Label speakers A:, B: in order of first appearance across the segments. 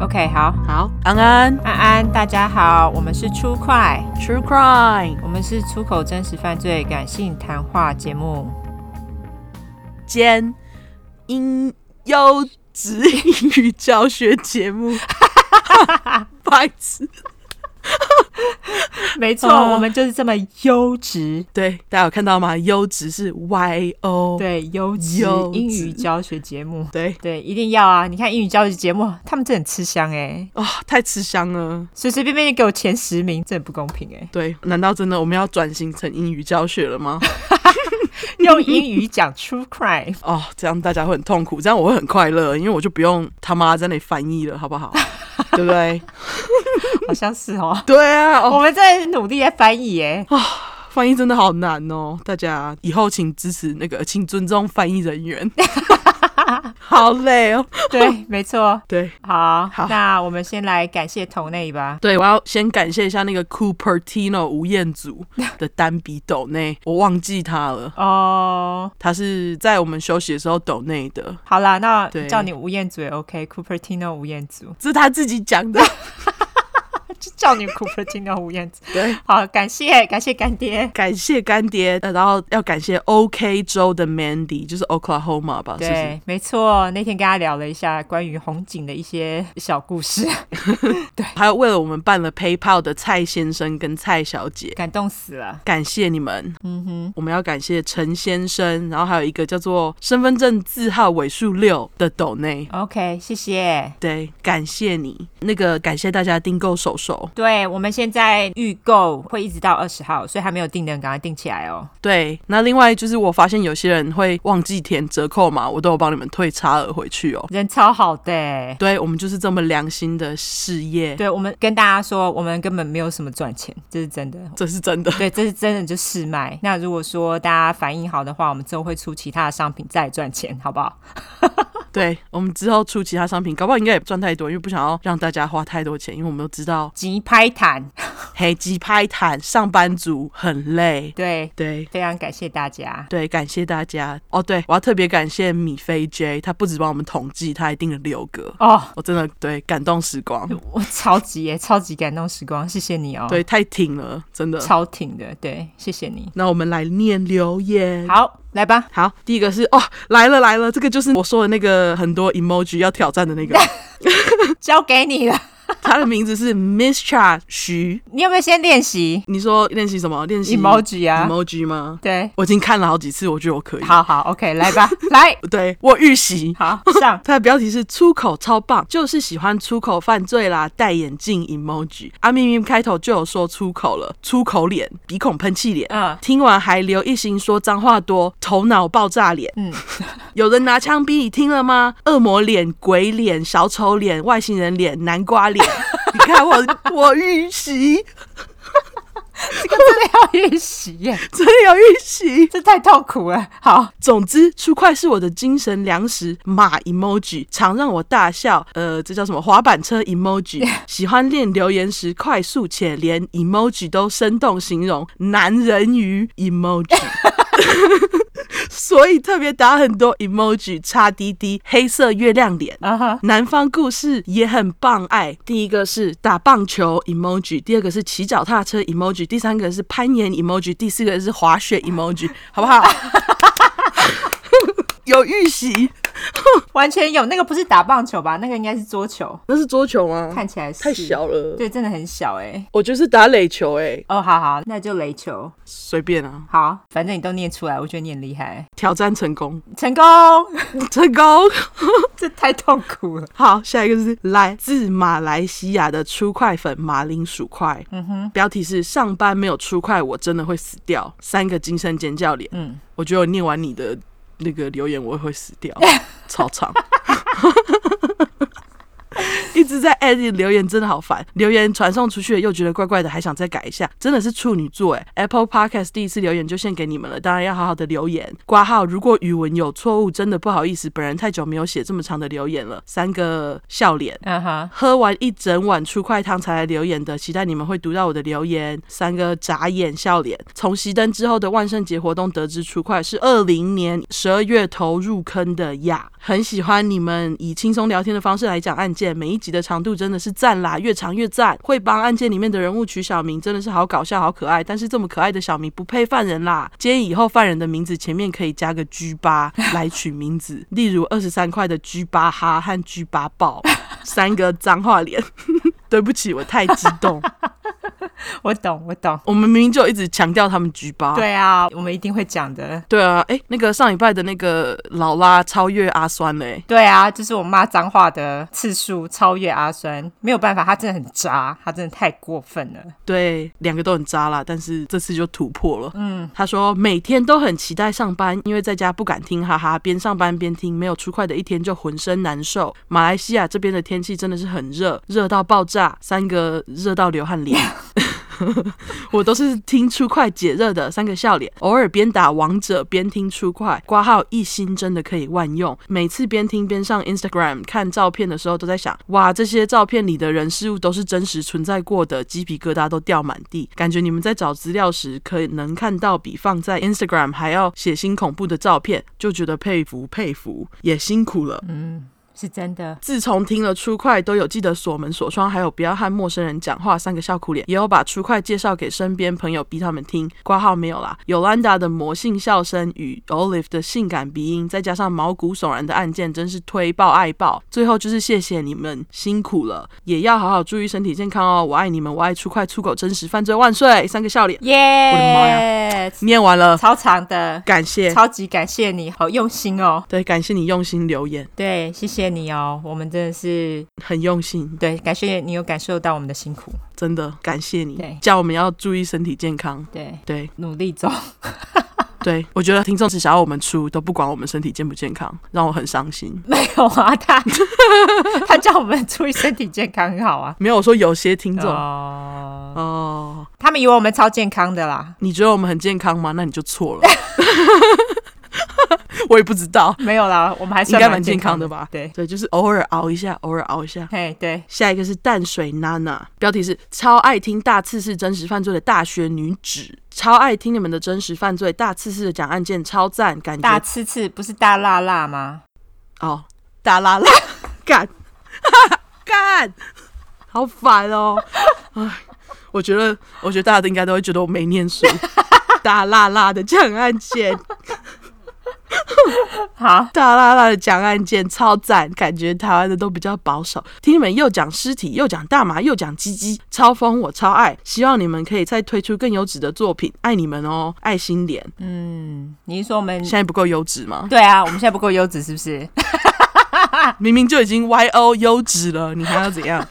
A: OK，好，
B: 好，安安
A: 安安，大家好，我们是出快，
B: ，True Crime
A: 我们是出口真实犯罪感性谈话节目。
B: 兼音优质英语教学节目， 白痴。
A: 没错，
B: 啊
A: 我们就是这么优质，
B: 对，大家有看到吗？优质是 Y O。
A: 对优质
B: 优质
A: 英语教学节目。
B: 对
A: 对，一定要啊！你看英语教学节目，他们真的很吃香哎、
B: 哦，太吃香了。
A: 随随便便就给我前十名，真的不公平哎、
B: 对，难道真的我们要转型成英语教学了吗？
A: 用英语讲 True Crime，
B: 哦，这样大家会很痛苦，这样我会很快乐，因为我就不用他妈在那里翻译了，好不好？对不对？
A: 好像是 哦。
B: 对啊，哦
A: 我，们在努力在翻译欸耶，
B: 翻译真的好难哦，大家以后请支持那个，请尊重翻译人员。好累哦。
A: 对，没错。
B: 对
A: 好，
B: 好
A: 那我们先来感谢同内吧。
B: 对，我要先感谢一下那个 Cupertino 吴彦祖的单笔抖内，我忘记他了。
A: 哦、
B: 他是在我们休息的时候抖内的，
A: 好啦，那
B: 对
A: 叫你吴彦祖也 OK，Cupertino 吴彦祖，
B: 这是他自己讲的。
A: 就叫你 Cupertino 吴彦祖。
B: 对，
A: 好，感谢感谢干爹，
B: 感谢干爹，呃然后要感谢 OK 州的 Mandy，就是 Oklahoma 吧，是不是？
A: 对，没错，那天跟他聊了一下关于红警的一些小故 事，
B: 还有为了我们办了 PayPal 的蔡先生跟蔡小姐，
A: 感动死了。
B: 感谢你们。嗯哼，我们要感谢陈先生，然后还有一个叫做身份证字号尾数六的斗内。
A: OK，谢谢。
B: 对，感谢你。那个感谢大家订购手手。
A: 对，我们现在预购会一直到二十号，所以还没有订的人赶快订起来哦。
B: 对，那另外就是我发现有些人会忘记填折扣码，我都有帮你们退差额回去哦。
A: 人超好的欸、
B: 对，我们就是这么良心的事业，
A: 对我们跟大家说，我们根本没有什么赚钱，这是真的。
B: 这是真的。
A: 对，这是真的就试卖。那如果说大家反应好的话，我们之后会出其他的商品再赚钱，好不好？
B: 对我们之后出其他商品，搞不好应该也不赚太多，因为不想要让大家花太多钱，因为我们都知道
A: 急拍谈，
B: 黑鸡拍坦上班族很累。
A: 对，
B: 对
A: 非常感谢大家。
B: 对，感谢大家哦。对，我要特别感谢米菲 J，他不止帮我们统计，他还定了六个，
A: 哦，
B: 我真的对感动时光，
A: 我超级耶，超级感动时光，谢谢你哦。，
B: 对，太挺了，真的。
A: 超挺的，对，谢谢你。
B: 那我们来念留言。
A: 好，来吧。
B: 好，第一个是哦，来了来了，这个就是我说的那个很多 emoji 要挑战 的那个，
A: 交给你了。
B: 他的名字是 Miss Cha 徐。
A: 你有没有先练习
B: 你说练习什么？练习
A: emoji 啊？
B: emoji 吗？
A: 对，
B: 我已经看了好几次，我觉得我可以。
A: 好好，OK，来吧，来，
B: 对我预习。
A: 好上。
B: 它的标题是“出口超棒”，就是喜欢出口犯罪啦，戴眼镜 emoji。啊，明明开头就有说出口了，出口脸，鼻孔喷气脸。
A: 嗯
B: 听完还留一行说脏话多，头脑爆炸脸。
A: 嗯，
B: 有人拿枪逼你听了吗？恶魔脸、鬼脸、小丑脸、外星人脸、南瓜脸。你看我，我预习，
A: 这个真的要预习耶，
B: 真的有预习。
A: 这太痛苦了。好，
B: 总之，出快是我的精神粮食，马 emoji 常让我大笑。呃，这叫什么？滑板车 emoji。喜欢练留言时快速且连 emoji 都生动形容，男人鱼 emoji。所以特别打很多 emoji，叉滴滴，黑色月亮脸。
A: 啊哈，
B: 南方故事也很棒爱。第一个是打棒球 emoji，第二个是骑脚踏车 emoji，第三个是攀岩 emoji，第四个是滑雪 emoji，好 不好？有预习，
A: 完全有那个不是打棒球吧？那个应该是桌球，
B: 那是桌球吗？
A: 看起来是
B: 太小了，
A: 对，真的很小哎、
B: 我就是打垒球哎、
A: 哦，好好，那就垒球。
B: 随便啊，
A: 好，反正你都念出来，我觉得你很厉害，
B: 挑战成功，
A: 成功。
B: 成功。
A: 这太痛苦了。
B: 好，下一个是来自马来西亚的出块粉马铃薯块，嗯哼，标题是上班没有出块我真的会死掉，三个精神尖叫脸，
A: 嗯
B: 嗯，我觉得我念完你的那个留言我会死掉， 超长。一直在 edit 留言真的好烦，留言传送出去了又觉得怪怪的，还想再改一下，真的是处女座哎。Apple Podcast 第一次留言就献给你们了，当然要好好的留言。挂号，如果语文有错误，真的不好意思，本人太久没有写这么长的留言了，三个笑脸。
A: 嗯哼，
B: 喝完一整碗出块汤才来留言的，期待你们会读到我的留言。三个眨眼笑脸。从熄灯之后的万圣节活动得知，出块是二零年十二月头入坑的呀，很喜欢你们以轻松聊天的方式来讲案件，每一集的长度真的是赞啦，越长越赞。会帮案件里面的人物取小名，真的是好搞笑、好可爱。但是这么可爱的小名不配犯人啦，建议以后犯人的名字前面可以加个 G 八来取名字，例如二十三块的 G 八哈和 G 八豹三个脏话脸。 对不起，我太激动。
A: 我懂，我懂。
B: 我们明明就一直强调他们 G 八。
A: 对啊，我们一定会讲的。
B: 对啊，哎，那个上礼拜的那个劳拉超越阿酸嘞、
A: 对啊，就是我骂脏话的次数超越阿酸，没有办法，他真的很渣，他真的太过分了。
B: 对，两个都很渣啦，但是这次就突破了。嗯，他说每天都很期待上班，因为在家不敢听，哈哈，边上班边听，没有出快的一天就浑身难受。马来西亚这边的天气真的是很热，热到爆炸，三个热到流汗脸。我都是听出快解热的三个笑脸，偶尔边打王者边听出快，挂号一心真的可以万用。每次边听边上 Instagram 看照片的时候，都在想，哇，这些照片里的人事物都是真实存在过的，鸡皮疙瘩都掉满地。感觉你们在找资料时，可能看到比放在 Instagram 还要血腥恐怖的照片，就觉得佩服佩服，也辛苦了。
A: 是真的，
B: 自从听了出快，都有记得锁门锁窗，还有不要和陌生人讲话三个笑哭脸，也有把出快介绍给身边朋友，逼他们听。挂号没有啦，有兰达的魔性笑声与 Olive 的性感鼻音，再加上毛骨悚然的案件，真是推爆爱爆。最后就是谢谢你们辛苦了，也要好好注意身体健康哦，我爱你们，我爱出快出口真实犯罪万岁，三个笑脸。
A: 耶、
B: 我的妈念完了，
A: 超长的，
B: 感谢，
A: 超级感谢你，好用心哦。
B: 对，感谢你用心留言，
A: 对，谢谢你哦，我们真的是
B: 很用心，
A: 对，感谢你有感受到我们的辛苦，
B: 真的感谢你
A: 对，
B: 叫我们要注意身体健康。
A: 对，
B: 对，
A: 努力中，
B: 对，我觉得听众只想要我们出，都不管我们身体健不健康，让我很伤心。
A: 没有啊，他 他叫我们注意身体健康，很好啊。
B: 没有我说有些听众哦
A: 哦，他们以为我们超健康的啦，
B: 你觉得我们很健康吗？那你就错了。 我也不知道，
A: 没有啦，我们还
B: 应
A: 算
B: 该蛮健
A: 健
B: 康的
A: 的
B: 吧？
A: 对，
B: 对，就是偶尔熬一下，偶尔熬一下。
A: 嘿，对，
B: 下一个是淡水娜娜，标题是超爱听大次次真实犯罪的大学女子，超爱听你们的真实犯罪大次次的讲案件，超赞，感
A: 大
B: 觉
A: 刺刺不是大辣辣吗？
B: 哦，大拉拉，干， 干，好烦哦！哎，我觉得，我觉得大家应该都会觉得我没念书，大拉拉的讲案件，
A: 好，
B: 大拉拉的讲案件超赞，感觉台湾的都比较保守。听你们又讲尸体，又讲大麻，又讲鸡鸡，超疯，我超爱。希望你们可以再推出更优质的作品，爱你们哦，爱心脸。
A: 你是说我们
B: 现在不够优质吗？
A: 对啊，我们现在不够优质是不 是？
B: 明明就已经 Y O 优质了，你还要怎样？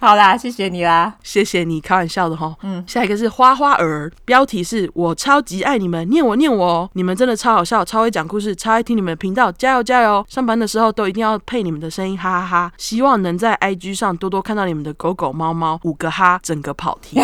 A: 好啦，谢谢你啦，
B: 谢谢你，开玩笑的哈。嗯，下一个是花花儿，标题是我超级爱你们，念我念我哦，你们真的超好笑，超会讲故事，超爱听你们的频道，加油加油！上班的时候都一定要配你们的声音，哈哈哈希望能在 IG 上多多看到你们的狗狗、猫猫，五个哈，整个跑题。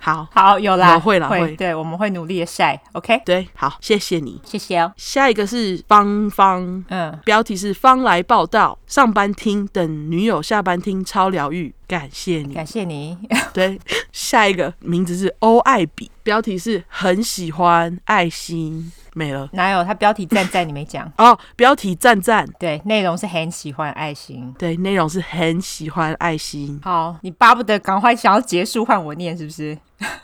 B: 好，
A: 好有啦，
B: 有会啦会
A: 对，我们会努力的晒，OK，
B: 对，好，谢谢你。
A: 谢谢哦，
B: 下一个是芳芳，
A: 嗯，
B: 标题是芳来报道，上班听，等女友下班听，超疗愈，感谢你。
A: 感谢你，
B: 对，下一个名字是欧爱比，标题是很喜欢爱心，没了。
A: 哪有他标题赞赞你没讲？
B: 哦，标题赞赞，
A: 对，内容是很喜欢爱心。
B: 对，内容是很喜欢爱心。
A: 好，你巴不得赶快想要结束换我念是不是？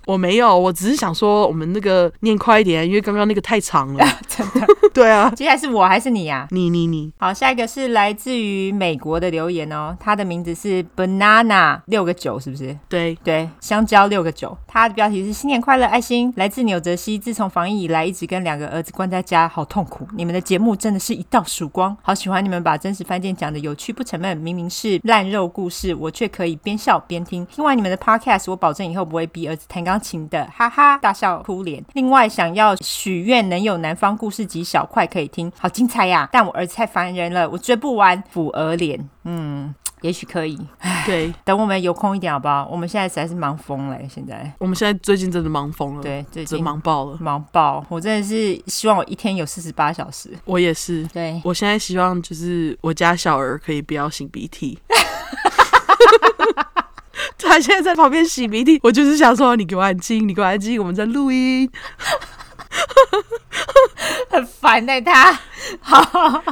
B: 我没有，我只是想说我们那个念快一点，因为刚刚那个太长 了。
A: 真的，
B: 对啊，
A: 接下来是我还是你呀、
B: 你你你，
A: 好，下一个是来自于美国的留言哦，他的名字是 banana 六个九，是不是？
B: 对，
A: 对，香蕉六个九。它的标题是“新年快乐，爱心”。来自纽泽西，自从防疫以来，一直跟两个儿子关在家，好痛苦。你们的节目真的是一道曙光，好喜欢你们把真实犯件讲的有趣不沉闷。明明是烂肉故事，我却可以边笑边听。听完你们的 podcast，我保证以后不会逼儿子弹钢琴的，哈哈，大笑哭脸。另外，想要许愿能有南方故事集小块可以听，好精彩呀、但我儿子太烦人了，我追不完。抚额脸，嗯，也许可以。
B: 对，
A: 等我们有空一点好不好？我们现在实在是忙疯了、欸现在
B: 我们现在最近真的忙疯了，，
A: 对，最
B: 嗯真
A: 近
B: 忙爆了。
A: 忙爆，我真的是希望我一天有四十八小时。
B: 我也是，
A: 对，
B: 我现在希望就是我家小儿可以不要擤鼻涕。 他现在在旁边擤鼻涕，我就是想说，你给我安静，你给我安静，我们在录音。
A: 很烦哎、他好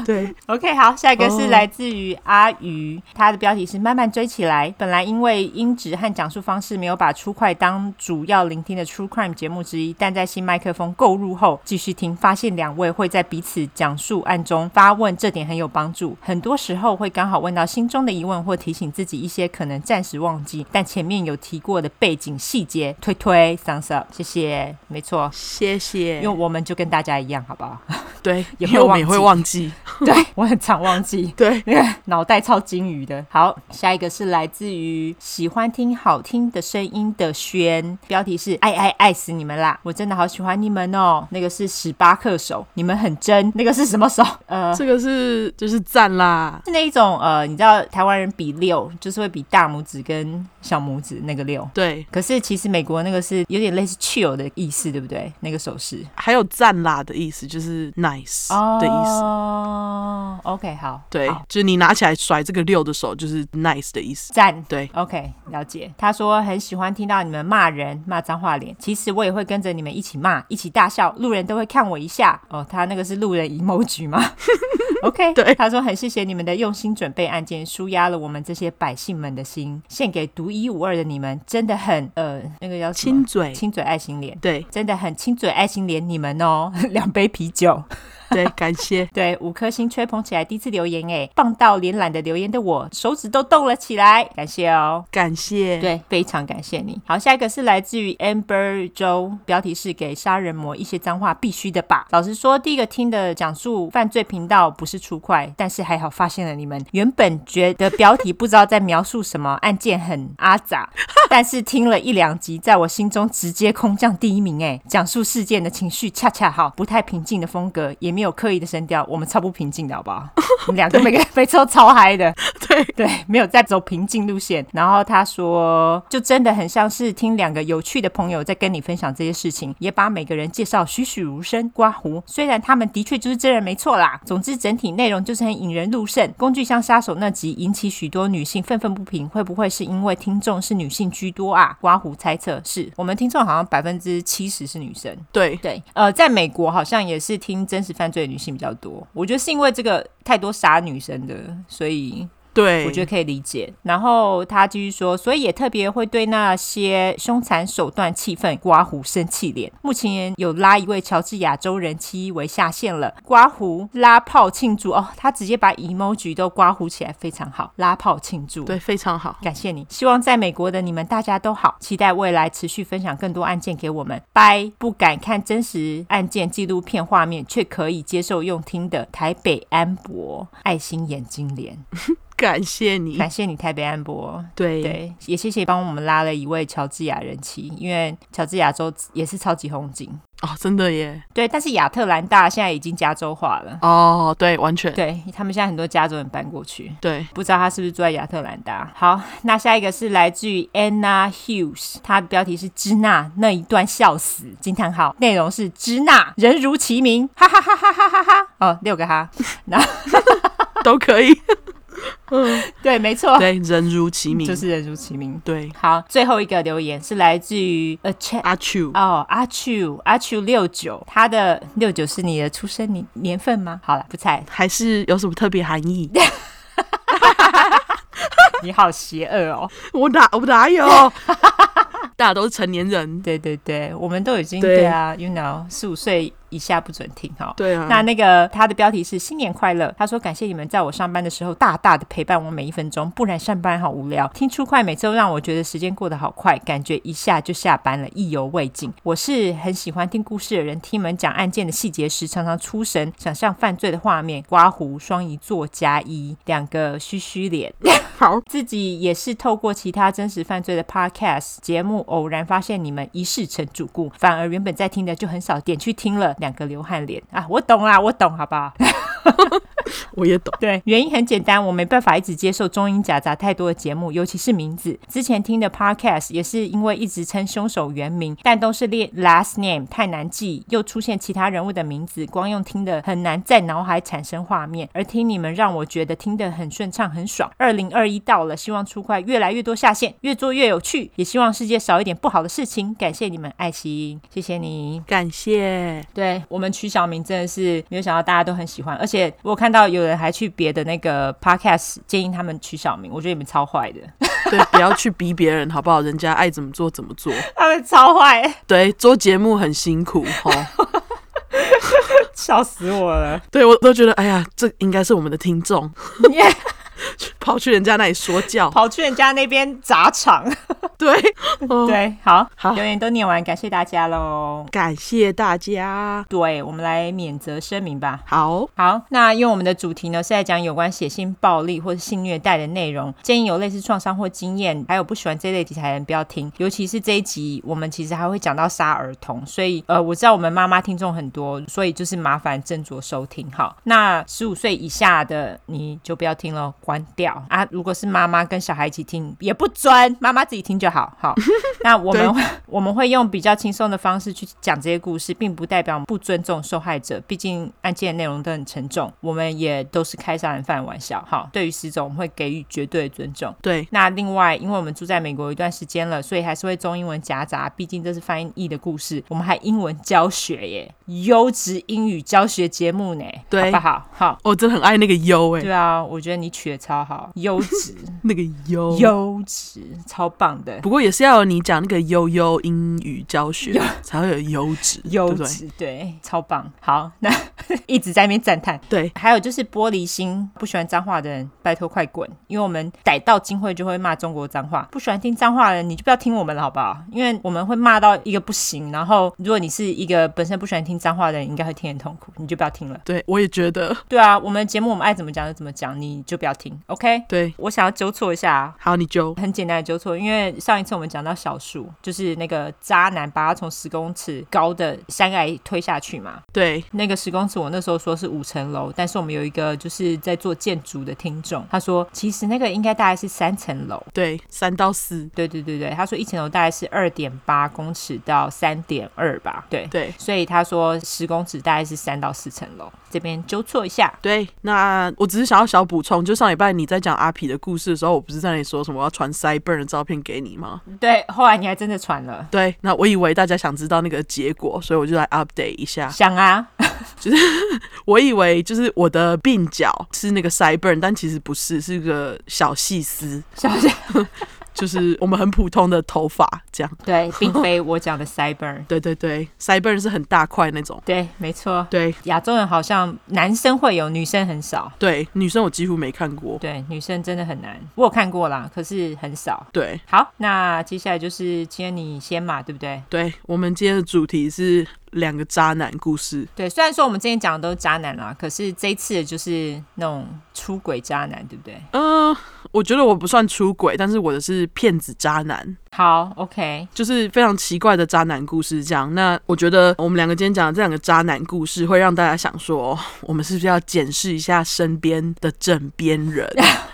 B: 对，
A: ，OK，好，下一个是
B: 哦
A: 来自于阿鱼，他的标题是“慢慢追起来”。本来因为音质和讲述方式没有把出快当主要聆听的 True Crime 节目之一，但在新麦克风购入后继续听，发现两位会在彼此讲述案中发问，这点很有帮助。很多时候会刚好问到心中的疑问，或提醒自己一些可能暂时忘记但前面有提过的背景细节。推推 thumbs up，谢谢，没错。
B: 谢谢
A: 因为我们就跟大家一样，好不好？
B: 对，
A: 也
B: 因
A: 会
B: 为我们
A: 忘
B: 也会
A: 记
B: 忘记。
A: 对我很常忘记，
B: 对，
A: 那个 脑袋超金鱼的。好，下一个是来自于喜欢听好听的声音的轩，标题是“爱爱爱死你们啦”，我真的好喜欢你们哦。那个是史巴克手，你们很真。那个是什么手？ 呃。
B: 这个是就是赞啦，
A: 是那一种呃，你知道台湾人比六，就是会比大拇指跟小拇指那个六。
B: 对，
A: 可是其实美国那个是有点类似 chill 的意思，对不对？那个手势
B: 还有赞啦的意思就是 nice 的意思。
A: 哦，OK，好，
B: 对
A: 好，
B: 就是你拿起来甩这个六的手，就是 nice 的意思。
A: 赞，
B: 对，
A: OK，了解。他说很喜欢听到你们骂人、骂脏话脸，其实我也会跟着你们一起骂、一起大笑，路人都会看我一下。哦，他那个是路人 emoji 吗 ？OK，
B: 对
A: 他说很谢谢你们的用心准备案件，舒压了我们这些百姓们的心，献给独一无二的你们，真的很呃，那个叫什么
B: 亲嘴，
A: 亲嘴爱心脸，
B: 对
A: 真的很亲嘴爱心脸你们哦， 两杯啤酒。。
B: 对，感谢
A: 对，五颗星吹捧起来，第一次留言哎，棒到连懒得留言的我，手指都动了起来，感谢哦。
B: 感谢，
A: 对，非常感谢你。好，下一个是来自于 Amber 周，标题是给杀人魔一些脏话必须的吧。老实说，第一个听的讲述犯罪频道不是出快，但是还好发现了你们。原本觉得标题不知道在描述什么，案件很阿杂，但是听了一两集，在我心中直接空降第一名。哎，讲述事件的情绪恰恰好，不太平静的风格，也没有刻意的声调，我们超不平静的好不好？我们两个每个 被抽超嗨的。
B: 对
A: 对，没有在走平静路线。然后他说，就真的很像是听两个有趣的朋友在跟你分享这些事情，也把每个人介绍栩栩如生。刮胡，虽然他们的确就是真人没错啦。总之，整体内容就是很引人入胜。工具箱杀手那集引起许多女性愤愤不平，会不会是因为听众是女性居多啊？刮胡猜测是我们听众好像百分之七十是女生。
B: 对
A: 对，呃，在美国好像也是听真实犯罪的女性比较多。我觉得是因为这个太多杀女生的，所以
B: 对，
A: 我觉得可以理解。然后他继续说，所以也特别会对那些凶残手段气愤，刮胡生气脸。目前有拉一位乔治亚洲人妻为下线了，刮胡拉炮庆祝哦，他直接把 emoji 都刮胡起来，非常好，拉炮庆祝。
B: 对非常好。
A: 感谢你，希望在美国的你们大家都好，期待未来持续分享更多案件给我们。拜，不敢看真实案件纪录片画面，却可以接受用听的台北安博爱心眼睛脸。
B: 感谢你，
A: 感谢你，台北安博。
B: 对
A: 对，也谢谢帮我们拉了一位乔治亚人妻，因为乔治亚州也是超级红警。
B: 哦，真的耶，
A: 对，但是亚特兰大现在已经加州化了。
B: 哦，对，完全
A: 对他们现在很多加州人搬过去，
B: 对，
A: 不知道他是不是住在亚特兰大。好，那下一个是来自于 Anna Hughes，她的标题是“支那那一段笑死”惊叹号，内容是“支那人如其名”，哈哈哈哈哈哈哈。哦，六个 哈，
B: 都可以， 嗯
A: 对，没错，
B: 对，人如其名，
A: 哦就是人如其名。
B: 对。
A: 好，最后一个留言是来自于 A Chat
B: 阿丘，
A: 哦，阿chu 阿chu 六九，他的六九是你的出生年年份吗？好了，不猜，
B: 还是有什么特别含义？
A: 你好邪恶哦。
B: 我哪我哪 有？大家都是成年人，
A: 对对对，我们都已经
B: 对
A: 对啊，you know，十五岁以下不准听哦哈。
B: 对啊，
A: 那那个他的标题是“新年快乐”，他说感谢你们在我上班的时候大大的陪伴我每一分钟，不然上班好无聊。听出快每周让我觉得时间过得好快，感觉一下就下班了，意犹未尽。我是很喜欢听故事的人，听你们讲案件的细节时，常常出神，想象犯罪的画面。刮胡双鱼座加一，两个虚虚脸。
B: 好，
A: 自己也是透过其他真实犯罪的 podcast 节目，偶然发现你们一世成主顾，反而原本在听的就很少点去听了。两个流汗脸啊，我懂啦，我懂，好不好？
B: 我也懂。
A: 对，原因很简单，我没办法一直接受中英夹杂太多的节目，尤其是名字。之前听的 podcast 也是因为一直称凶手原名，但都是列 last name 太难记，又出现其他人物的名字，光用听的很难在脑海产生画面。而听你们让我觉得听得很顺畅，很爽。二零二一到了，希望出快越来越多下线，越做越有趣，也希望世界少一点不好的事情。感谢你们，爱心，谢谢你。
B: 感谢，
A: 对我们取小名真的是没有想到大家都很喜欢，而且我有看到有人还去别的那个 podcast 建议他们取小名，我觉得你们超坏的，
B: 对，不要去逼别人，好不好？人家爱怎么做怎么做。
A: 他们超坏，
B: 对，做节目很辛苦 哦。
A: 笑死我了。
B: 对我都觉得，哎呀，这应该是我们的听众，
A: 你也
B: 跑去人家那里说教。
A: 跑去人家那边砸场，
B: 对，哦，
A: 对，好，
B: 好
A: 留言都念完，感谢大家喽。
B: 感谢大家。
A: 对，我们来免责声明吧。
B: 好，
A: 好，那因为我们的主题呢是在讲有关血腥暴力或者性虐待的内容，建议有类似创伤或经验，还有不喜欢这类题材的人不要听。尤其是这一集，我们其实还会讲到杀儿童，所以呃，我知道我们妈妈听众很多，所以就是麻烦斟酌收听。好，那十五岁以下的你就不要听了，关掉啊。如果是妈妈跟小孩一起听也不准，妈妈自己听就好。好， 那我们会我们会用比较轻松的方式去讲这些故事，并不代表我们不尊重受害者，毕竟案件内容都很沉重，我们也都是开杀人犯玩笑。好，对于死者我们会给予绝对的尊重。
B: 对，
A: 那另外，因为我们住在美国一段时间了，所以还是会中英文夹杂，毕竟这是翻译的故事。我们还英文教学耶，优质英语教学节目呢，
B: 对
A: 好不好？好，
B: 我哦真的很爱那个优哎、
A: 对啊，我觉得你取的超好，优质，
B: 那个优。
A: 优质，超棒的，
B: 不过也是要有你讲那个悠悠英语教学
A: 优
B: 才会有优质，
A: 优
B: 对不对？
A: 质，对，超棒。好，那 一直在那边赞叹。
B: 对，
A: 还有就是玻璃心，不喜欢脏话的人，拜托快滚！因为我们逮到金会就会骂中国脏话，不喜欢听脏话的人，你就不要听我们了，好不好？因为我们会骂到一个不行，然后如果你是一个本身不喜欢听脏话的人，应该会听很痛苦，你就不要听了。
B: 对我也觉得，
A: 对啊，我们节目我们爱怎么讲就怎么讲，你就不要听，OK？
B: 对。
A: 我想要纠错一下，啊
B: 好，你就
A: 很简单的纠错，因为上一次我们讲到小树，就是那个渣男把他从十公尺高的山崖推下去嘛，
B: 对
A: 那个十公尺，我那时候说是五层楼，但是我们有一个就是在做建筑的听众，他说其实那个应该大概是三层楼。
B: 对，三到四，
A: 对对对对，他说一层楼大概是二点八公尺到三点二吧，对，
B: 对
A: 所以他说十公尺大概是三到四层楼，这边纠错一下。
B: 对。那我只是想要小补充，就上礼拜你在讲阿皮的故事的时候，我不是在那里说什么我要传 Cyber 的照片给你吗？
A: 对，后来你还真的传了，
B: 对，那我以为大家想知道那个结果，所以我就来 update 一下。
A: 想啊，
B: 我以为就是我的鬓角是那个 Cyber，但其实不是，是个小细丝，
A: 小姐，
B: 就是我们很普通的头发这样。
A: 对，并非我讲的 cyber，
B: 对对对，Cyber 是很大块那种。
A: 对，没错，
B: 对
A: 亚洲人好像男生会有，女生很少。
B: 对，女生我几乎没看过。
A: 对，女生真的很难，我有看过啦，可是很少。
B: 对
A: 好，那接下来就是今天你先嘛，对不对？
B: 对，我们今天的主题是两个渣男故事。
A: 对，虽然说我们之前讲的都是渣男啦，可是这一次就是那种出轨渣男，对不对？
B: 嗯、我觉得我不算出轨，但是我的是骗子渣男。
A: 好，OK，
B: 就是非常奇怪的渣男故事这样。那我觉得我们两个今天讲的这两个渣男故事，会让大家想说，哦我们是不是要检视一下身边的枕边人？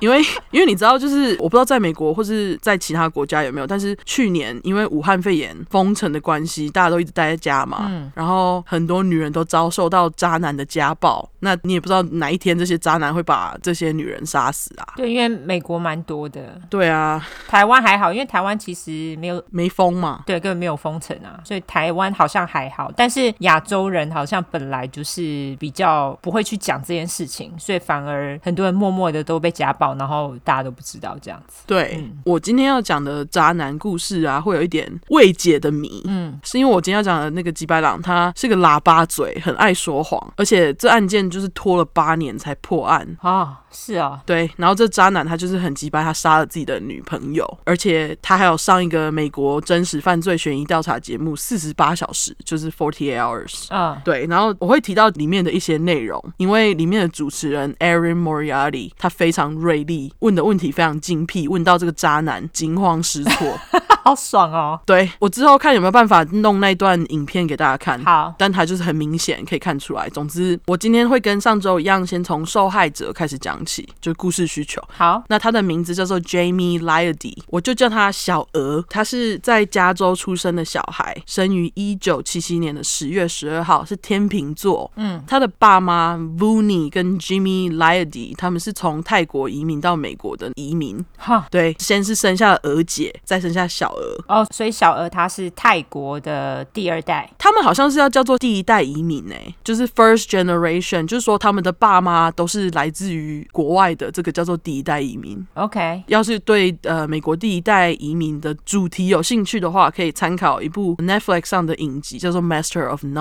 B: 因为，因为你知道，就是我不知道在美国或是在其他国家有没有，但是去年因为武汉肺炎封城的关系，大家都一直待在家嘛，
A: 嗯
B: 然后很多女人都遭受到渣男的家暴。那你也不知道哪一天这些渣男会把这些女人杀死啊？
A: 对，因为美国蛮多的，
B: 对啊，
A: 台湾还好，因为台湾其实没有。
B: 没封嘛，
A: 对，根本没有封城啊，所以台湾好像还好，但是亚洲人好像本来就是比较不会去讲这件事情，所以反而很多人默默的都被家暴，然后大家都不知道这样子。
B: 对、我今天要讲的渣男故事啊，会有一点未解的谜。嗯，是因为我今天要讲的那个吉白朗，他是个喇叭嘴，很爱说谎，而且这案件就是拖了八年才破案。
A: 哦，是哦，
B: 对，然后这渣男他就是很急掰，他杀了自己的女朋友，而且他还有上一个美国真实犯罪悬疑调查节目《四十八小时》，就是 Forty Eight Hours。
A: 嗯，
B: 对，然后我会提到里面的一些内容，因为里面的主持人 Aaron Moriarty 他非常锐利，问的问题非常精辟，问到这个渣男惊慌失措。
A: 好爽哦。
B: 对我之后看有没有办法弄那段影片给大家看。
A: 嗯好，
B: 但他就是很明显可以看出来。总之，我今天会跟上周一样，先从受害者开始讲起，就故事需求。
A: 好，
B: 那他的名字叫做 Jamie Liady，我就叫他小鹅。他是在加州出生的小孩，生于一九七七年的十月十二号，是天秤座。嗯，他的爸妈 Vuni 跟 Jimmy Liady，他们是从泰国移民到美国的移民。
A: 哈。
B: 对，先是生下了鹅姐，再生下小鹅。
A: 哦，所以小娥她是泰国的第二代，
B: 他们好像是要叫做第一代移民呢、就是 first generation，就是说他们的爸妈都是来自于国外的，这个叫做第一代移民。
A: OK，
B: 要是对呃美国第一代移民的主题有兴趣的话，可以参考一部 Netflix 上的影集，叫做《Master of None》，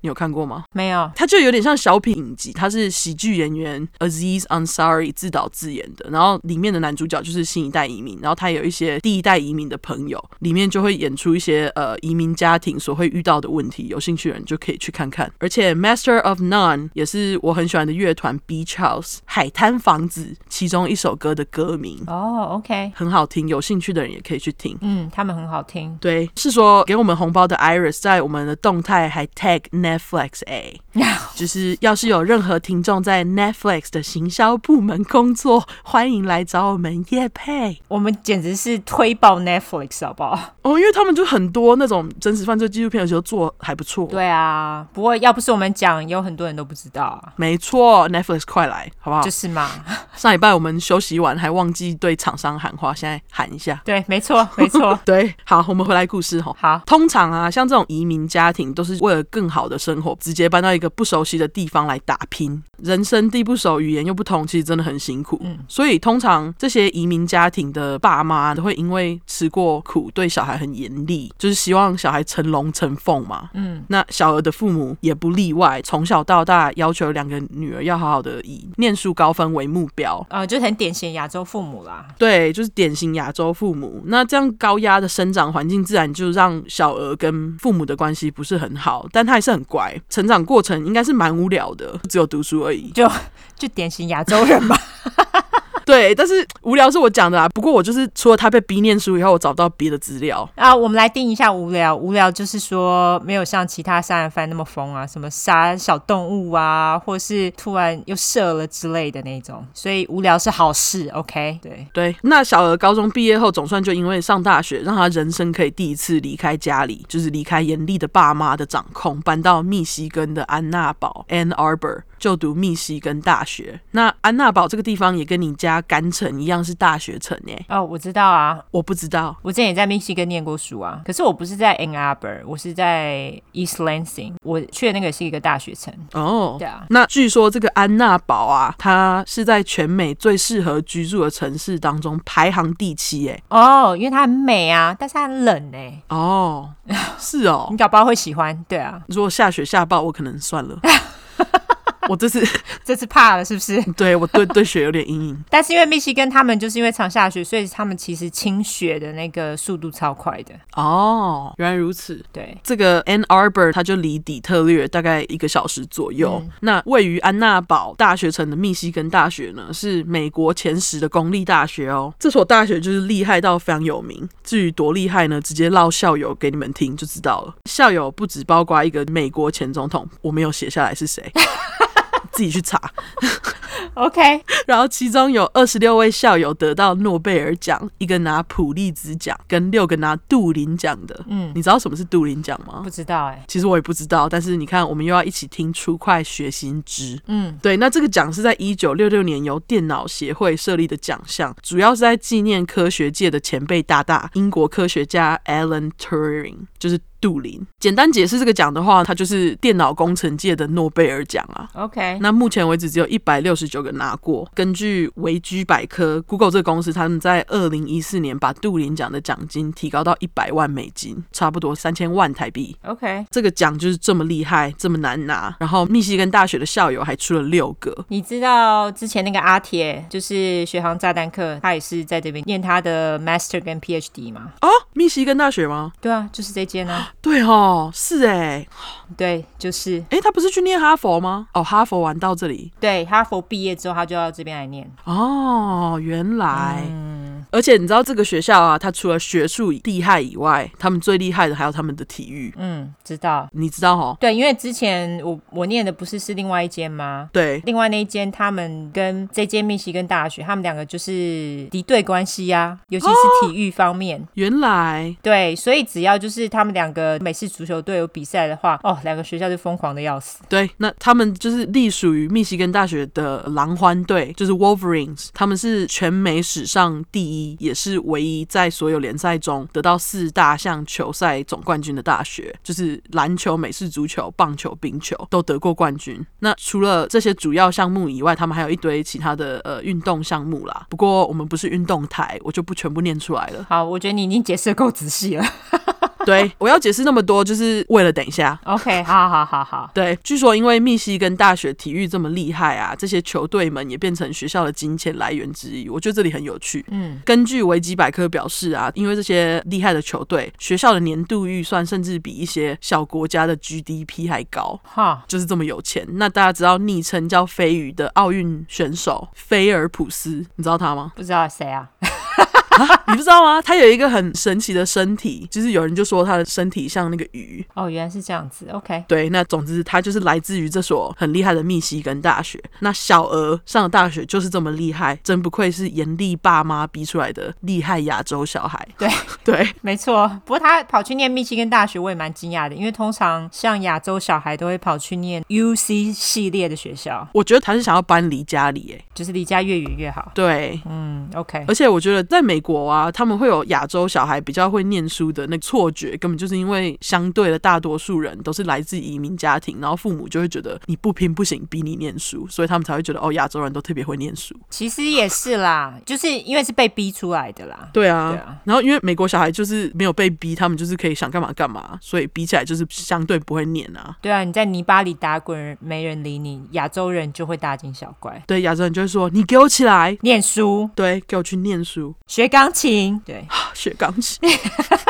B: 你有看过吗？
A: 没有，
B: 它就有点像小品影集，它是喜剧演员 Aziz Ansari 自导自演的，然后里面的男主角就是新一代移民，然后他有一些第一代移民的朋友，里面就会演出一些呃移民家庭所会遇到的问题，有兴趣的人就可以去看看。而且 Master of None 也是我很喜欢的乐团 Beach House 海滩房子其中一首歌的歌名，
A: 哦，OK，
B: 很好听，有兴趣的人也可以去听。
A: 嗯，他们很好听，
B: 对，是说给我们红包的 Iris 在我们的动态还 tag Netflix A，就是要是有任何听众在 Netflix 的行销部门工作，欢迎来找我们叶配
A: 我们简直是推爆 Netflix 好不好？
B: 哦，因为他们就很多那种真实犯罪纪录片，有时候做还不错。
A: 对啊，不过要不是我们讲，有很多人都不知道啊，
B: 没错，Netflix 快来，好不好？
A: 就是 嘛，
B: 上礼拜我们休息完还忘记对厂商喊话，现在喊一下。，
A: 对，没错，没 错
B: 对，好，我们回来故事吼。
A: 好，
B: 通常啊，像这种移民家庭都是为了更好的生活，直接搬到一个不熟悉的地方来打拼。人生地不熟，语言又不同，其实真的很辛苦。
A: 嗯
B: 所以通常这些移民家庭的爸妈都会因为吃过苦，对小孩很严厉，就是希望小孩成龙成凤嘛。
A: 嗯，
B: 那小娥的父母也不例外，从小到大要求两个女儿要好好的以念书高分为目标。
A: 呃，就是很典型亚洲父母啦，
B: 对，就是典型亚洲父母。那这样高压的生长环境，自然就让小娥跟父母的关系不是很好，但她还是很乖。成长过程应该是蛮无聊的，只有读书而已。
A: 就典型亚洲人吧。
B: 对，但是无聊是我讲的啊。不过我就是除了她被逼念书以后，我找不到别的资料。
A: 啊，我们来定一下无聊。无聊就是说没有像其他杀人犯那么疯啊，什么杀小动物啊，或是突然又射了之类的那种。所以无聊是好事，OK？对，
B: 对，那小娥高中毕业后，总算就因为上大学，让她人生可以第一次离开家里，就是离开严厉的爸妈的掌控，搬到密西根的安娜堡 （Ann Arbor） 就读密西根大学。那安娜堡这个地方也跟你家甘城一样是大学城耶，
A: 哦，我知道啊，
B: 我不知道。
A: 我之前也在密西根念过书啊，可是我不是在 Ann Arbor，我是在 East Lansing，我去的那个是一个大学城。
B: 哦、
A: 对啊，
B: 那据说这个安娜堡啊，它是在全美最适合居住的城市当中排行第七欸耶。
A: 哦，因为它很美啊，但是它很冷哎、
B: 哦、是哦，
A: 你搞不好会喜欢。对啊，
B: 如果下雪下暴，我可能 算了。我这次
A: 这次怕了是不是？
B: 对我对对雪有点阴影。
A: 但是因为密西根他们就是因为常下雪，所以他们其实清雪的那个速度超快的。
B: 哦，原来如此。
A: 对，
B: 这个 Ann Arbor 它就离底特律大概一个小时左右。
A: 嗯
B: 那位于安娜堡大学城的密西根大学呢，是美国前十的公立大学哦。这所大学就是厉害到非常有名。至于多厉害呢，直接唠校友给你们听就知道了。校友不只包括一个美国前总统，我没有写下来是谁，自己去查。
A: OK，
B: 然后其中有二十六位校友得到诺贝尔奖，一个拿普利兹奖，跟六个拿杜林奖的。
A: 嗯，
B: 你知道什么是杜林奖吗
A: 不？知道哎、
B: 其实我也不知道，但是你看，我们又要一起听出快学新知。
A: 嗯，
B: 对，那这个奖是在一九六六年由电脑协会设立的奖项，主要是在纪念科学界的前辈大大英国科学家 Alan Turing，就是杜林。简单解释这个奖的话，它就是电脑工程界的诺贝尔奖啊。
A: OK，
B: 那目前为止只有一百六十九个拿过。根据维基百科，Google 这个公司他们在二零一四年把杜林奖的奖金提高到一百万美金，差不多三千万台币。
A: OK，
B: 这个奖就是这么厉害，这么难拿。然后密西根大学的校友还出了六个，
A: 你知道之前那个阿铁，就是学航炸弹客，他也是在这边念他的 Master 跟 PhD 嘛？
B: 哦，密西根大学吗？
A: 对啊，就是这间啊。
B: 对哦，是哎，
A: 对，就是
B: 哎，他不是去念哈佛吗？哦，哈佛玩到这里
A: 对哈佛毕业之后，他就到这边来念。
B: 哦，原来。而且你知道这个学校啊，它除了学术厉害以外，他们最厉害的还有他们的体育，
A: 嗯，知道。
B: 你知道哦？
A: 对，因为之前我我念的不是是另外一间吗？
B: 对，
A: 另外那一间，他们跟这间密西根大学，他们两个就是敌对关系呀、尤其是体育方面。
B: 原来
A: 对，所以只要就是他们两个美式足球队有比赛的话，哦，两个学校就疯狂的要死。。
B: 对，那他们就是隶属于密西根大学的狼獾队，就是 Wolverines，他们是全美史上第一，也是唯一在所有联赛中得到四大项球赛总冠军的大学，就是篮球、美式足球、棒球、冰球都得过冠军。那除了这些主要项目以外，他们还有一堆其他的呃运动项目啦。不过我们不是运动台，我就不全部念出来 了
A: 好，我觉得你已经解释得够仔细了。
B: 对我要解释那么多，就是为了等一下
A: OK，好好好好，
B: 对，据说因为密西根大学体育这么厉害啊，这些球队们也变成学校的金钱来源之一。我觉得这里很有趣。
A: 嗯，
B: 根据维基百科表示啊，因为这些厉害的球队，学校的年度预算甚至比一些小国家的 GDP 还高。
A: 哈，？
B: 就是这么有钱。那大家知道昵称叫“飞鱼”的奥运选手菲尔普斯，你知道他吗啊
A: 不知道谁啊？
B: 你不知道吗？他有一个很神奇的身体，就是有人就说他的身体像那个鱼，
A: 哦，原来是这样子。OK，
B: 对，那总之他就是来自于这所很厉害的密西根大学。那小娥上了大学就是这么厉害，真不愧是严厉爸妈逼出来的厉害亚洲小孩。
A: 对
B: 对
A: 没错。不过他跑去念密西根大学，我也蛮惊讶的，因为通常像亚洲小孩都会跑去念 UC 系列的学校，
B: 我觉得他是想要搬离家里耶。
A: 就是离家越远越好。
B: 对，
A: 嗯，OK，
B: 而且我觉得在美国啊，他们会有亚洲小孩比较会念书的那个错觉，根本就是因为相对的大多数人都是来自移民家庭，然后父母就会觉得你不拼不行，逼你念书，所以他们才会觉得哦，亚洲人都特别会念书。
A: 其实也是啦，就是因为是被逼出来的啦。
B: 对啊，
A: 对啊
B: 然后因为美国小孩就是没有被逼，他们就是可以想干嘛干嘛，所以比起来就是相对不会念啊。
A: 对啊，你在泥巴里打滚，没人理你，亚洲人就会大惊小怪。
B: 对，亚洲人就会说你给我起来，
A: 念书，
B: 对，给我去念书，
A: 学钢琴，对，
B: 学钢琴。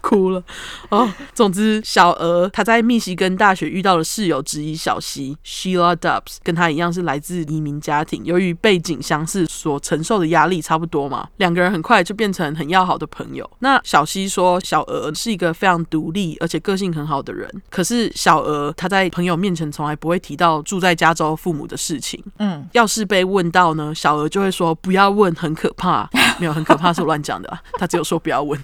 B: 哭了哦。总之，小娥她在密西根大学遇到了室友之一小西 Sheila Dubs，跟她一样是来自移民家庭，由于背景相似，所承受的压力差不多嘛，两个人很快就变成很要好的朋友。那小西说，小娥是一个非常独立而且个性很好的人，可是小娥她在朋友面前从来不会提到住在加州父母的事情。
A: 嗯，
B: 要是被问到呢，小娥就会说不要问，很可怕。没有，很可怕是我乱讲的、啊，她只有说不要问。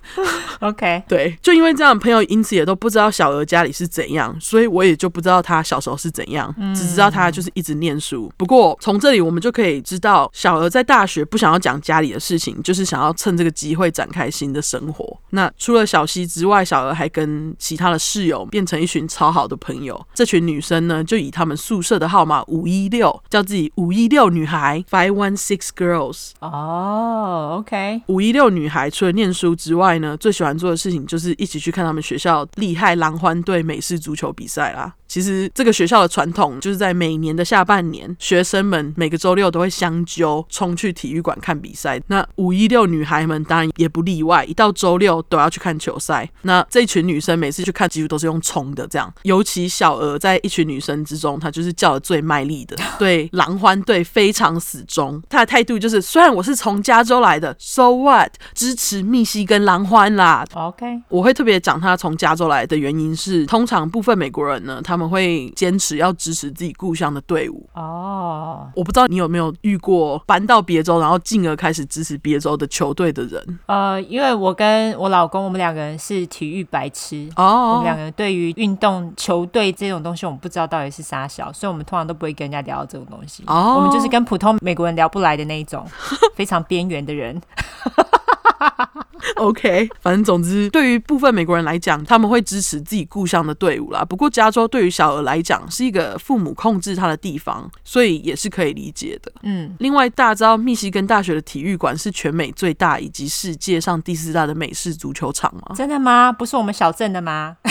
A: OK，
B: 对，就因为这样，朋友因此也都不知道小娥家里是怎样，所以我也就不知道她小时候是怎样，只知道她就是一直念书。不过从这里我们就可以知道，小娥在大学不想要讲家里的事情，就是想要趁这个机会展开新的生活。那除了小西之外，小娥还跟其他的室友变成一群超好的朋友。这群女生呢，就以她们宿舍的号码五一六叫自己五一六女孩 （Five One Six Girls）。
A: 哦，OK，
B: 五一六女孩除了念书之外呢，最喜欢做的事情就是一起去看他们学校厉害狼獾队美式足球比赛啦。其实这个学校的传统就是在每年的下半年，学生们每个周六都会相揪冲去体育馆看比赛。那五一六女孩们当然也不例外，一到周六都要去看球赛。那这群女生每次去看几乎都是用冲的这样，尤其小娥在一群女生之中，她就是叫的最卖 力的，对狼獾队非常死忠。她的态度就是，虽然我是从加州来的，so what，支持密西根狼獾啦，
A: OK，
B: 我会特别讲他从加州来的原因是，通常部分美国人呢，他们会坚持要支持自己故乡的队伍。
A: 哦，
B: 我不知道你有没有遇过搬到别州，然后进而开始支持别州的球队的人
A: 呃，因为我跟我老公，我们两个人是体育白痴。我们两
B: 哦。
A: 个人对于运动、球队这种东西，我们不知道到底是啥小，所以我们通常都不会跟人家聊到这种东西。
B: 哦
A: 我们就是跟普通美国人聊不来的那一种，非常边缘的人。
B: OK，反正总之，对于部分美国人来讲，他们会支持自己故乡的队伍啦。不过，加州对于小额来讲是一个父母控制他的地方，所以也是可以理解的。
A: 嗯，
B: 另外，大家知道密西根大学的体育馆是全美最大以及世界上第四大的美式足球场 吗？
A: 哦真的吗？不是我们小镇的吗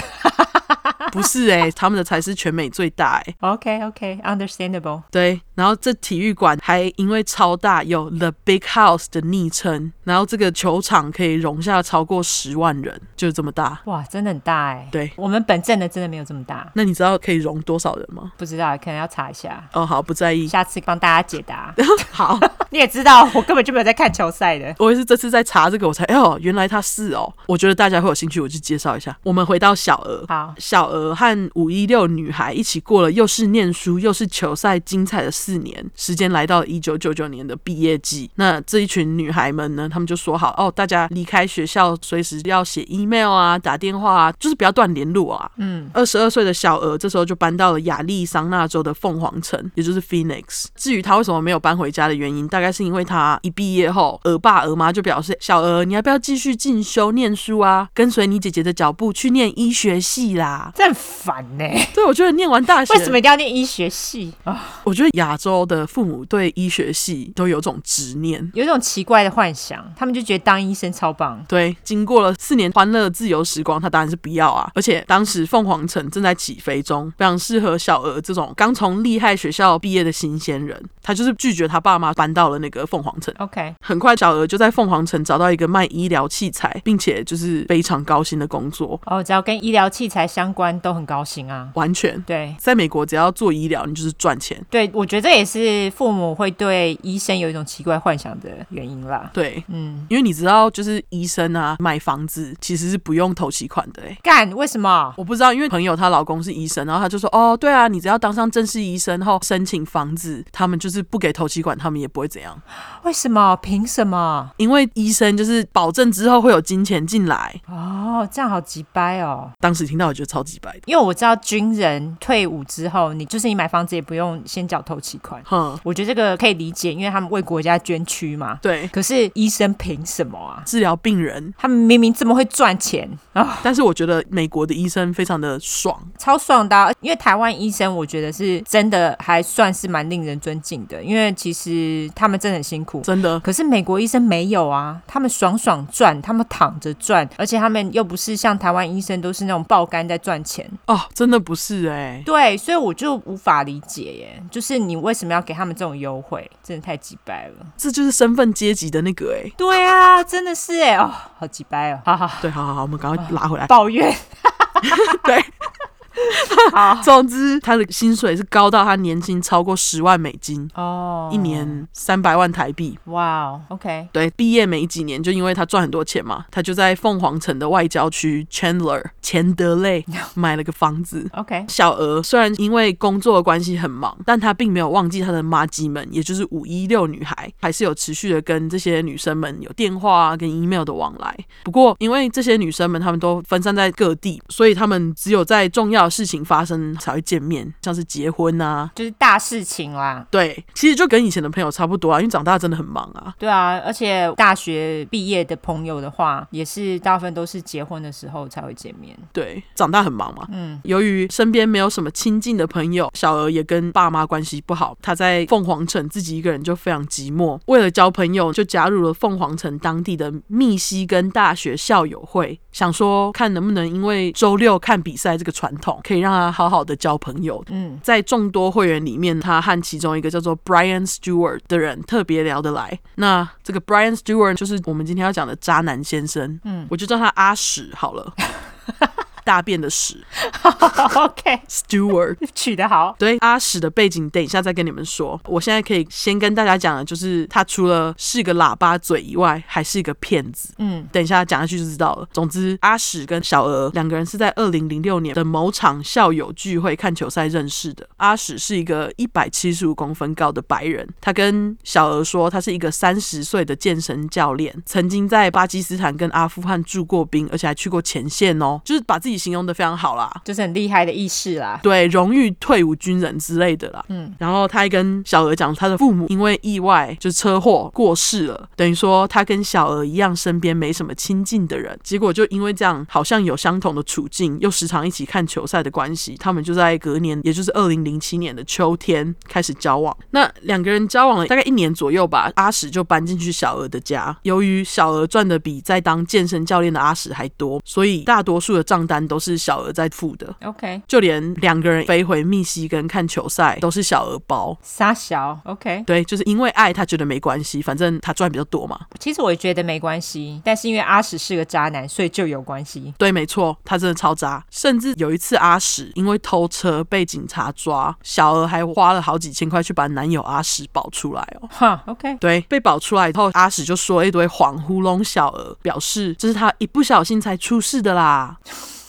B: 不是诶、他们的才是全美最大诶、
A: ？OK OK，understandable、
B: 对，然后这体育馆还因为超大有 The Big House 的昵称，然后这个球场可以容下超过十万人，就是这么大。
A: 哇，真的很大哎、
B: 对，
A: 我们本镇的真的没有这么大，
B: 那你知道可以容多少人吗？
A: 不知道，可能要查一下，
B: 哦，好，不 在意。
A: 下次帮大家解答。
B: 好，
A: 你也知道，我根本就没有在看球赛的。
B: 我也是这次在查这个，我才哎呦，原来它是哦。我觉得大家会有兴趣，我就介绍一下。我们回到小娥，
A: 好，
B: 小娥和五一六女孩一起过了又是念书又是球赛精彩的四年，时间来到一九九九年的毕业季。那这一群女孩们呢，她们就说好哦，大家离开学校随时要写 email 啊，打电话啊，就是不要断联络啊。二十二岁的小娥这时候就搬到了亚利桑那州的凤凰城，也就是 Phoenix。至于她为什么没有搬回家的原因，大概是因为她一毕业后，娥爸娥妈就表示：“小娥，你要不要继续进修念书啊？跟随你姐姐的脚步去念医学系啦
A: 这很烦呢、？”
B: 对，我觉得念完大学，
A: 为什么一定要念医学系啊、
B: 我觉得亚洲的父母对医学系都有种执念。
A: 有一种奇怪的幻想，他们就觉得当医生超棒。
B: 对，经过了四年欢乐自由时光，他当然是不要啊！而且当时凤凰城正在起飞中，非常适合小娥这种刚从厉害学校毕业的新鲜人。他就是拒绝他爸妈搬到了那个凤凰城。
A: OK，
B: 很快，小娥就在凤凰城找到一个卖医疗器材，并且就是非常高薪的工作。
A: 哦，只要跟医疗器材相关都很高兴啊。
B: 完全，
A: 对
B: 在美国只要做医疗，你就是赚钱。
A: 对，我觉得这也是父母会对医生有一种奇怪幻想的原因啦。
B: 对，
A: 嗯，
B: 因为你知道，就是医生啊，买房子其实是不用头期款的、欸，
A: 干为什么？
B: 我不知道，因为朋友她老公是医生，然后她就说，哦，对啊，你只要当上正式医生后申请房子，他们就是不给头期款，他们也不会怎样，
A: 为什么？凭什么？
B: 因为医生就是保证之后会有金钱进来。
A: 哦，这样好急掰哦。
B: 当时听到我觉得超级白 的，
A: 因为我知道军人退伍之后，你就是你买房子也不用先缴头期款，
B: 哼，
A: 我觉得这个可以理解，因为他们为国家捐躯嘛。
B: 对，
A: 可是医生凭什么啊？
B: 治疗病人，
A: 他们明明这么会赚钱啊、
B: 但是我觉得美国的医生非常的爽，
A: 超爽的啊、因为台湾医生，我觉得是真的还算是蛮令人尊敬的，因为其实他们真的很辛苦。
B: 真的。
A: 可是美国医生没有啊，他们爽爽赚，他们躺着赚，而且他们又不是像台湾医生都是那种爆肝在赚钱，
B: 哦，真的不是哎、
A: 对，所以我就无法理解耶，就是你为什么要给他们这种优惠，真的太鸡掰了。
B: 这就是身份阶级的那个哎、
A: 对啊，真的是哎，哦，好鸡掰哦，好好好
B: 对，好好好，我们赶快拉回来。
A: 抱怨，
B: 对，
A: 好
B: 总之，他的薪水是高到他年薪超过十万美金，
A: 哦，
B: 一，年三百万台币。
A: 哇、哦 o k
B: 对，毕业没几年，就因为他赚很多钱嘛，他就在凤凰城的外郊区 Chandler 钱德勒买了个房子。
A: OK，
B: 小娥虽然因为工作的关系很忙，但她并没有忘记她的妈鸡们，也就是五一六女孩，还是有持续的跟这些女生们有电话啊、跟 email 的往来。不过，因为这些女生们她们都分散在各地，所以她们只有在重要的事情发生才会见面，像是结婚啊。
A: 就是大事情啦。
B: 对，其实就跟以前的朋友差不多啊，因为长大真的很忙啊。
A: 对啊，而且大学毕业的朋友的话，也是大部分都是结婚的时候才会见面。
B: 对，长大很忙嘛。
A: 嗯，
B: 由于身边没有什么亲近的朋友，小娥也跟爸妈关系不好，她在凤凰城自己一个人就非常寂寞。为了交朋友，就加入了凤凰城当地的密西根大学校友会，想说看能不能因为周六看比赛这个传统，可以让她好好的交朋友。
A: 嗯，
B: 在众多会员里面，他和其中一个叫做 Brian Stewart 的人特别聊得来。那这个 Brian Stewart 就是我们今天要讲的渣男先生，嗯，我就叫他阿屎好了，大便的屎
A: OK，
B: Stewart。
A: 取得好。
B: 对阿史的背景，等一下再跟你们说。我现在可以先跟大家讲的，就是他除了是个喇叭嘴以外，还是一个骗子。
A: 嗯，
B: 等一下讲下去就知道了。总之，阿史跟小娥两个人是在二零零六年的某场校友聚会看球赛认识的。阿史是一个一百七十五公分高的白人，他跟小娥说他是一个三十岁的健身教练，曾经在巴基斯坦跟阿富汗驻过兵，而且还去过前线哦，就是把自己己形容的非常好啦。
A: 就是很厉害的意识啦。
B: 对，荣誉退伍军人之类的啦。嗯，然后他还跟小娥讲，他的父母因为意外就是车祸过世了，等于说他跟小娥一样，身边没什么亲近的人。结果就因为这样，好像有相同的处境，又时常一起看球赛的关系，他们就在隔年，也就是二零零七年的秋天开始交往。那两个人交往了大概一年左右吧，阿史就搬进去小娥的家。由于小娥赚的比在当健身教练的阿史还多，所以大多数的账单都是小娥在付的。
A: OK，
B: 就连两个人飞回密西根看球赛都是小额包。
A: 傻小 OK，
B: 对，就是因为爱，他觉得没关系，反正他赚比较多嘛。
A: 其实我觉得没关系，但是因为阿史是个渣男，所以就有关系。
B: 对，没错，他真的超渣。甚至有一次，阿史因为偷车被警察抓，小娥还花了好几千块去把男友阿史保出来哦。
A: 哈 OK，
B: 对，被保出来以后，阿史就说了一堆谎糊弄小娥，表示这是他一不小心才出事的啦。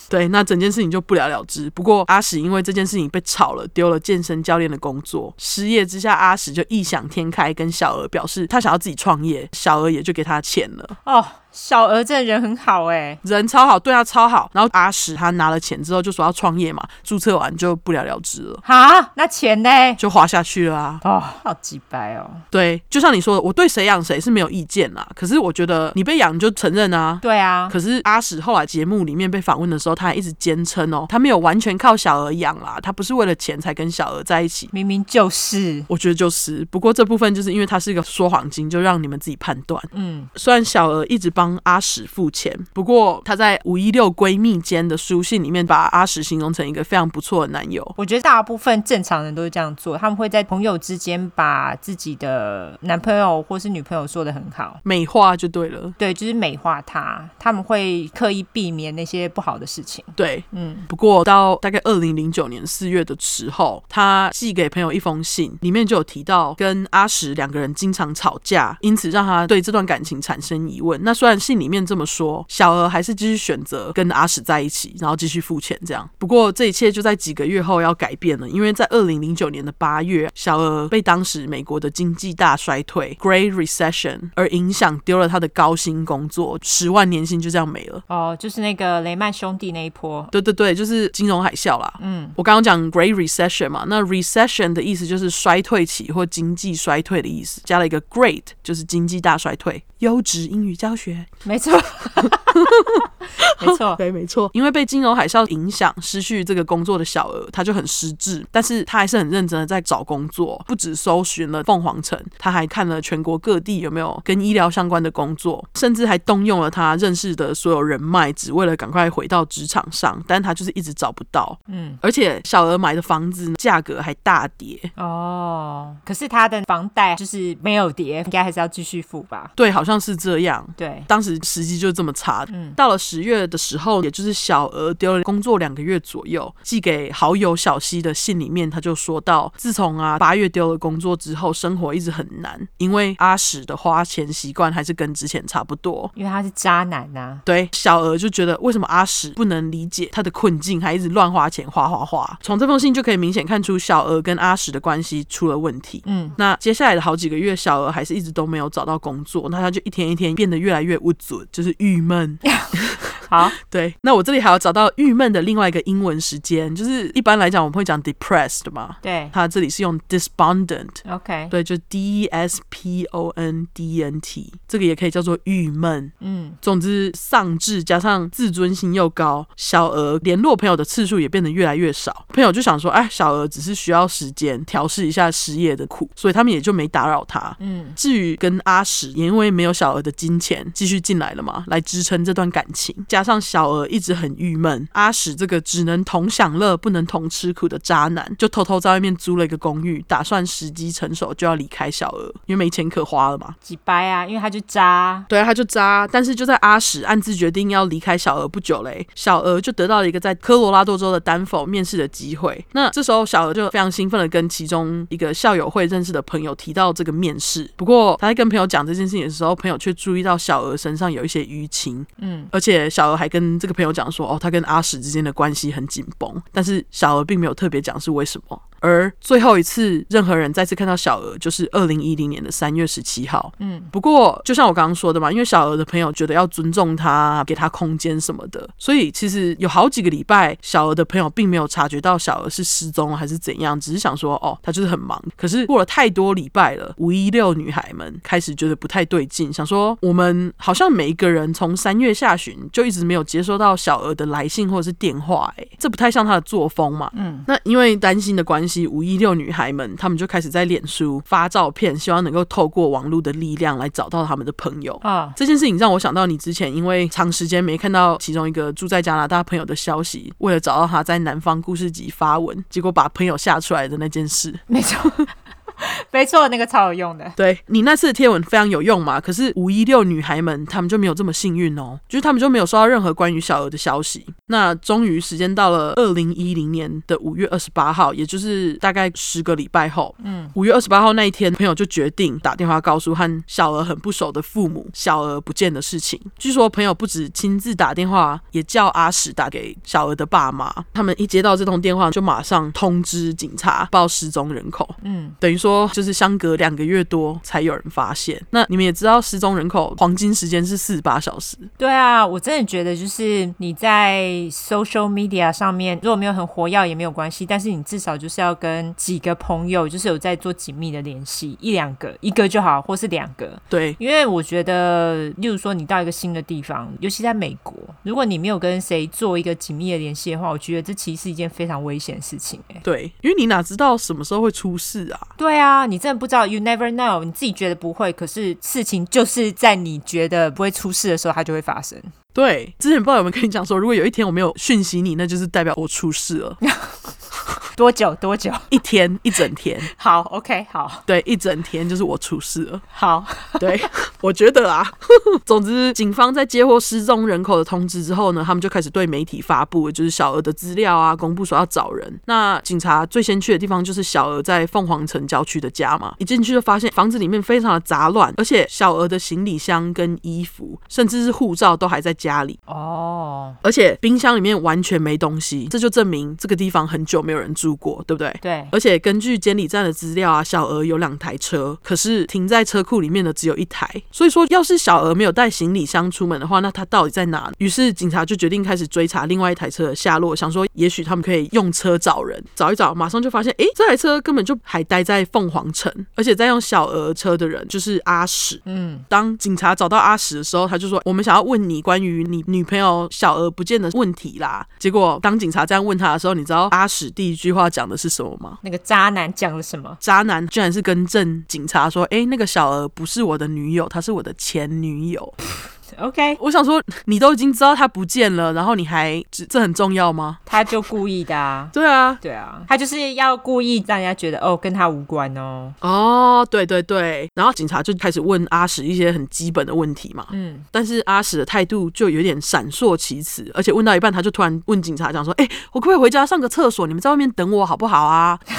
B: 对，那整件事情就不了了之。不过阿史因为这件事情被炒了，丢了健身教练的工作，失业之下，阿史就异想天开，跟小娥表示他想要自己创业，小娥也就给他钱了。
A: 哦，小娥这人很好哎、
B: 人超好，对他啊超好。然后阿史他拿了钱之后就说要创业嘛，注册完就不了了之了，
A: 哈，那钱呢？
B: 就滑下去了啊。
A: 哦，好鸡掰哦。
B: 对，就像你说的，我对谁养谁是没有意见啦。可是我觉得你被养你就承认啊。
A: 对啊，
B: 可是阿史后来节目里面被访问的时候，他还一直坚称哦，他没有完全靠小娥养啦，他不是为了钱才跟小娥在一起。
A: 明明就是。
B: 我觉得就是，不过这部分就是因为他是一个说谎精，就让你们自己判断。
A: 嗯，
B: 虽然小娥一直帮阿史付钱，不过她在五一六闺蜜间的书信里面，把阿史形容成一个非常不错的男友。
A: 我觉得大部分正常人都是这样做，他们会在朋友之间把自己的男朋友或是女朋友说的很好，
B: 美化就对了，
A: 对，就是美化他，他们会刻意避免那些不好的事情。
B: 对，
A: 嗯，
B: 不过到大概二零零九年四月的时候，他寄给朋友一封信，里面就有提到跟阿石两个人经常吵架，因此让他对这段感情产生疑问。那虽然信里面这么说，小娥还是继续选择跟阿石在一起，然后继续付钱这样。不过这一切就在几个月后要改变了，因为在二零零九年的八月，小娥被当时美国的经济大衰退 （Great Recession） 而影响，丢了他的高薪工作，十万年薪就这样没了。
A: 哦，就是那个雷曼兄弟那一波。
B: 对对对，就是金融海啸啦。嗯，我刚刚讲 Great Recession 嘛，那 Recession 的意思就是衰退期或经济衰退的意思，加了一个 Great 就是经济大衰退。优质英语教学，
A: 没错， 没错，
B: 对，没错。因为被金融海啸影响，失去这个工作的小娥，她就很失智，但是她还是很认真的在找工作，不止搜寻了凤凰城，她还看了全国各地有没有跟医疗相关的工作，甚至还动用了她认识的所有人脉，只为了赶快回到职场上，但她就是一直找不到。嗯，而且小娥买的房子价格还大跌，
A: 哦，可是他的房贷就是没有跌，应该还是要继续付吧？
B: 对，好像是这样。
A: 对，
B: 当时时机就是这么差。嗯，到了十月的时候，也就是小娥丢了工作两个月左右，寄给好友小西的信里面，他就说到，自从啊八月丢了工作之后，生活一直很难，因为阿史的花钱习惯还是跟之前差不多。
A: 因为他是渣男啊呐、
B: 对，小娥就觉得为什么阿史不能理解他的困境，还一直乱花钱，花花花。从这封信就可以明显看出小娥跟阿史的关系出了问题。
A: 嗯，
B: 那接下来的好几个月，小娥还是一直都没有找到工作，那她就一天一天变得越来越无助，就是郁闷。
A: 好，
B: 对，那我这里还要找到郁闷的另外一个英文时间，就是一般来讲我们会讲 depressed 嘛，
A: 对
B: 它这里是用 despondent。
A: ，OK，
B: 对，就 D E S P O N D E N T，这个也可以叫做郁闷。
A: 嗯，
B: 总之，丧志加上自尊心又高，小娥联络朋友的次数也变得越来越少。朋友就想说，哎，小娥只是需要时间调试一下失业的苦，所以他们也就没打扰她。
A: 嗯，
B: 至于跟阿史，也因为没有小娥的金钱继续进来了嘛，来支撑这段感情，加上小娥一直很郁闷，阿史这个只能同享乐不能同吃苦的渣男，就偷偷在外面租了一个公寓，打算时机成熟就要离开小娥，因为没钱可花了嘛。
A: 几掰啊，因为他就渣，
B: 对啊，他就渣。但是就在阿史暗自决定要离开小娥不久嘞，小娥就得到了一个在科罗拉多州的丹佛面试的机会。那这时候小娥就非常兴奋的跟其中一个校友会认识的朋友提到这个面试。不过他在跟朋友讲这件事情的时候，朋友却注意到小娥身上有一些淤青，
A: 嗯，
B: 而且小娥还跟这个朋友讲说，哦，他跟阿史之间的关系很紧绷，但是小娥并没有特别讲是为什么。而最后一次任何人再次看到小娥，就是二零一零年的三月十七号。
A: 嗯，
B: 不过就像我刚刚说的嘛，因为小娥的朋友觉得要尊重她，给她空间什么的，所以其实有好几个礼拜，小娥的朋友并没有察觉到小娥是失踪还是怎样，只是想说哦，她就是很忙。可是过了太多礼拜了，五一六女孩们开始觉得不太对劲，想说我们好像每一个人从三月下旬就一直没有接收到小娥的来信或者是电话、欸，哎，这不太像她的作风嘛。那因为担心的关系，五一六女孩们她们就开始在脸书发照片，希望能够透过网络的力量来找到他们的朋友。
A: 啊，
B: 这件事情让我想到你之前因为长时间没看到其中一个住在加拿大朋友的消息，为了找到他在南方故事集发文，结果把朋友吓出来的那件事。
A: 没错，没错，那个超有用的。
B: 对你那次的贴文非常有用嘛，可是五一六女孩们她们就没有这么幸运哦，就是她们就没有收到任何关于小娥的消息。那终于时间到了二零一零年的五月二十八号，也就是大概十个礼拜后，嗯，五月二十八号那一天，朋友就决定打电话告诉和小娥很不熟的父母小娥不见的事情。据说朋友不止亲自打电话，也叫阿史打给小娥的爸妈。他们一接到这通电话，就马上通知警察报失踪人口。
A: 嗯，
B: 等于说就是相隔两个月多才有人发现。那你们也知道，失踪人口黄金时间是四十八小时。
A: 对啊，我真的觉得就是你在 social media 上面，如果没有很活跃也没有关系，但是你至少就是要跟几个朋友，就是有在做紧密的联系，一两个，一个就好，或是两个，
B: 对，
A: 因为我觉得，例如说你到一个新的地方，尤其在美国，如果你没有跟谁做一个紧密的联系的话，我觉得这其实是一件非常危险的事情、欸。
B: 对，因为你哪知道什么时候会出事啊？
A: 对啊，你真的不知道，you never know，你自己觉得不会，可是事情就是在你觉得不会出事的时候，它就会发生。
B: 对，之前不知道有没有跟你讲说，如果有一天我没有讯息你，那就是代表我出事了，
A: 多久？多久？
B: 一天一整天，
A: 好，OK，好，
B: 对，一整天就是我出事了。
A: 好，
B: 对， 我觉得啊， 总之，警方在接获失踪人口的通知之后呢，他们就开始对媒体发布，就是小娥的资料啊，公布说要找人。那警察最先去的地方就是小娥在凤凰城郊区的家嘛，一进去就发现房子里面非常的杂乱，而且小娥的行李箱跟衣服，甚至是护照都还在家里，
A: 哦，
B: 而且冰箱里面完全没东西，这就证明这个地方很久没有人住过，对不对？
A: 对，
B: 而且根据监理站的资料啊，小娥有两台车，可是停在车库里面的只有一台。所以说，要是小娥没有带行李箱出门的话，那她到底在哪？于是警察就决定开始追查另外一台车的下落，想说也许他们可以用车找人，找一找，马上就发现，诶，这台车根本就还待在凤凰城，而且在用小娥车的人就是阿史。
A: 嗯，
B: 当警察找到阿史的时候，他就说：“我们想要问你关于你女朋友小娥不见的问题啦。”结果当警察这样问他的时候，你知道阿史第一句话讲的是什么吗？
A: 那个渣男讲了什么？
B: 渣男居然是跟正警察说：“诶，那个小娥不是我的女友，她是我的前女友。
A: OK，”
B: 我想说，你都已经知道她不见了，然后你还这这很重要吗？
A: 他就故意的啊。
B: 对啊，
A: 对啊，他就是要故意让人家觉得哦，跟他无关哦。
B: 哦，对对对，然后警察就开始问阿史一些很基本的问题嘛。
A: 嗯，
B: 但是阿史的态度就有点闪烁其词，而且问到一半，他就突然问警察讲说：“哎、我可不可以回家上个厕所？你们在外面等我好不好啊？”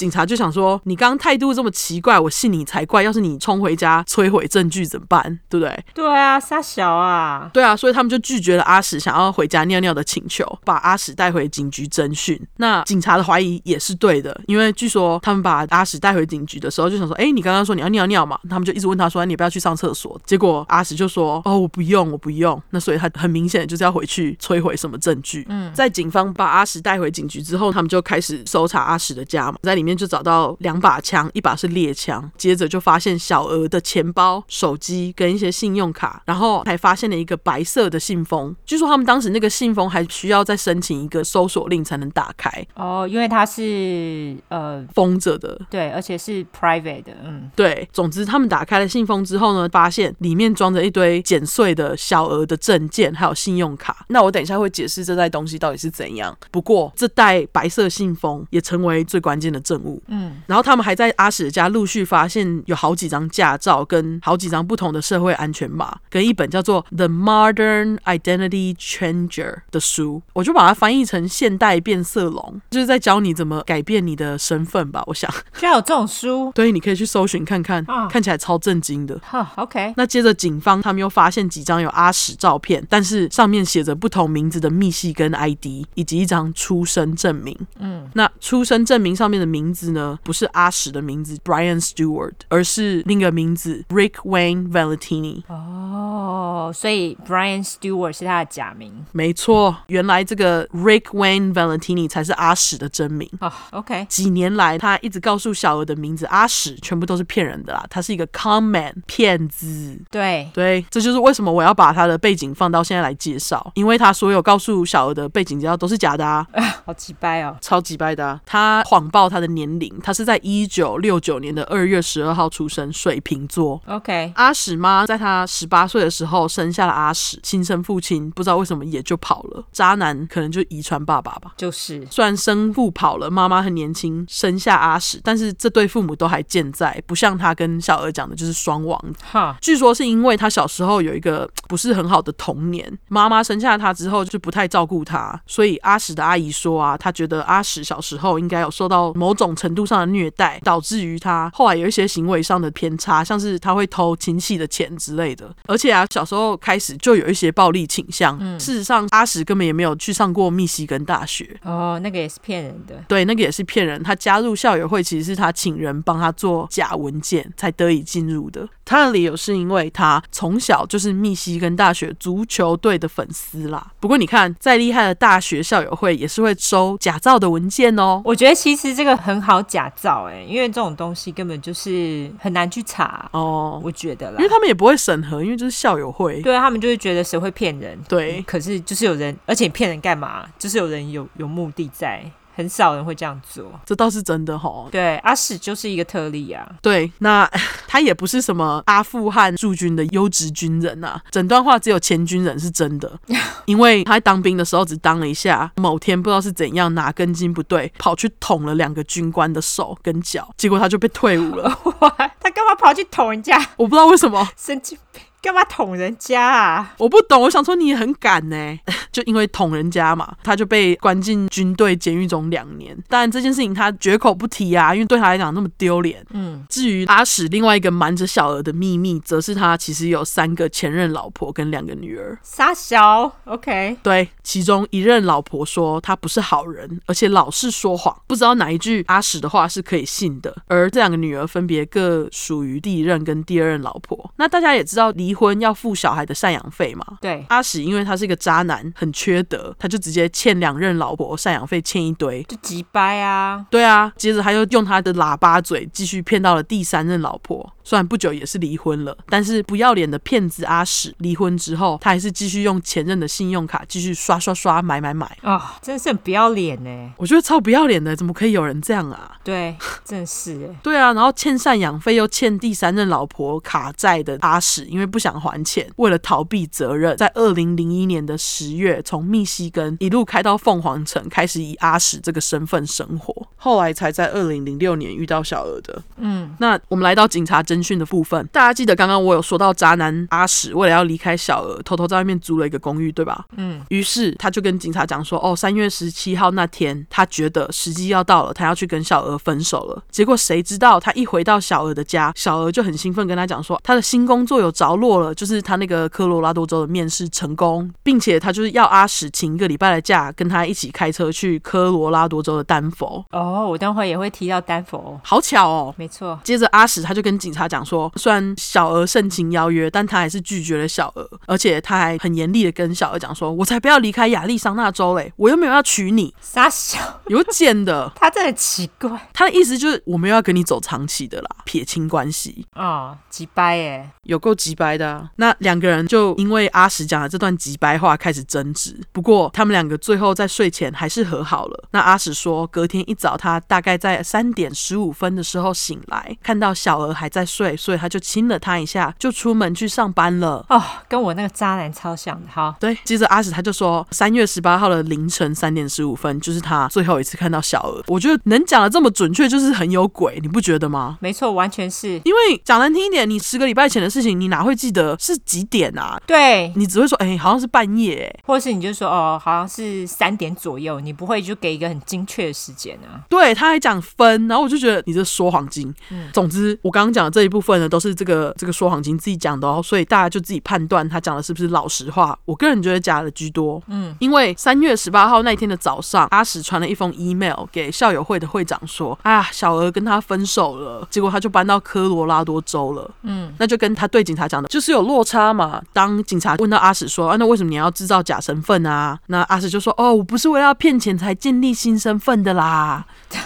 B: 警察就想说：“你刚刚态度这么奇怪，我信你才怪！要是你冲回家摧毁证据怎么办？对不对？”
A: 对啊，傻小啊。
B: 对啊，所以他们就拒绝了阿史想要回家尿尿的请求，把阿史带回警局侦讯。那警察的怀疑也是对的，因为据说他们把阿史带回警局的时候就想说，哎，你刚刚说你要尿尿嘛，他们就一直问他说，你要不要去上厕所？结果阿史就说，哦，我不用，我不用。那所以他很明显就是要回去摧毁什么证据。嗯，在警方把阿史带回警局之后，他们就开始搜查阿史的家嘛，在里面就找到两把枪，一把是猎枪，接着就发现小娥的钱包、手机跟一些信用卡，然后还发现了一个白色的信封。据说他们当时那个信封还需要再申请一个搜索令才能打开，
A: 哦，因为他是呃，
B: 封着的。
A: 对，而且是 private 的，嗯，
B: 对，总之他们打开了信封之后呢，发现里面装着一堆剪碎的小额的证件，还有信用卡。那我等一下会解释这袋东西到底是怎样。不过这袋白色信封也成为最关键的证物。
A: 嗯，
B: 然后他们还在阿史的家陆续发现有好几张驾照，跟好几张不同的社会安全码，跟一本叫做《The Modern Identity Changer》的书，我就把它翻译成“现代变色龙”，就是在教你怎么改变你的身份吧。我想，
A: 居然有这种书，
B: 对，你可以去搜寻看看
A: 啊，
B: 看起来超震惊的。
A: 哈，OK，
B: 那接着，警方他们又发现几张有阿史照片，但是上面写着不同名字的密西根 ID，以及一张出生证明。嗯，那出生证明上面的名名字呢，不是阿史的名字 Brian Stewart，而是另一个名字 Rick Wayne Valentini。
A: 哦，所以 Brian Stewart 是他的假名
B: 没错，原来这个 Rick Wayne Valentini 才是阿史的真名。
A: 哦。OK，
B: 几年来，他一直告诉小娥的名字阿史全部都是骗人的啦，他是一个 con man 骗子。
A: 对，
B: 对，这就是为什么我要把他的背景放到现在来介绍，因为他所有告诉小娥的背景资料都是假的啊。
A: 好鸡掰哦。
B: 超级掰的啊、他谎报他的年龄，他是在一九六九年的二月十二号出生，水瓶座。
A: OK，
B: 阿史妈在他十八岁的时候生下了阿史，亲生父亲不知道为什么也就跑了，渣男可能就遗传爸爸吧。
A: 就是
B: 虽然生父跑了，妈妈很年轻生下阿史，但是这对父母都还健在，不像他跟小娥讲的就是双亡
A: 哈，
B: 据说是因为他小时候有一个不是很好的童年，妈妈生下他之后就不太照顾他，所以阿史的阿姨说啊，她觉得阿史小时候应该有受到某种程度上的虐待，导致于他后来有一些行为上的偏差，像是他会偷亲戚的钱之类的。而且啊，小时候开始就有一些暴力倾向。事实上，阿史根本也没有去上过密西根大学。
A: 哦，那个也是骗人的。
B: 对，那个也是骗人。他加入校友会，其实是他请人帮他做假文件，才得以进入的。他的理由是因为他从小就是密西根大学足球队的粉丝啦。不过你看，再厉害的大学校友会也是会收假造的文件哦。
A: 我觉得其实这个很好假造、欸，哎，因为这种东西根本就是很难去查，
B: 哦，
A: 我觉得啦
B: 因为。他们也不会审核，因为就是校友会。
A: 对啊他们就会觉得谁会骗人，
B: 对
A: 可是就是有人，而且你骗人干嘛？就是有人有有目的在，很少人会这样做。
B: 这倒是真的吼、
A: 对，阿史就是一个特例啊。
B: 对，那 他也不是什么阿富汗驻军的优质军人啊。整段话只有前军人是真的，因为他在当兵的时候只当了一下，某天不知道是怎样哪根筋不对，跑去捅了两个军官的手跟脚，结果他就被退伍了。
A: 哇，他干嘛跑去捅人家？
B: 我不知道为什么，
A: 神经病，干嘛捅人家啊？
B: 我不懂。我想说你也很敢呢、 就因为捅人家嘛，他就被关进军队监狱中两年。当然这件事情他绝口不提啊，因为对他来讲那么丢脸。
A: 嗯，
B: 至于阿史另外一个瞒着小娥的秘密，则是他其实有三个前任老婆跟两个女儿。
A: 傻小，OK，
B: 对，其中一任老婆说他不是好人，而且老是说谎，不知道哪一句阿史的话是可以信的。而这两个女儿分别各属于第一任跟第二任老婆。那大家也知道，离婚要付小孩的赡养费嘛，
A: 对，
B: 阿史因为他是一个渣男，很缺德，他就直接欠两任老婆赡养费，欠一堆。
A: 就急掰啊。
B: 对啊，接着他又用他的喇叭嘴继续骗到了第三任老婆，虽然不久也是离婚了，但是不要脸的骗子阿史离婚之后，他还是继续用前任的信用卡继续刷刷刷买买买。
A: 哦，真的是很不要脸呢、
B: 我觉得超不要脸的，怎么可以有人这样啊？
A: 对，真的是哎、
B: 对啊，然后欠赡养费又欠第三任老婆卡债的阿史，因为不想还钱，为了逃避责任，在二零零一年的十月，从密西根一路开到凤凰城，开始以阿史这个身份生活。后来才在二零零六年遇到小娥的。
A: 嗯，
B: 那我们来到警察侦讯的部分，大家记得刚刚我有说到渣男阿史为了要离开小娥，偷偷在外面租了一个公寓，对吧？
A: 嗯，
B: 于是他就跟警察讲说：“哦，三月十七号那天，他觉得时机要到了，他要去跟小娥分手了。结果谁知道他一回到小娥的家，小娥就很兴奋跟他讲说，他的新工作有着落了，就是他那个科罗拉多州的面试成功，并且他就是要阿史请一个礼拜的假，跟他一起开车去科罗拉多州的丹佛。
A: 哦，我等会也会提到丹佛，
B: 好巧哦，
A: 没错，
B: 接着阿史他就跟警察讲说，虽然小娥盛情邀约，但他还是拒绝了小娥，而且他还很严厉的跟小娥讲说，我才不要离开亚利桑那州嘞，我又没有要娶你，
A: 傻小，
B: 有贱的。
A: 他真的很奇怪
B: 他的意思就是我没有要跟你走长期的啦，撇清关系，
A: 哦，急掰哎、
B: 有够急掰的、啊。那两个人就因为阿史讲的这段急掰话开始争执，不过他们两个最后在睡前还是和好了。那阿史说，隔天一早他大概在三点十五分的时候醒来，看到小娥还在睡，所以他就亲了她一下，就出门去上班了。
A: 哦，跟我那个渣男超像的，好，
B: 对，接着阿史他就说，三月十八号的凌晨三点十五分，就是他最后一次看到小娥。我觉得能讲的这么准确，就是很有鬼，你不觉得吗？
A: 没错，完全是
B: 因为讲难听一点，你十个礼拜前的事情，你哪会记得是几点啊？
A: 对，
B: 你只会说，哎、好像是半夜、哎
A: 或是你就说哦，好像是三点左右，你不会就给一个很精确的时间啊，
B: 对，他还讲分，然后我就觉得你这说谎精。总之，我刚刚讲的这一部分呢，都是这个这个说谎精自己讲的哦，所以大家就自己判断他讲的是不是老实话。我个人觉得假的居多，嗯，因为三月十八号那一天的早上，阿史传了一封 email 给校友会的会长说，啊，小娥跟他分手了，结果他就搬到科罗拉多州了，嗯，那就跟他对警察讲的就是有落差嘛。当警察问到阿史说，啊，那为什么你要制造假身份啊？那阿史就说，哦，我不是为了要骗钱才建立新身份的啦。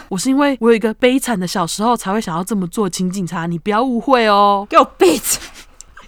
B: 我是因为我有一个悲惨的小时候才会想要这么做，请警察你不要误会哦。
A: 给我闭嘴！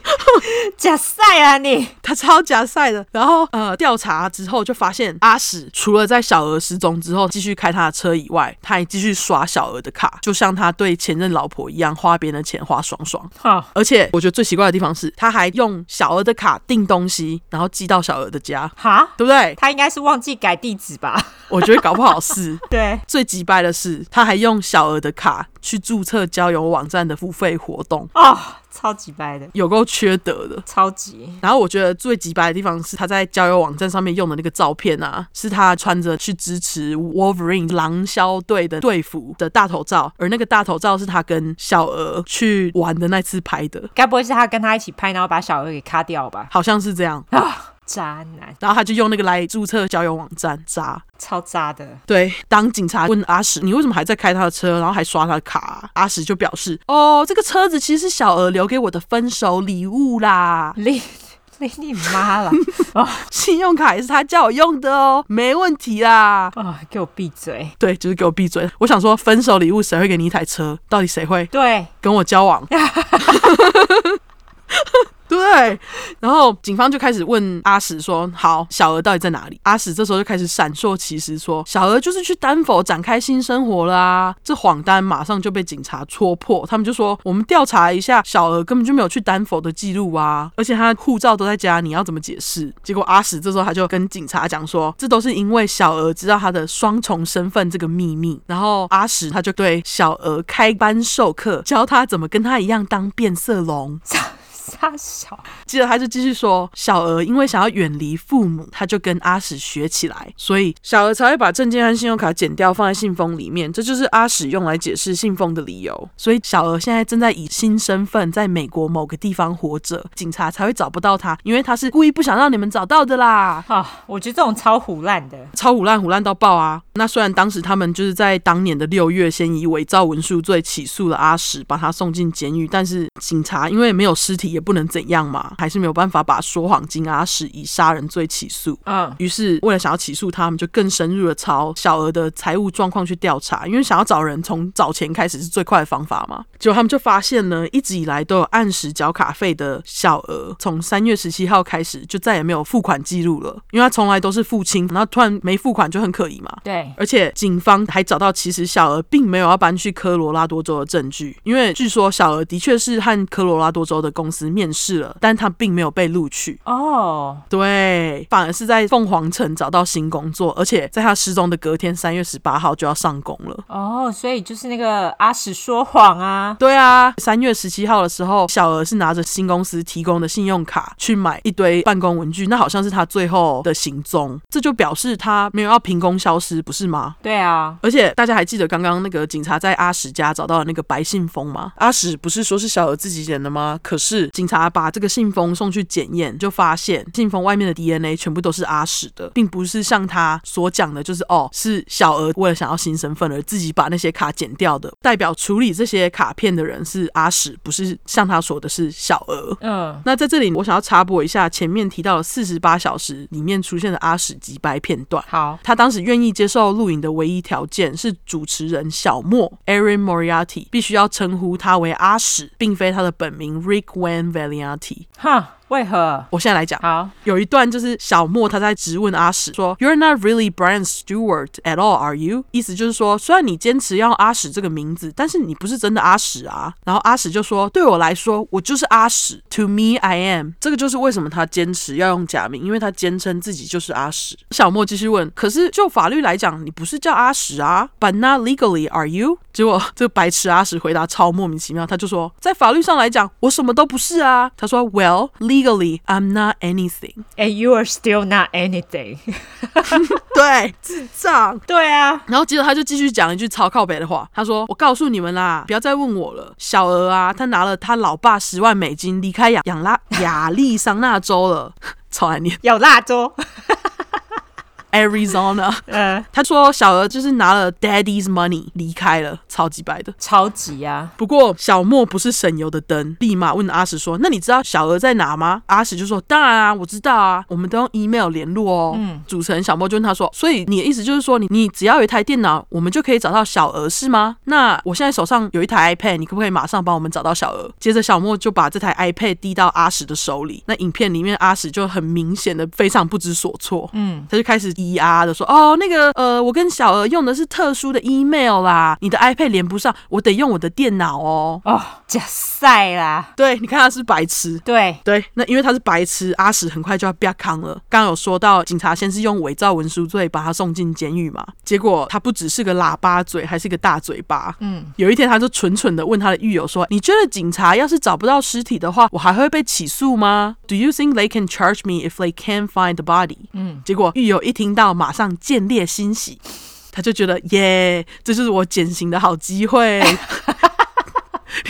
A: 假赛啊你！
B: 他超假赛的，然后呃调查之后就发现阿史除了在小娥失踪之后继续开他的车以外，他还继续刷小娥的卡，就像他对前任老婆一样花别人的钱花爽爽。
A: 好，
B: 而且我觉得最奇怪的地方是，他还用小娥的卡订东西，然后寄到小娥的家，
A: 哈，
B: 对不对？
A: 他应该是忘记改地址吧？
B: 我觉得搞不好是。
A: 对，
B: 最急掰的是，他还用小娥的卡去注册交友网站的付费活动，
A: 哦，超级白的，
B: 有够缺德的。
A: 超级
B: 然后我觉得最鸡白的地方是他在交友网站上面用的那个照片啊，是他穿着去支持 Wolverine 狼枭队的队服的大头照，而那个大头照是他跟小娥去玩的那次拍的，
A: 该不会是他跟他一起拍，然后把小娥给卡掉吧？
B: 好像是这样。
A: 啊，渣男，
B: 然后他就用那个来注册交友网站渣。
A: 超渣的，
B: 对，当警察问阿史你为什么还在开他的车，然后还刷他的卡啊、阿史就表示哦，这个车子其实是小娥留给我的分手礼物啦。
A: 你你你妈啦！
B: 信用卡也是他叫我用的哦，没问题啦。
A: 啊、给我闭嘴！
B: 对，就是给我闭嘴。我想说，分手礼物谁会给你一台车？到底谁会
A: 对，
B: 跟我交往？ 对，然后警方就开始问阿史说：“好，小娥到底在哪里？”阿史这时候就开始闪烁其词说：“小娥就是去丹佛展开新生活啦、这谎单马上就被警察戳破，他们就说：“我们调查一下，小娥根本就没有去丹佛的记录啊，而且她护照都在家，你要怎么解释？”结果阿史这时候他就跟警察讲说：“这都是因为小娥知道她的双重身份这个秘密。”然后阿史他就对小娥开班授课，教她怎么跟她一样当变色龙。
A: 傻小，
B: 接着他就继续说，小娥因为想要远离父母，他就跟阿史学起来，所以小娥才会把证件和信用卡剪掉，放在信封里面。这就是阿史用来解释信封的理由。所以小娥现在正在以新身份在美国某个地方活着，警察才会找不到他，因为他是故意不想让你们找到的啦。
A: 啊、我觉得这种超胡烂的，
B: 超虎烂虎烂到爆啊！那虽然当时他们就是在当年的六月先以伪造文书罪起诉了阿史，把他送进监狱，但是警察因为没有尸体也不能怎样嘛，还是没有办法把说谎金阿史以杀人罪起诉。
A: 嗯，
B: 于是，为了想要起诉他们，就更深入的朝小娥的财务状况去调查，因为想要找人从找钱开始是最快的方法嘛。结果他们就发现呢，一直以来都有按时缴卡费的小娥，从三月十七号开始就再也没有付款记录了，因为他从来都是付清，然后突然没付款就很可疑嘛。
A: 对，
B: 而且警方还找到，其实小娥并没有要搬去科罗拉多州的证据，因为据说小娥的确是和科罗拉多州的公司面试了，但她并没有被录取。
A: 哦，
B: 对，反而是在凤凰城找到新工作，而且在他失踪的隔天，三月十八号就要上工了。
A: 哦，所以就是那个阿史说谎啊，
B: 对啊，三月十七号的时候，小娥是拿着新公司提供的信用卡去买一堆办公文具，那好像是他最后的行踪，这就表示他没有要凭空消失，不是吗？
A: 对啊，
B: 而且大家还记得刚刚那个警察在阿史家找到的那个白信封吗？阿史不是说是小娥自己捡的吗？可是警察把这个信封送去检验，就发现信封外面的 DNA 全部都是阿史的，并不是像他所讲的，就是哦，是小娥为了想要新身份而自己把那些卡剪掉的。代表处理这些卡片的人是阿史，不是像他说的是小娥。
A: 嗯，
B: 那在这里，我想要插播一下前面提到的四十八小时里面出现的阿史击败片段。
A: 好，
B: 他当时愿意接受录影的唯一条件是，主持人小莫 Aaron Moriarty 必须要称呼他为阿史，并非他的本名 Rick Van Valianti。
A: 哼，为何？
B: 我现在来讲，
A: 好，
B: 有一段就是小莫他在质问阿史说：“You're not really Brian Stewart at all, are you？” 意思就是说，虽然你坚持要用阿史这个名字，但是你不是真的阿史啊。然后阿史就说：“对我来说，我就是阿史。To me, I am。”这个就是为什么他坚持要用假名，因为他坚称自己就是阿史。小莫继续问：“可是就法律来讲，你不是叫阿史啊？But not legally, are you？” 结果这个白痴阿史回答超莫名其妙，他就说：“在法律上来讲，我什么都不是啊。”他说：“Well, legally。” legally I'm not anything。
A: And 哎 you are still not anything
B: 对，智障。
A: 对啊，
B: 然后接着他就继续讲一句超靠北的话，他说：“我告诉你们啦，不要再问我了。小娥啊，她拿了她老爸十万美金离开亚亚拉亚利桑那州了， 超爱念
A: 有蜡烛，
B: Arizona。
A: 呃，
B: 他说小娥就是拿了 daddy's money 离开了，超级白的。
A: 超级啊，
B: 不过小莫不是省油的灯，立马问阿史说：“那你知道小娥在哪吗？”阿史就说：“当然啊，我知道啊，我们都用 email 联络哦。”嗯，主持人小莫就问他说：“所以你的意思就是说，你你只要有一台电脑，我们就可以找到小娥是吗？那我现在手上有一台 iPad，你可不可以马上帮我们找到小娥？”接着小莫就把这台 iPad 递到阿史的手里。那影片里面阿史就很明显的非常不知所措。嗯，他就开始咿呀啊的说：“哦，那个呃，我跟小娥用的是特殊的 email 啦，你的 iPad 连不上，我得用我的电脑哦。”
A: 哦，假赛啦，
B: 对，你看他是白痴。
A: 对，
B: 对，那因为他是白痴，阿史很快就要被他扛了。刚刚有说到，警察先是用伪造文书罪把他送进监狱嘛，结果他不只是个喇叭嘴，还是个大嘴巴。嗯，有一天他就蠢蠢的问他的狱友说：“你觉得警察要是找不到尸体的话，我还会被起诉吗？”Do you think they can charge me if they can't find the body？嗯，结果狱友一听到，马上见猎欣喜，他就觉得耶，这就是我减刑的好机 会。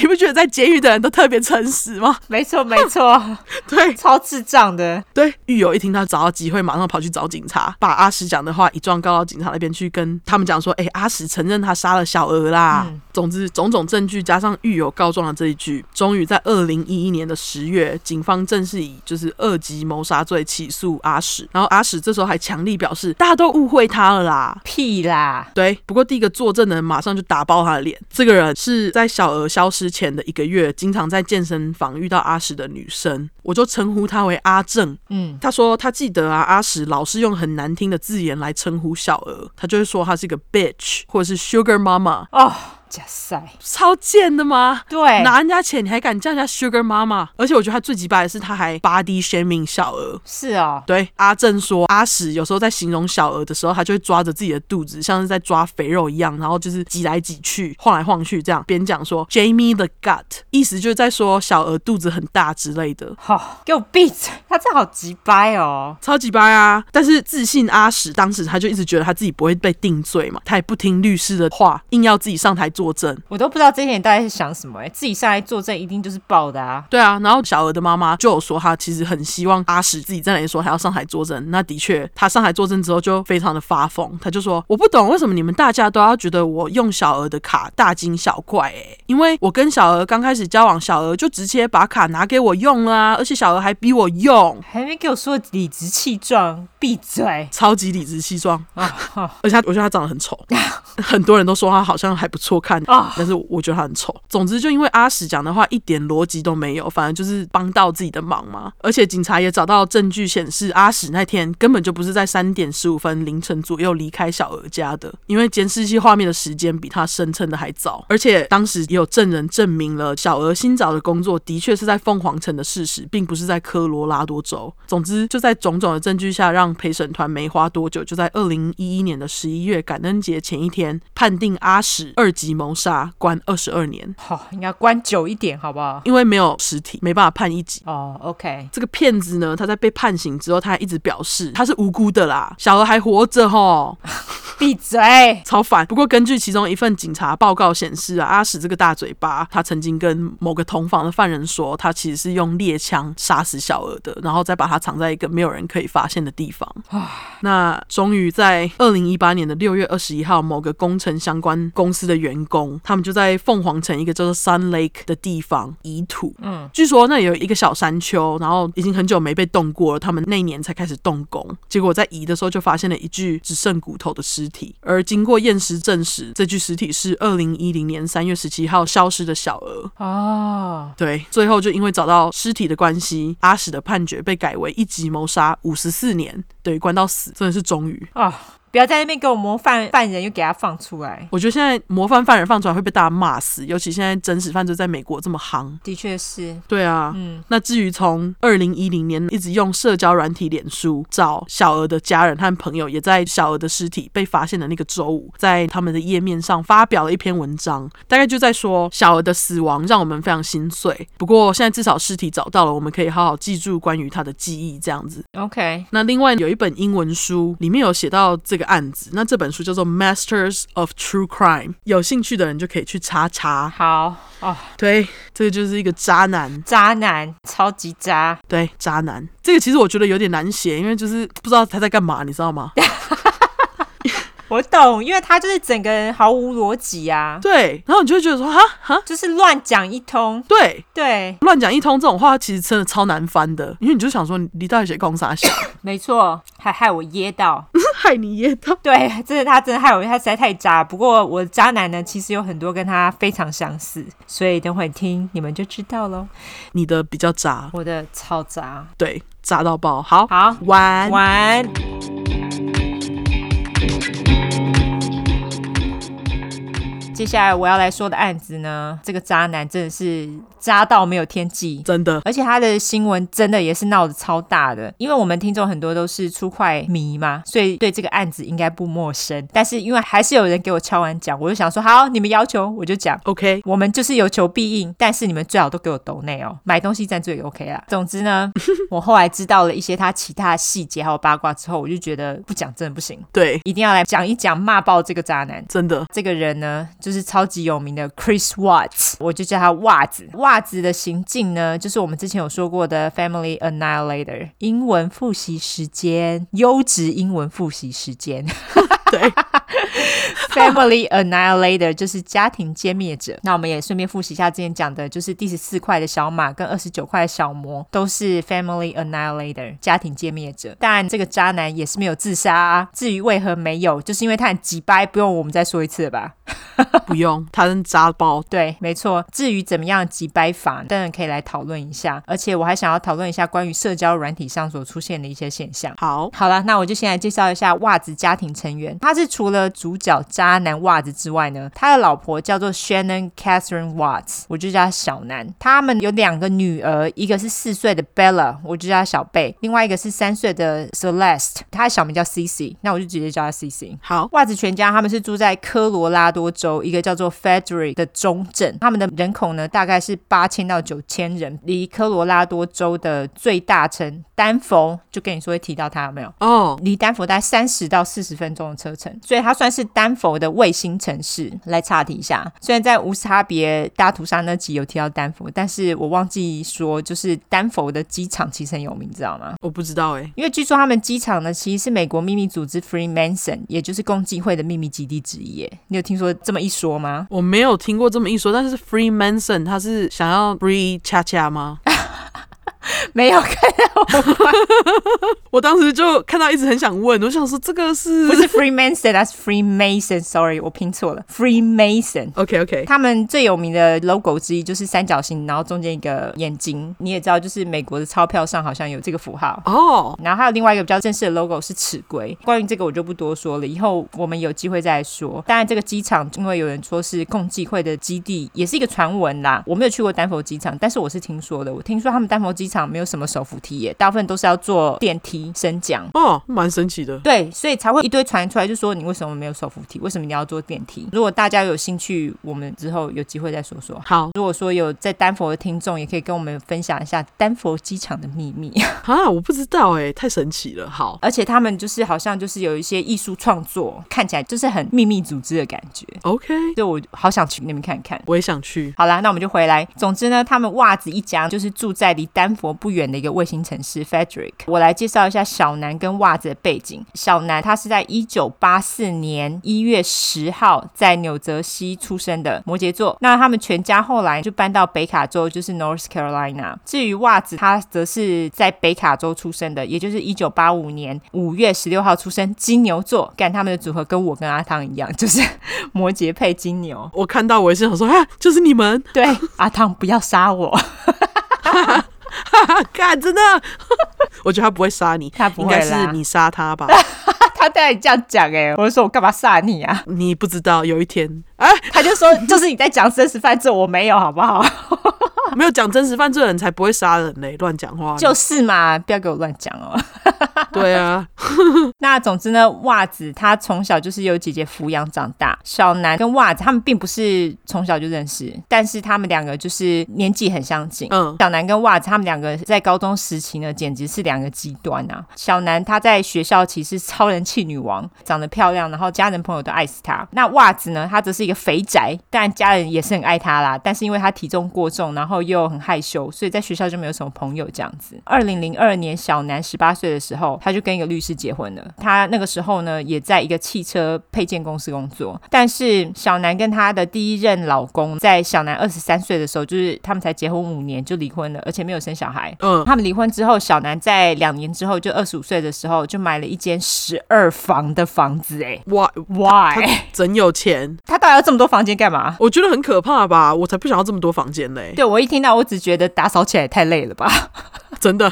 B: 你不觉得在监狱的人都特别诚实吗？
A: 没错没错，
B: 对，
A: 超智障的，
B: 对，狱友一听他找到机会，马上跑去找警察，把阿石讲的话一状告到警察那边去，跟他们讲说：“哎、阿石承认他杀了小娥啦。嗯总之，种种证据加上狱友告状的这一句，终于在二零一一年的十月，警方正式以就是二级谋杀罪起诉阿石。然后阿石这时候还强力表示，大家都误会他了啦。
A: 屁啦，
B: 对，不过第一个作证的人马上就打爆他的脸。这个人是在小娥消失前的一个月，经常在健身房遇到阿石的女生，我就称呼她为阿正。
A: 嗯，
B: 他说他记得啊，阿史老是用很难听的字眼来称呼小娥，他就会说她是个 bitch 或者是 sugar mama，
A: 哦，假赛，
B: 超贱的吗？
A: 对，
B: 拿人家钱你还敢叫人家 sugar mama？而且我觉得他最鸡巴的是，他还 body shaming 小娥。
A: 是哦，
B: 对，阿正说，阿史有时候在形容小娥的时候，他就会抓着自己的肚子，像是在抓肥肉一样，然后就是挤来挤去，晃来晃去，这样边讲说 Jamie the gut，意思就是在说小娥肚子很大之类的。
A: 好、给我闭嘴，他这好急掰哦，
B: 超级掰啊！但是自信阿史当时他就一直觉得他自己不会被定罪嘛，他也不听律师的话，硬要自己上台作证。
A: 我都不知道这些人大概是想什么哎、自己上来作证一定就是爆的啊，
B: 对啊，然后小娥的妈妈就有说，她其实很希望阿史自己在那里说还要上台作证。那的确，他上台作证之后就非常的发疯，他就说：“我不懂为什么你们大家都要觉得我用小娥的卡大惊小怪、欸，因为我跟小娥刚开始交往，小娥就直接把卡拿给我用了啊，而且小娥还逼我用，
A: 还没给我说理直气壮，闭嘴
B: 超级理直气壮。”
A: 啊！哈
B: 而且他，我觉得他长得很丑， 很多人都说他好像还不错看
A: 啊
B: 但是我觉得他很丑。总之，就因为阿史讲的话一点逻辑都没有，反正就是帮到自己的忙嘛。而且警察也找到证据显示，阿史那天根本就不是在三点十五分凌晨左右离开小娥家的，因为监视器画面的时间比他声称的还早。而且当时也有证人证明了小娥新找的工作的确是在凤凰城的事实，并不是在科罗拉多州。总之，就在种种的证据下，让陪审团没花多久，就在二零一一年的十一月感恩节前一天，判定阿史二级谋杀，关二十二年。
A: 好，应该关久一点好不好？
B: 因为没有实体，没办法判一级。
A: 哦，OK，
B: 这个骗子呢，他在被判刑之后，他还一直表示他是无辜的啦，小娥还活着吼，
A: 闭嘴，
B: 超烦。不过根据其中一份警察报告显示啊，阿史这个大嘴巴，他曾经跟某个同房的犯人说，他其实是用猎枪杀死小娥的，然后再把她藏在一个没有人可以发现的地方。那终于在二零一八年的六月二十一号，某个工程相关公司的员工，他们就在凤凰城一个叫做 Sun Lake 的地方移土。嗯，据说那里有一个小山丘，然后已经很久没被动过了，他们那一年才开始动工。结果在移的时候就发现了一具只剩骨头的尸体，而经过验尸证实，这具尸体是二零一零年三月十七号消失的小娥。
A: 哦，
B: 对，最后就因为找到尸体的关系，阿史的判决被改为一级谋杀五十四年，等于关到死，真的是终于。
A: 哦，不要在那边给我模范犯人，又给他放出来。
B: 我觉得现在模范犯人放出来会被大家骂死，尤其现在真实犯罪在美国这么夯。
A: 的确是，
B: 对啊，
A: 嗯，
B: 那至于从二零一零年一直用社交软体脸书找小娥的家人和朋友，也在小娥的尸体被发现的那个周五，在他们的页面上发表了一篇文章，大概就在说小娥的死亡让我们非常心碎。不过现在至少尸体找到了，我们可以好好记住关于她的记忆这样子。
A: OK，
B: 那另外有一本英文书，里面有写到这个案子。那这本书叫做《Masters of True Crime》，有兴趣的人就可以去查查。
A: 好哦，
B: 对，这个就是一个渣男，
A: 渣男，超级渣，
B: 对，渣男。这个其实我觉得有点难写，因为就是不知道他在干嘛，你知道 吗？
A: 我懂，因为他就是整个人毫无逻辑啊，
B: 对，然后你就会觉得说，哈哈，
A: 就是乱讲一通，
B: 对。
A: 对，
B: 乱讲一通这种话，其实真的超难翻的，因为你就想说，你你到底写公啥写？
A: 没错，还害我噎到。
B: 害你噎到。
A: 对，这是他真的害我，他实在太渣了。不过我的渣男呢，其实有很多跟他非常相似，所以等会听你们就知道喽。
B: 你的比较渣，
A: 我的超渣，
B: 对，渣到爆。好，
A: 好，
B: 完。
A: 晚安。接下来我要来说的案子呢，这个渣男真的是渣到没有天际，
B: 真的，
A: 而且他的新闻真的也是闹得超大的，因为我们听众很多都是出快迷嘛，所以对这个案子应该不陌生。但是因为还是有人给我敲完讲，我就想说好，你们要求我就讲。
B: OK，
A: 我们就是有求必应，但是你们最好都给我抖内哦，买东西赞助也 OK 啦。总之呢， 我后来知道了一些他其他的细节还有八卦之后，我就觉得不讲真的不行，
B: 对，
A: 一定要来讲一讲骂爆这个渣男。
B: 真的，
A: 这个人呢，就是超级有名的 Chris Watts，我就叫他袜子。袜子的行径呢，就是我们之前有说过的 Family Annihilator，英文复习时间，优质英文复习时间。
B: 对
A: Family Annihilator 就是家庭歼灭者。那我们也顺便复习一下之前讲的，就是第十四块的小马跟二十九块的小魔都是 Family Annihilator 家庭歼灭者。但这个渣男也是没有自杀、啊，至于为何没有，就是因为他很急掰，不用我们再说一次了吧？
B: 不用，他真渣包。
A: 对，没错。至于怎么样击败法，当然可以来讨论一下。而且我还想要讨论一下关于社交软体上所出现的一些现象。
B: 好，
A: 好了，那我就先来介绍一下袜子家庭成员。他是除了主角渣男袜子之外呢，他的老婆叫做 Shannon Catherine Watts，我就叫他小南。他们有两个女儿，一个是四岁的 Bella，我就叫她小贝；另外一个是三岁的 Celeste，她的小名叫 CC，那我就直接叫她 CC。
B: 好，
A: 袜子全家他们是住在科罗拉多州一个叫做 Frederick 的中镇，他们的人口呢大概是八千到九千人，离科罗拉多州的最大城丹佛，就跟你说会提到它有没有？
B: 哦，
A: 离丹佛大概三十到四十分钟的车程，所以它算是丹佛的卫星城市。来岔题一下，虽然在无差别大屠杀那集有提到丹佛，但是我忘记说，就是丹佛的机场其实很有名，知道吗？
B: 我不知道哎、
A: 因为据说他们机场呢，其实是美国秘密组织 Freemason，也就是共济会的秘密基地之一耶。你有听说这么一说吗？
B: 我没有听过这么一说，但是 Free Manson 他是想要 Free 恰恰吗？
A: 没有，看
B: 我当时就看到一直很想问，我想说这个是
A: 不是 Freemason，那是 Freemason，sorry，我拼错了，Freemason。
B: OK OK
A: 他们最有名的 logo 之一就是三角形，然后中间一个眼睛。你也知道，就是美国的钞票上好像有这个符号。
B: 哦，
A: 然后还有另外一个比较正式的 logo 是尺规，关于这个我就不多说了，以后我们有机会再来说。当然，这个机场因为有人说是共济会的基地，也是一个传闻啦。我没有去过丹佛机场，但是我是听说的。我听说他们丹佛机场没有什么手扶梯耶，大部分都是要坐电梯升降。
B: 哦，蛮神奇的。
A: 对，所以才会一堆传出来，就说你为什么没有手扶梯？为什么你要坐电梯？如果大家有兴趣，我们之后有机会再说说。
B: 好
A: 如果说有在丹佛的听众，也可以跟我们分享一下丹佛机场的秘密。
B: 啊，我不知道哎、太神奇了。好
A: 而且他们就是好像就是有一些艺术创作，看起来就是很秘密组织的感觉，
B: ，OK，
A: 所以我好想去那边看看。
B: 我也想去。
A: 好啦，那我们就回来。总之呢，他们袜子一家就是住在离丹佛不远的一个卫星城市 Frederick。我来介绍一下小南跟袜子的背景。小南他是在一九八四年一月十号在纽泽西出生的摩羯座。那他们全家后来就搬到北卡州，就是 North Carolina。至于袜子，他则是在北卡州出生的，也就是一九八五年五月十六号出生，金牛座。干他们的组合跟我跟阿汤一样，就是 摩羯配金牛。
B: 我看到我也是想说，啊，就是你们，
A: 对，阿汤不要杀我。
B: 看真的，我觉得他不会杀你，
A: 他不
B: 应
A: 会
B: 该
A: 啦
B: 是你杀他吧？
A: 他他对你这样讲哎、我就说我干嘛杀你啊？
B: 你不知道，有一天啊，
A: 他就说就是你在讲真实犯罪，我没有好不好？
B: 没有讲真实犯罪的人才不会杀人嘞，乱讲话。
A: 就是嘛，不要给我乱讲哦。
B: 对啊，
A: 那总之呢，袜子他从小就是由姐姐抚养长大。小南跟袜子他们并不是从小就认识，但是他们两个就是年纪很相近。
B: 嗯，
A: 小南跟袜子他们两个在高中时期呢，简直是两个极端啊！小南她在学校其实是超人气女王，长得漂亮，然后家人朋友都爱死她。那袜子呢，她则是一个肥宅，当然家人也是很爱她啦，但是因为她体重过重，然后又很害羞，所以在学校就没有什么朋友这样子。二零零二年，小南十八岁的时候，她就跟一个律师结婚了。她那个时候呢，也在一个汽车配件公司工作，但是小南跟她的第一任老公，在小南二十三岁的时候，就是他们才结婚五年就离婚了，而且没有生小孩。
B: 嗯，
A: 他们离婚之后，小南在两年之后，就二十五岁的时候，就买了一间十二房的房子、哎
B: 哇，
A: ，why？
B: 真有钱，
A: 他到底要这么多房间干嘛？
B: 我觉得很可怕吧？我才不想要这么多房间嘞，
A: 对我一听到，我只觉得打扫起来也太累了吧？
B: 真的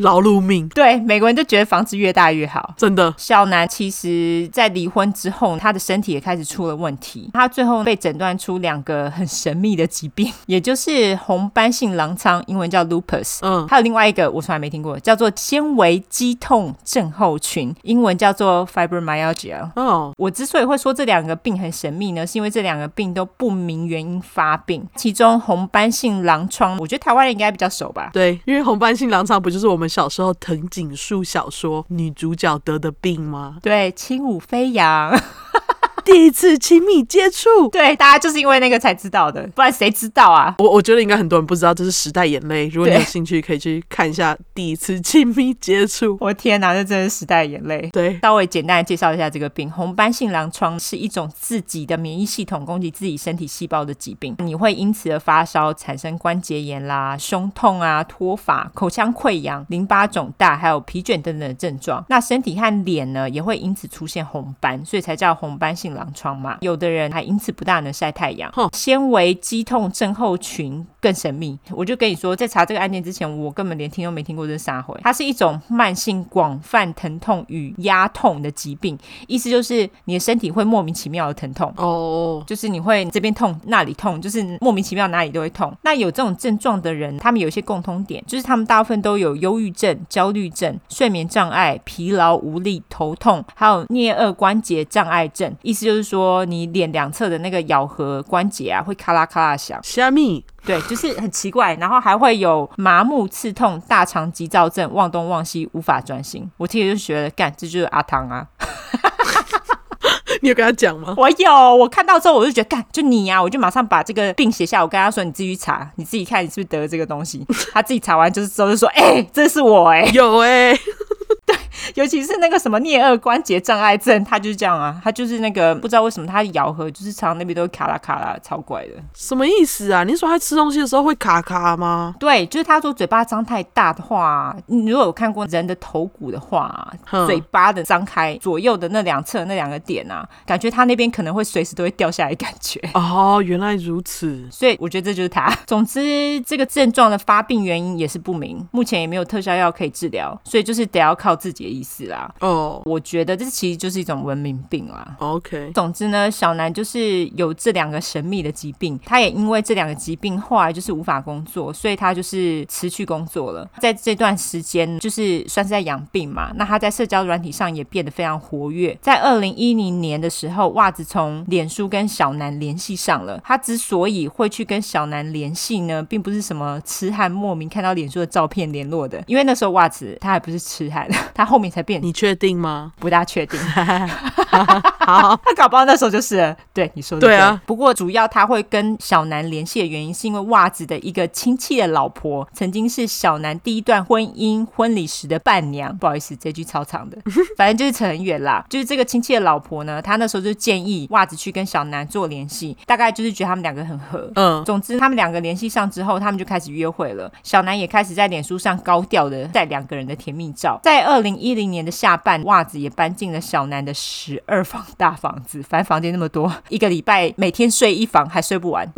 B: 劳碌命，
A: 对，美国人就觉得房子越大越好。
B: 真的
A: 小南其实，在离婚之后，他的身体也开始出了问题。他最后被诊断出两个很神秘的疾病，也就是红斑性狼疮，英文叫 lupus，
B: 嗯
A: 还有另外一个我从来没听过，叫做纤维肌痛症候群，英文叫做 fibromyalgia。
B: 哦，
A: 我之所以会说这两个病很神秘呢，是因为这两个病都不明原因发病。其中红斑性狼疮，我觉得台湾人应该比较熟吧。
B: 对，因为红斑性狼疮不就是我们小时候藤井树小说女主角得的病吗？
A: 对，轻舞飞扬，
B: 第一次亲密接触。
A: 对，大家就是因为那个才知道的，不然谁知道啊？
B: 我我觉得应该很多人不知道这是时代眼泪，如果你有
A: 对
B: 兴趣，可以去看一下第一次亲密接触。
A: 我天哪，这真是时代眼泪。
B: 对，
A: 稍微简单的介绍一下这个病，红斑性狼疮是一种自己的免疫系统攻击自己身体细胞的疾病，你会因此而发烧、产生关节炎啦、胸痛啊、脱发、口腔溃疡、淋巴肿大，还有疲倦等等的症状。那身体和脸呢也会因此出现红斑，所以才叫红斑性狼疮嘛。有的人还因此不大能晒太阳
B: 哼。
A: 纤维肌痛症候群更神秘，我就跟你说，在查这个案件之前，我根本连听都没听过这是啥回。它是一种慢性广泛疼痛与压痛的疾病，意思就是你的身体会莫名其妙的疼痛。
B: 哦，
A: 就是你会这边痛那里痛，就是莫名其妙哪里都会痛。那有这种症状的人，他们有一些共通点，就是他们大部分都有忧郁症、焦虑症、睡眠障碍、疲劳无力、头痛，还有颞颌关节障碍症。意思就是说，你脸两侧的那个咬合关节啊，会咔啦咔啦响，
B: 虾米，
A: 对，就是很奇怪。然后还会有麻木、刺痛、大肠急躁症、忘东忘西、无法专心。我听着就觉得，干，这就是阿汤啊。
B: 你有跟他讲吗？
A: 我有，我看到之后我就觉得，干，就你呀、啊我就马上把这个病写下来。我跟他说，你自己去查， 你自己看你是不是得了这个东西。 他自己查完就是之后就说，哎、这是我哎、
B: 有哎、
A: 尤其是那个什么颞颌关节障碍症，他就是这样啊，他就是那个不知道为什么他的咬合就是常常那边都会卡啦卡啦，超怪的。
B: 什么意思啊？你说他吃东西的时候会卡卡吗？
A: 对，就是他说嘴巴张太大的话，你如果有看过人的头骨的话，
B: 哼
A: 嘴巴的张开左右的那两侧那两个点啊，感觉他那边可能会随时都会掉下来，感觉。
B: 哦，原来如此。
A: 所以我觉得这就是他。 总之，这个症状的发病原因也是不明，目前也没有特效药可以治疗，所以就是得要靠自己的意思啦。
B: 哦
A: 我觉得这其实就是一种文明病啦。
B: ，OK，
A: 总之呢，小南就是有这两个神秘的疾病，他也因为这两个疾病，后来就是无法工作，所以他就是辞去工作了。在这段时间，就是算是在养病嘛。那他在社交软体上也变得非常活跃。在二零一零年的时候，袜子从脸书跟小南联系上了。他之所以会去跟小南联系呢，并不是什么痴汉莫名看到脸书的照片联络的，因为那时候袜子他还不是痴汉， 他后面才变
B: 你确定吗？
A: 不大确定。
B: 好，
A: 他搞不好那时候就是了对你说的
B: 对啊。
A: 不过主要他会跟小南联系的原因，是因为袜子的一个亲戚的老婆曾经是小南第一段婚姻婚礼时的伴娘。不好意思，这句超 长的，反正就是扯很远啦。就是这个亲戚的老婆呢，她那时候就建议袜子去跟小南做联系，大概就是觉得他们两个很合。
B: 嗯，
A: 总之，他们两个联系上之后，他们就开始约会了。小南也开始在脸书上高调的晒两个人的甜蜜照。在二零一零年的下半，袜子也搬进了小南的十二房大房子，反正房间那么多，一个礼拜每天睡一房还睡不完。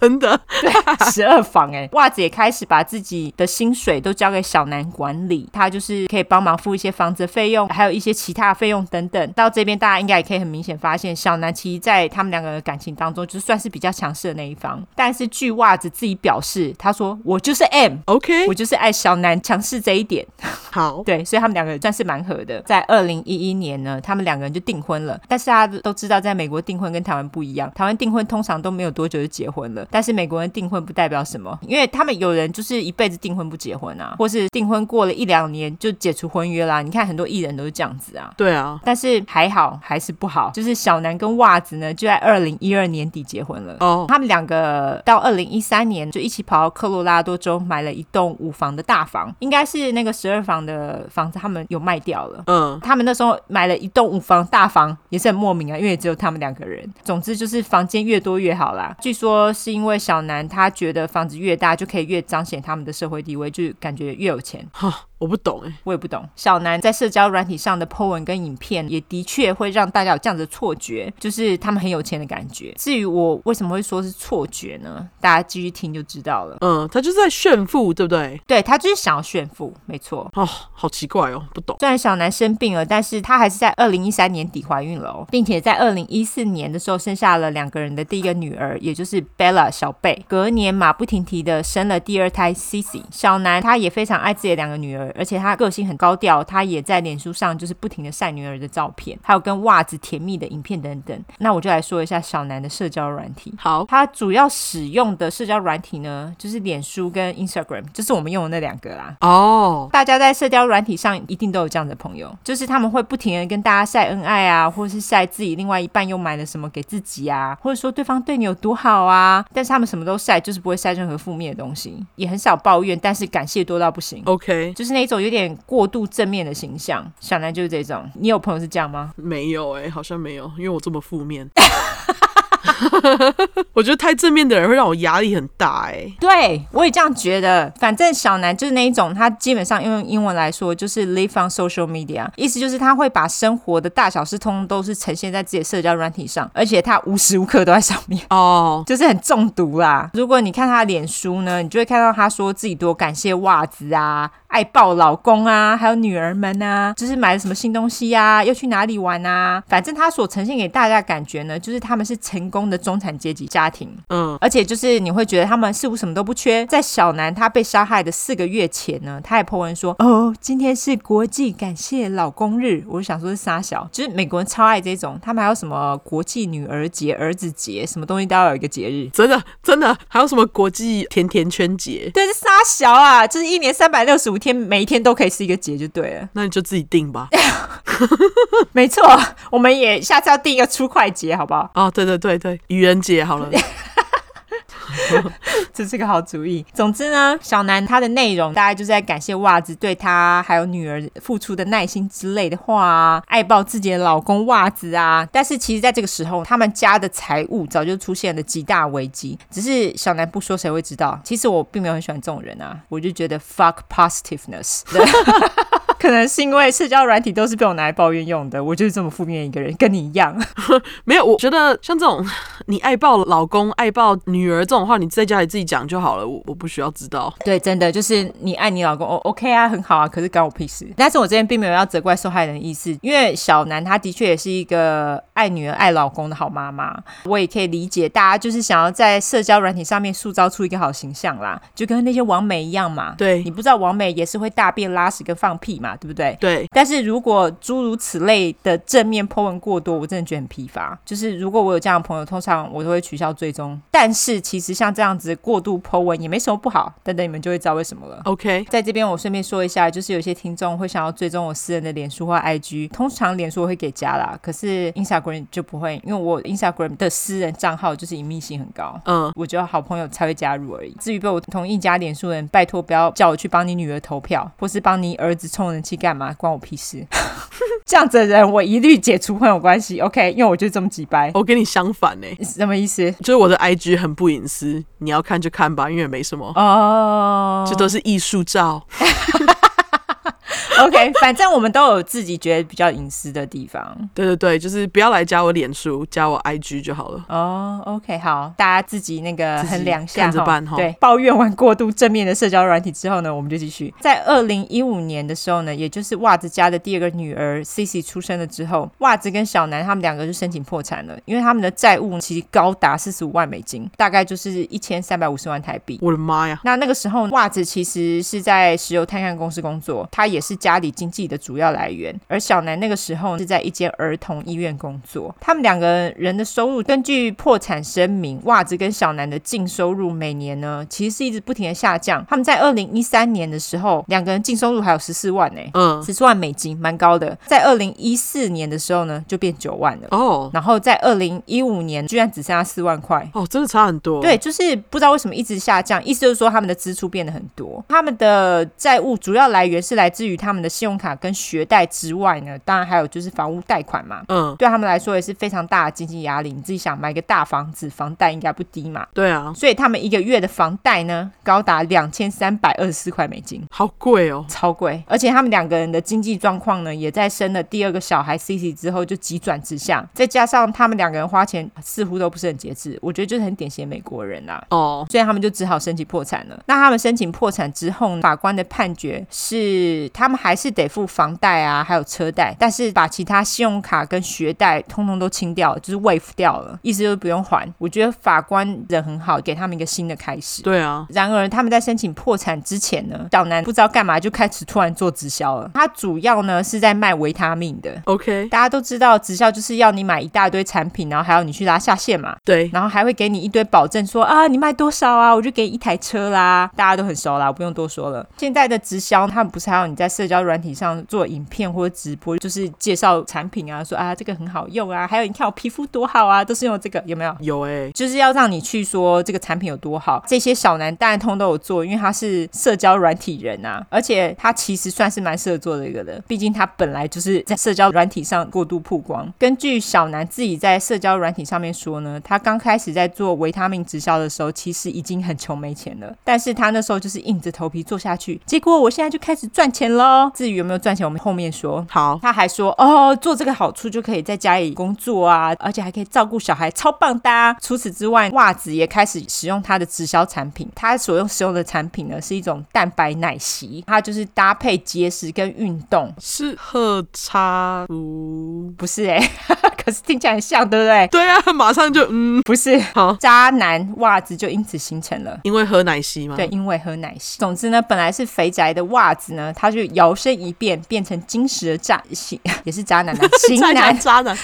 B: 真的。
A: 十二房哎、袜子也开始把自己的薪水都交给小南管理，他就是可以帮忙付一些房子的费用，还有一些其他的费用等等。到这边大家应该也可以很明显发现，小南其实在他们两个人的感情当中，就算是比较强势的那一方。但是据袜子自己表示，他说我就是 M。
B: OK，
A: 我就是爱小南强势这一点，
B: 好，
A: 对，所以他们两个人算是蛮合的。在二零一一年呢，他们两个人就订婚了。但是大家都知道，在美国订婚跟台湾不一样，台湾订婚通常都没有多久就结婚了，但是美国人订婚不代表什么，因为他们有人就是一辈子订婚不结婚啊，或是订婚过了一两年就解除婚约啦。你看很多艺人都是这样子啊。
B: 对啊，
A: 但是还好还是不好，就是小南跟袜子呢，就在二零一二年底结婚了。
B: 哦，
A: 他们两个到二零一三年就一起跑到科罗拉多州买了一栋五房的大房，应该是那个十二房的房子，他们有卖掉了。
B: 嗯，
A: 他们那时候买了一栋五房大房，也是很莫名啊，因为只有他们两个人。总之就是房间越多越好啦。据说是因为小南他觉得房子越大就可以越彰显他们的社会地位，就是感觉越有钱。
B: 哈，我不懂哎、
A: 我也不懂。小南在社交软体上的 po 文跟影片，也的确会让大家有这样子的错觉，就是他们很有钱的感觉。至于我为什么会说是错觉呢？大家继续听就知道了。
B: 嗯，他就是在炫富，对不对？
A: 对他就是想要炫富，没错。
B: 哦，好奇怪哦，不懂。
A: 虽然小南生病了，但是她还是在二零一三年底怀孕了、哦，并且在二零一四年的时候生下了两个人的第一个女儿，也就是 Bella 小贝。隔年马不停蹄的生了第二胎 Cici。小南她也非常爱自己的两个女儿，而且她个性很高调，她也在脸书上就是不停的晒女儿的照片，还有跟袜子甜蜜的影片等等。那我就来说一下小南的社交软体。
B: 好，
A: 他主要使用的社交软体呢，就是脸书跟 Instagram，就是我们用的那两个啦。
B: 哦，
A: 大家在社交软体上一定都有这样的朋友，就是他们会不停的跟大家晒恩爱啊，或是晒自己另外一半又买了什么给自己啊，或者说对方对你有多好啊，但是他们什么都晒，就是不会晒任何负面的东西，也很少抱怨，但是感谢多到不行。
B: OK，
A: 就是那一种有点过度正面的形象，小南就是这种。你有朋友是这样吗？
B: 没有哎、好像没有，因为我这么负面。 我觉得太正面的人会让我压力很大哎、
A: 对我也这样觉得。反正小南就是那一种，他基本上用英文来说就是 live on social media，意思就是他会把生活的大小事通通都是呈现在自己的社交软体上，而且他无时无刻都在上面。
B: 哦，
A: 就是很中毒啦。如果你看她的脸书呢，你就会看到她说自己多感谢袜子啊，爱抱老公啊，还有女儿们啊，就是买了什么新东西啊，又去哪里玩啊。反正她所呈现给大家的感觉呢，就是他们是成功的中产阶级家庭。
B: 嗯，
A: 而且就是你会觉得他们似乎什么都不缺。在小南他被杀害的四个月前呢，他也 po 文说：“哦，今天是国际感谢老公日。”我就想说是傻小，就是美国人超爱这种，他们还有什么国际女儿节、儿子节，什么东西都要有一个节日。
B: 真的真的，还有什么国际甜甜圈节？
A: 对，是傻小啊，就是一年三百六十五天，每一天都可以是一个节就对了。
B: 那你就自己定吧。
A: 没错，啊 我们也下次要定一个出快节，好不好？
B: 哦，对对对对，愚人节好了。
A: 这是个好主意。总之呢，小南他的内容大概就是在感谢袜子对他还有女儿付出的耐心之类的话啊，爱抱自己的老公袜子啊。但是其实在这个时候，他们家的财务早就出现了极大危机。只是小南不说，谁会知道？其实我并没有很喜欢这种人啊，我就觉得 fuck positiveness。可能是因为社交软体都是被我拿来抱怨用的，我就是这么负面的一个人，跟你一样。
B: 没有，我觉得像这种 你爱抱老公、爱抱女儿这种话，你在家里自己讲就好了，我我不需要知道。
A: 对，真的就是你爱你老公，哦，OK 啊，很好啊，可是关我屁事。但是我这边并没有要责怪受害人的意思，因为小南她的确也是一个爱女儿、爱老公的好妈妈，我也可以理解大家就是想要在社交软体上面塑造出一个好形象啦，就跟那些王美一样嘛。
B: 对
A: 你不知道王美也是会大便、拉屎跟放屁嘛，对不对？
B: 对，
A: 但是如果诸如此类的正面 po 文过多，我真的觉得很疲乏。就是如果我有这样的朋友，通常我都会取消追踪。但是其实像这样子过度 po 文也没什么不好，等等你们就会知道为什么了。
B: OK，
A: 在这边，我顺便说一下，就是有些听众会想要追踪我私人的脸书或 IG，通常脸书我会给加啦，可是 Instagram 就不会，因为我 Instagram 的私人账号就是隐秘性很高。
B: 嗯，
A: 我只有好朋友才会加入而已。至于被我同意加脸书的人，拜托不要叫我去帮你女儿投票，或是帮你儿子充人气干嘛，关我屁事。 这样子的人，我一律解除朋友关系。OK，因为我就这么几掰，
B: 我跟你相反呢、
A: 什么意思？
B: 就是我的 IG 很不隐私，你要看就看吧，因为没什么，
A: 哦、
B: 这都是艺术照。
A: OK，反正我们都有自己觉得比较隐私的地方
B: 对对对，就是不要来加我脸书，加我 IG 就好了。
A: 哦。OK，好，大家自己那个
B: 自己
A: 衡量下
B: 看着
A: 哈
B: 办哈
A: 对，抱怨完过度正面的社交软体之后呢，我们就继续。在二零一五年的时候呢，也就是袜子家的第二个女儿 Cici 出生了之后，袜子跟小南他们两个就申请破产了，因为他们的债务其实高达四十五万美金，大概就是一千三百五十万台币。
B: 我的妈呀！
A: 那那个时候，袜子其实是在石油探勘公司工作，他也是家里经济的主要来源。而小南那个时候是在一间儿童医院工作。他们两个人的收入，根据破产声明，袜子跟小南的净收入每年呢，其实是一直不停的下降。他们在二零一三年的时候，两个人净收入还有十四万呢、
B: 嗯，
A: 十四万美金，蛮高的。在二零一四年的时候呢，就变九万了。
B: 哦
A: 然后在二零一五年，居然只剩下四万块，
B: 哦，真的差很多。
A: 对，，就是不知道为什么一直下降，意思就是说他们的支出变得很多，他们的债务主要来源是来自于他们的信用卡跟学贷之外呢，当然还有就是房屋贷款嘛。
B: 嗯，
A: 对他们来说也是非常大的经济压力。你自己想买个大房子，房贷应该不低嘛，
B: 对啊，
A: 所以他们一个月的房贷呢，高达两千三百二十四块美金。
B: 好贵哦。
A: 超贵，而且他们两个人的经济状况呢，也在生了第二个小孩 Cici 之后就急转直下，再加上他们两个人花钱似乎都不是很节制，我觉得就是很典型的美国人啊啦、
B: 哦，
A: 所以他们就只好申请破产了。那他们申请破产之后呢，法官的判决是他们还是得付房贷啊，还有车贷，但是把其他信用卡跟学贷通通都清掉了，就是 waive 掉了，意思就是不用还。我觉得法官人很好，给他们一个新的开始。
B: 对啊，
A: 然而，他们在申请破产之前呢，小南不知道干嘛就开始突然做直销了。他主要呢是在卖维他命的。
B: OK，
A: 大家都知道，直销就是要你买一大堆产品，然后还要你去拉下线嘛，
B: 对，
A: 然后还会给你一堆保证说，啊，你卖多少啊，我就给你一台车啦。大家都很熟啦，我不用多说了。现在的直销，他们不是还有你在社交软体上做影片或者直播，就是介绍产品啊，说啊这个很好用啊，还有你看我皮肤多好啊，都是用这个，有没有？
B: 有哎，
A: 就是要让你去说这个产品有多好。这些小男蛋通都有做，因为他是社交软体人啊，而且他其实算是蛮适合做这个的，毕竟他本来就是在社交软体上过度曝光。根据小南自己在社交软体上面说呢，他刚开始在做维他命直销的时候，其实已经很穷没钱了，但是他那时候就是硬着头皮做下去，结果我现在就开始赚钱喽。至于有没有赚钱，我们后面说。
B: 好，
A: 他还说哦，做这个好处就可以在家里工作啊，而且还可以照顾小孩，超棒的、啊。除此之外，袜子也开始使用它的直销产品。它所用使用的产品呢是一种蛋白奶昔，它就是搭配节食跟运动。
B: 是喝茶不？
A: 不是哎、 可是听起来很像，对不对？
B: 对啊，马上就嗯，
A: 不是，
B: 好，
A: 渣男袜子就因此形成了。
B: 因为喝奶昔嘛。
A: 对，，因为喝奶昔。总之呢，本来是肥宅的袜子呢，它就摇身一变，变成金石的渣型， 也是渣男啊，型
B: 渣
A: 男
B: 男渣男，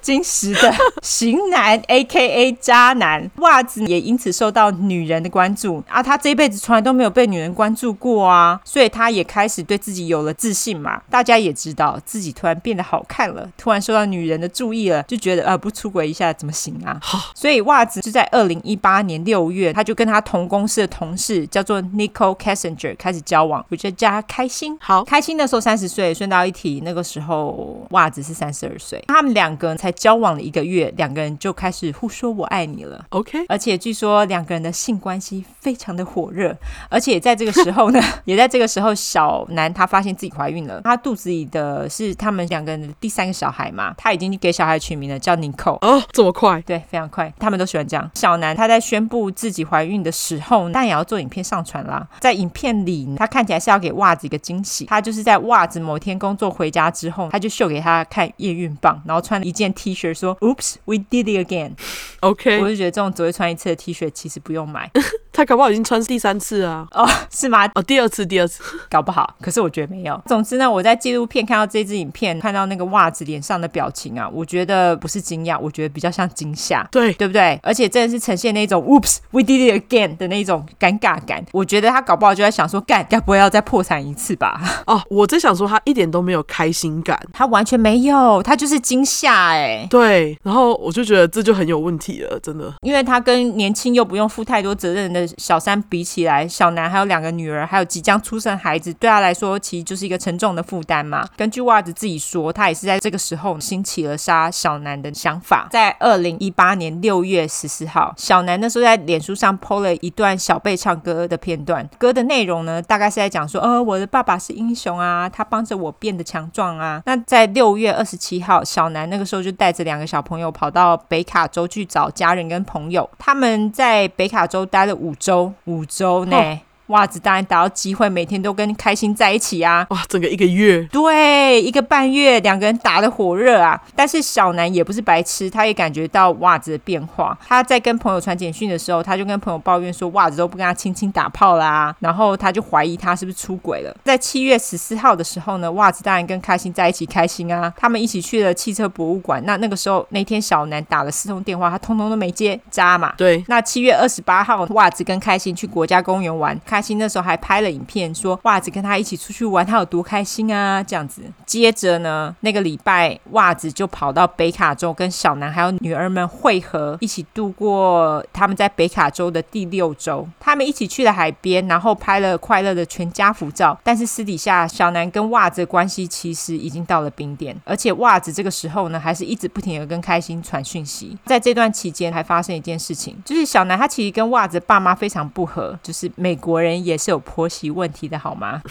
A: 金石的型男 （A K A 渣男）袜子也因此受到女人的关注啊！他这一辈子从来都没有被女人关注过啊，所以他也开始对自己有了自信嘛。大家也知道自己突然变得好看了，突然受到女人的注意了，就觉得呃不出轨一下怎么行啊？所以袜子就在二零一八年六月，他就跟他同公司的同事叫做 Nicole Cassinger 开始交往，我觉得加开心。
B: 好，
A: 开心的时候三十岁，顺道一提，那个时候袜子是三十二岁，他们两个人才交往了一个月，两个人就开始互说我爱你了。
B: OK，
A: 而且据说两个人的性关系非常的火热，而且在这个时候呢， 也在这个时候，小南她发现自己怀孕了，她肚子里的是他们两个人的第三个小孩嘛，她已经给小孩取名了叫 Nicole。
B: 哦，这么快，
A: 对，非常快，他们都喜欢这样。小南她在宣布自己怀孕的时候，但也要做影片上传啦。在影片里，她看起来是要给袜子一个惊喜。她就是在袜子某天工作回家之后，她就秀给他看验孕棒，然后穿了一件 T 恤说：“Oops, we did it again。”
B: OK，
A: 我就觉得这种只会穿一次的 T 恤其实不用买
B: 他搞不好已经穿第三次啊，
A: 哦，是吗？
B: 哦，第二次，第二次，
A: 搞不好，可是我觉得没有。总之呢，我在纪录片看到这支影片，看到那个袜子脸上的表情啊，我觉得不是惊讶，我觉得比较像惊吓。
B: 对，
A: 对不对？而且真的是呈现那种 “oops we did it again” 的那种尴尬感。我觉得他搞不好就在想说，干该不会要再破产一次吧？
B: 哦，我在想说他一点都没有开心感，
A: 他完全没有，他就是惊吓哎、
B: 对，然后我就觉得这就很有问题了，真的，
A: 因为他跟年轻又不用负太多责任的的小三比起来，小南还有两个女儿，还有即将出生孩子，对他来说其实就是一个沉重的负担嘛。根据袜子自己说，他也是在这个时候兴起了杀小南的想法。在二零一八年六月十四号，小南那时候在脸书上 PO 了一段小贝唱歌的片段，歌的内容呢，大概是在讲说，呃，我的爸爸是英雄啊，他帮着我变得强壮啊。那在六月二十七号，小南那个时候就带着两个小朋友跑到北卡州去找家人跟朋友，他们在北卡州待了五周，五周呢。
B: 哦
A: 袜子当然打到机会，每天都跟开心在一起啊！
B: 哇，整个一个月，
A: 对，一个半月，两个人打得火热啊！但是小南也不是白痴，他也感觉到袜子的变化。他在跟朋友传简讯的时候，他就跟朋友抱怨说，袜子都不跟他亲亲打炮啦。然后他就怀疑他是不是出轨了。在七月十四号的时候呢，袜子当然跟开心在一起开心啊，他们一起去了汽车博物馆。那那个时候，那天小南打了四通电话，他通通都没接，渣嘛。
B: 对，
A: 那七月二十八号，袜子跟开心去国家公园玩，开心那时候还拍了影片，说袜子跟他一起出去玩，他有多开心啊，这样子。接着呢，那个礼拜，袜子就跑到北卡州跟小南还有女儿们会合，一起度过他们在北卡州的第六周。他们一起去了海边，然后拍了快乐的全家福照。但是私底下，小南跟袜子的关系其实已经到了冰点，而且袜子这个时候呢，还是一直不停的跟开心传讯息。在这段期间，还发生一件事情，就是小南他其实跟袜子爸妈非常不合，就是美国人也是有婆媳问题的，好吗？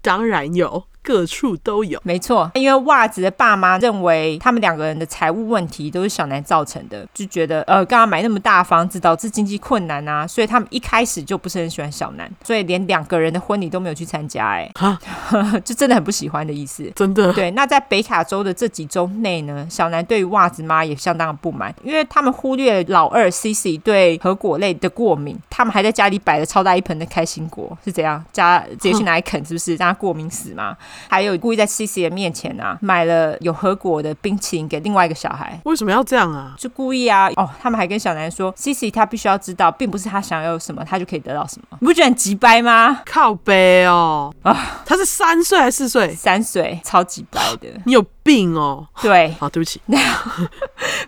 B: 当然有，各处都有。
A: 没错，因为袜子的爸妈认为他们两个人的财务问题都是小南造成的，就觉得呃，刚刚买那么大的房子导致经济困难啊，所以他们一开始就不是很喜欢小南，所以连两个人的婚礼都没有去参加、欸，
B: 哈
A: 哎， 就真的很不喜欢的意思。
B: 真 的，
A: 对，那在北卡州的这几周内呢，小南对于袜子妈也相当的不满，因为他们忽略了老二 Cici 对核果类的过敏，他们还在家里摆了超大一盆的开心果，是怎样？家直接去拿来啃，是不是让他过敏死吗？还有故意在 Cici 的面前啊，买了有核果的冰淇淋给另外一个小孩。
B: 为什么要这样啊？
A: 就故意啊！哦，他们还跟小南说，Cici 他必须要知道，并不是他想要什么，他就可以得到什么。你不觉得很急掰吗？
B: 靠背哦，啊，他是三岁还是四岁？
A: 三岁超级掰的，
B: 你有病哦！
A: 对，
B: 好，对不起，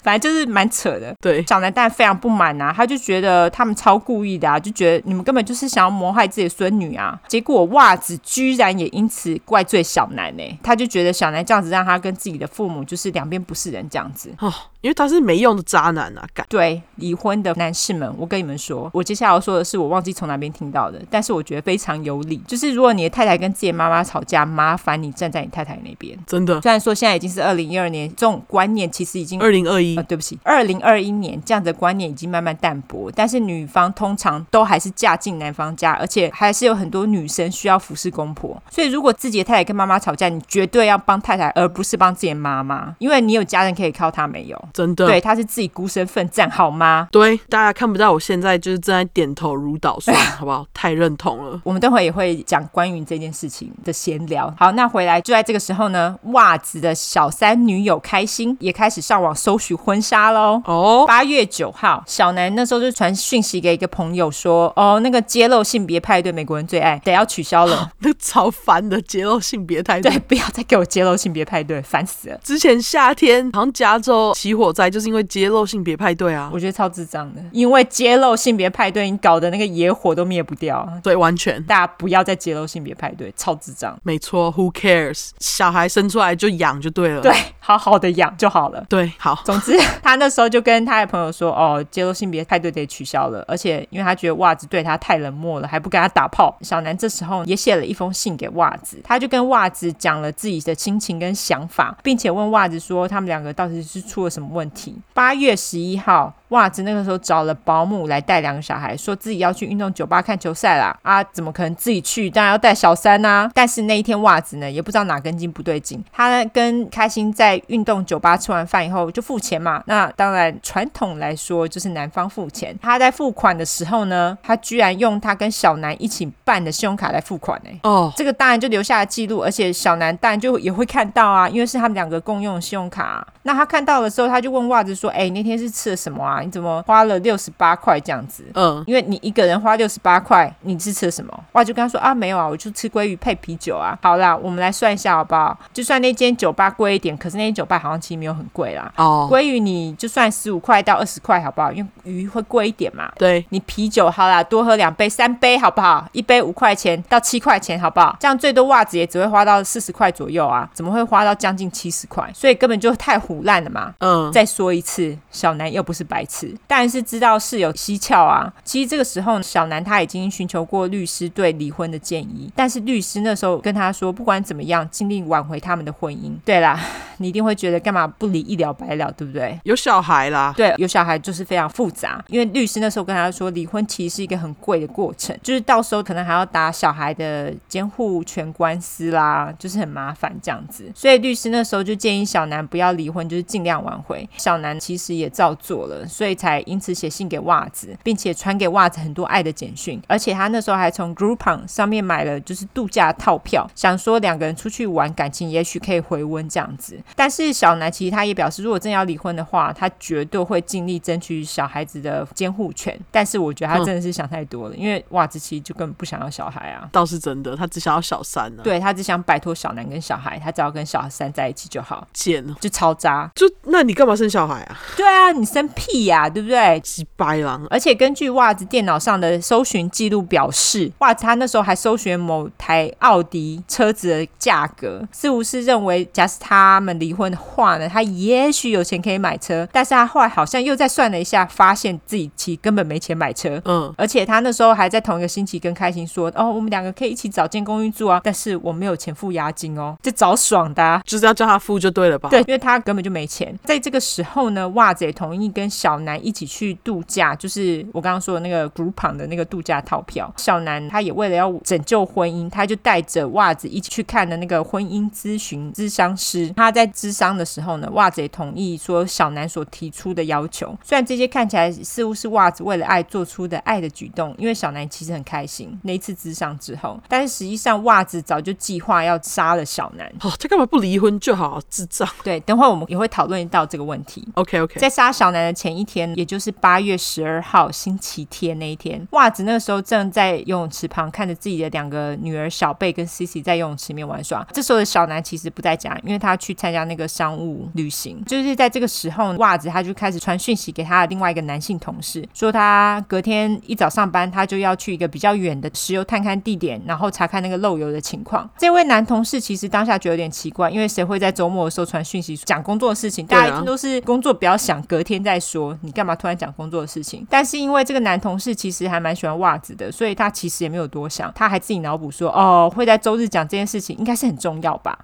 A: 反正就是蛮扯的。
B: 对，
A: 小男蛋非常不满啊，他就觉得他们超故意的啊，就觉得你们根本就是想要谋害自己的孙女啊。结果袜子居然也因此怪罪小南呢、欸他就觉得小南这样子让他跟自己的父母就是两边不是人这样子。
B: 哦，因为他是没用的渣男啊，干，
A: 对离婚的男士们，我跟你们说，我接下来要说的是我忘记从哪边听到的，但是我觉得非常有理，就是如果你的太太跟自己的妈妈吵架，麻烦你站在你太太那边。
B: 真的。
A: 虽然说现在已经是二零一二年，这种观念其实已经
B: 二零二一
A: 呃，，对不起，二零二一年这样的观念已经慢慢淡薄，但是女方通常都还是嫁进男方家，而且还是有很多女生需要服侍公婆。所以如果自己的太太跟妈妈吵架，你绝对要帮太太，而不是帮自己的妈妈，因为你有家人可以靠，她没有。
B: 真的。
A: 对，她是自己孤身奋战，好吗？
B: 对，大家看不到我现在就是正在点头如捣 蒜，好不好？太认同了。
A: 我们待会也会讲关于这件事情的闲聊。好，那回来就在这个时候呢，袜子的小三女友开心也开始上网搜寻婚纱喽。
B: 哦，
A: 八月九号，小南那时候就传讯息给一个朋友说，哦，那个揭露性别派对美国人最爱，得要取消了，
B: 那个超烦的揭露性别态度
A: 对。，不要再给我揭露性别派对，烦死了，
B: 之前夏天好像加州起火灾，就是因为揭露性别派对啊。
A: 我觉得超智障的，因为揭露性别派对，你搞的那个野火都灭不掉，
B: 对，完全
A: 大家不要再揭露性别派对，超智障，
B: 没错。Who cares？小孩生出来就养就对了。
A: 对，好好的养就好了。
B: 对，好，
A: 总之，他那时候就跟他的朋友说：“哦，揭露性别派对得取消了，而且因为他觉得袜子对他太冷漠了，还不跟他打炮。”小南这时候也写了一封信给袜子，他就跟袜子讲了自己的心情跟想法，并且问袜子说他们两个到底是出了什么问题。八月十一号。袜子那个时候找了保姆来带两个小孩，说自己要去运动酒吧看球赛啦。啊，怎么可能自己去？当然要带小三呐、但是那一天袜子呢，也不知道哪根筋不对劲，他跟开心在运动酒吧吃完饭以后就付钱嘛。那当然，传统来说就是男方付钱。他在付款的时候呢，他居然用他跟小南一起办的信用卡来付款欸呢、
B: 哦，
A: 这个当然就留下了记录，而且小南当然就也会看到啊，因为是他们两个共用的信用卡啊、那他看到的时候，他就问袜子说：“哎、你那天是吃了什么啊？你怎么花了六十八块这样子？
B: 嗯，
A: 因为你一个人花六十八块，你是吃了什么？哇，就跟他说啊，没有啊，我就吃鲑鱼配啤酒啊。好啦，我们来算一下好不好？就算那间酒吧贵一点，可是那间酒吧好像其实没有很贵啦。
B: 哦，
A: 鲑鱼你就算十五块到二十块好不好？因为鱼会贵一点嘛。
B: 对，
A: 你啤酒好啦，多喝两杯、三杯好不好？一杯五块钱到七块钱好不好？这样最多袜子也只会花到四十块左右啊，怎么会花到将近七十块？所以根本就太胡烂了嘛！
B: 嗯，
A: 再说一次，小南又不是白痴，当然是知道事有蹊跷啊。其实这个时候，小南他已经寻求过律师对离婚的建议，但是律师那时候跟他说，不管怎么样，尽力挽回他们的婚姻。对啦，你一定会觉得干嘛不离一了百了，对不对？
B: 有小孩啦，
A: 对，有小孩就是非常复杂，因为律师那时候跟他说，离婚其实是一个很贵的过程，就是到时候可能还要打小孩的监护权官司啦，就是很麻烦这样子。所以律师那时候就建议小南不要离婚，就是尽量挽回。小南其实也照做了，所以才因此写信给袜子，并且传给袜子很多爱的简讯，而且他那时候还从 Groupon 上面买了就是度假套票，想说两个人出去玩，感情也许可以回温这样子。但是小南其实他也表示，如果真要离婚的话，他绝对会尽力争取小孩子的监护权。但是我觉得他真的是想太多了，因为袜子其实就根本不想要小孩啊。
B: 倒是真的，他只想要小三呢、啊，，
A: 对他只想摆脱小南跟小孩，他只要跟小三在一起就好，
B: 贱哦，
A: 就超渣。
B: 就那你干嘛生小孩啊？
A: 对啊，你生屁呀、对不对？
B: 鸡掰狼，
A: 而且根据袜子电脑上的搜寻记录表示，袜子他那时候还搜寻某台奥迪车子的价格，似乎是认为，假使他们离婚的话呢，他也许有钱可以买车，但是他后来好像又再算了一下，发现自己其实根本没钱买车。
B: 嗯，
A: 而且他那时候还在同一个星期跟开心说：“哦，我们两个可以一起找间公寓住啊，但是我没有钱付押金哦，这找爽的、啊。”
B: 就是要叫他付就对了吧？
A: 对，因为他根本就没钱。在这个时候呢，袜子也同意跟小南一起去度假，就是我刚刚说的那个 Groupon 的那个度假套票。小南他也为了要拯救婚姻，他就带着袜子一起去看了那个婚姻咨询咨商师。他在咨商的时候呢，袜子也同意说小南所提出的要求。虽然这些看起来似乎是袜子为了爱做出的爱的举动，因为小南其实很开心那一次咨商之后，但是实际上袜子早就计划要杀了小南。
B: 哦，他干嘛不离婚就好？智障。
A: 对，等会我们也会讨论到这个问题。
B: OK OK，
A: 在杀小南的前一天，也就是八月十二号星期天那一天，袜子那个时候正在游泳池旁看着自己的两个女儿小贝跟 Cici 在游泳池里面玩耍。这时候的小南其实不在家，因为他去参加那个商务旅行。就是在这个时候，袜子他就开始传讯息给他的另外一个男性同事，说他隔天一早上班，他就要去一个比较远的石油探勘地点，然后查看那个漏油的情况。这位男同事其实当下觉得有点奇怪，因为谁会在周末的时候传讯息讲工作的事情？大家
B: 对
A: 一
B: 啊
A: 定都。都是工作不要想，隔天再说。你干嘛突然讲工作的事情？但是因为这个男同事其实还蛮喜欢袜子的，所以他其实也没有多想，他还自己脑补说，哦，会在周日讲这件事情，应该是很重要 吧。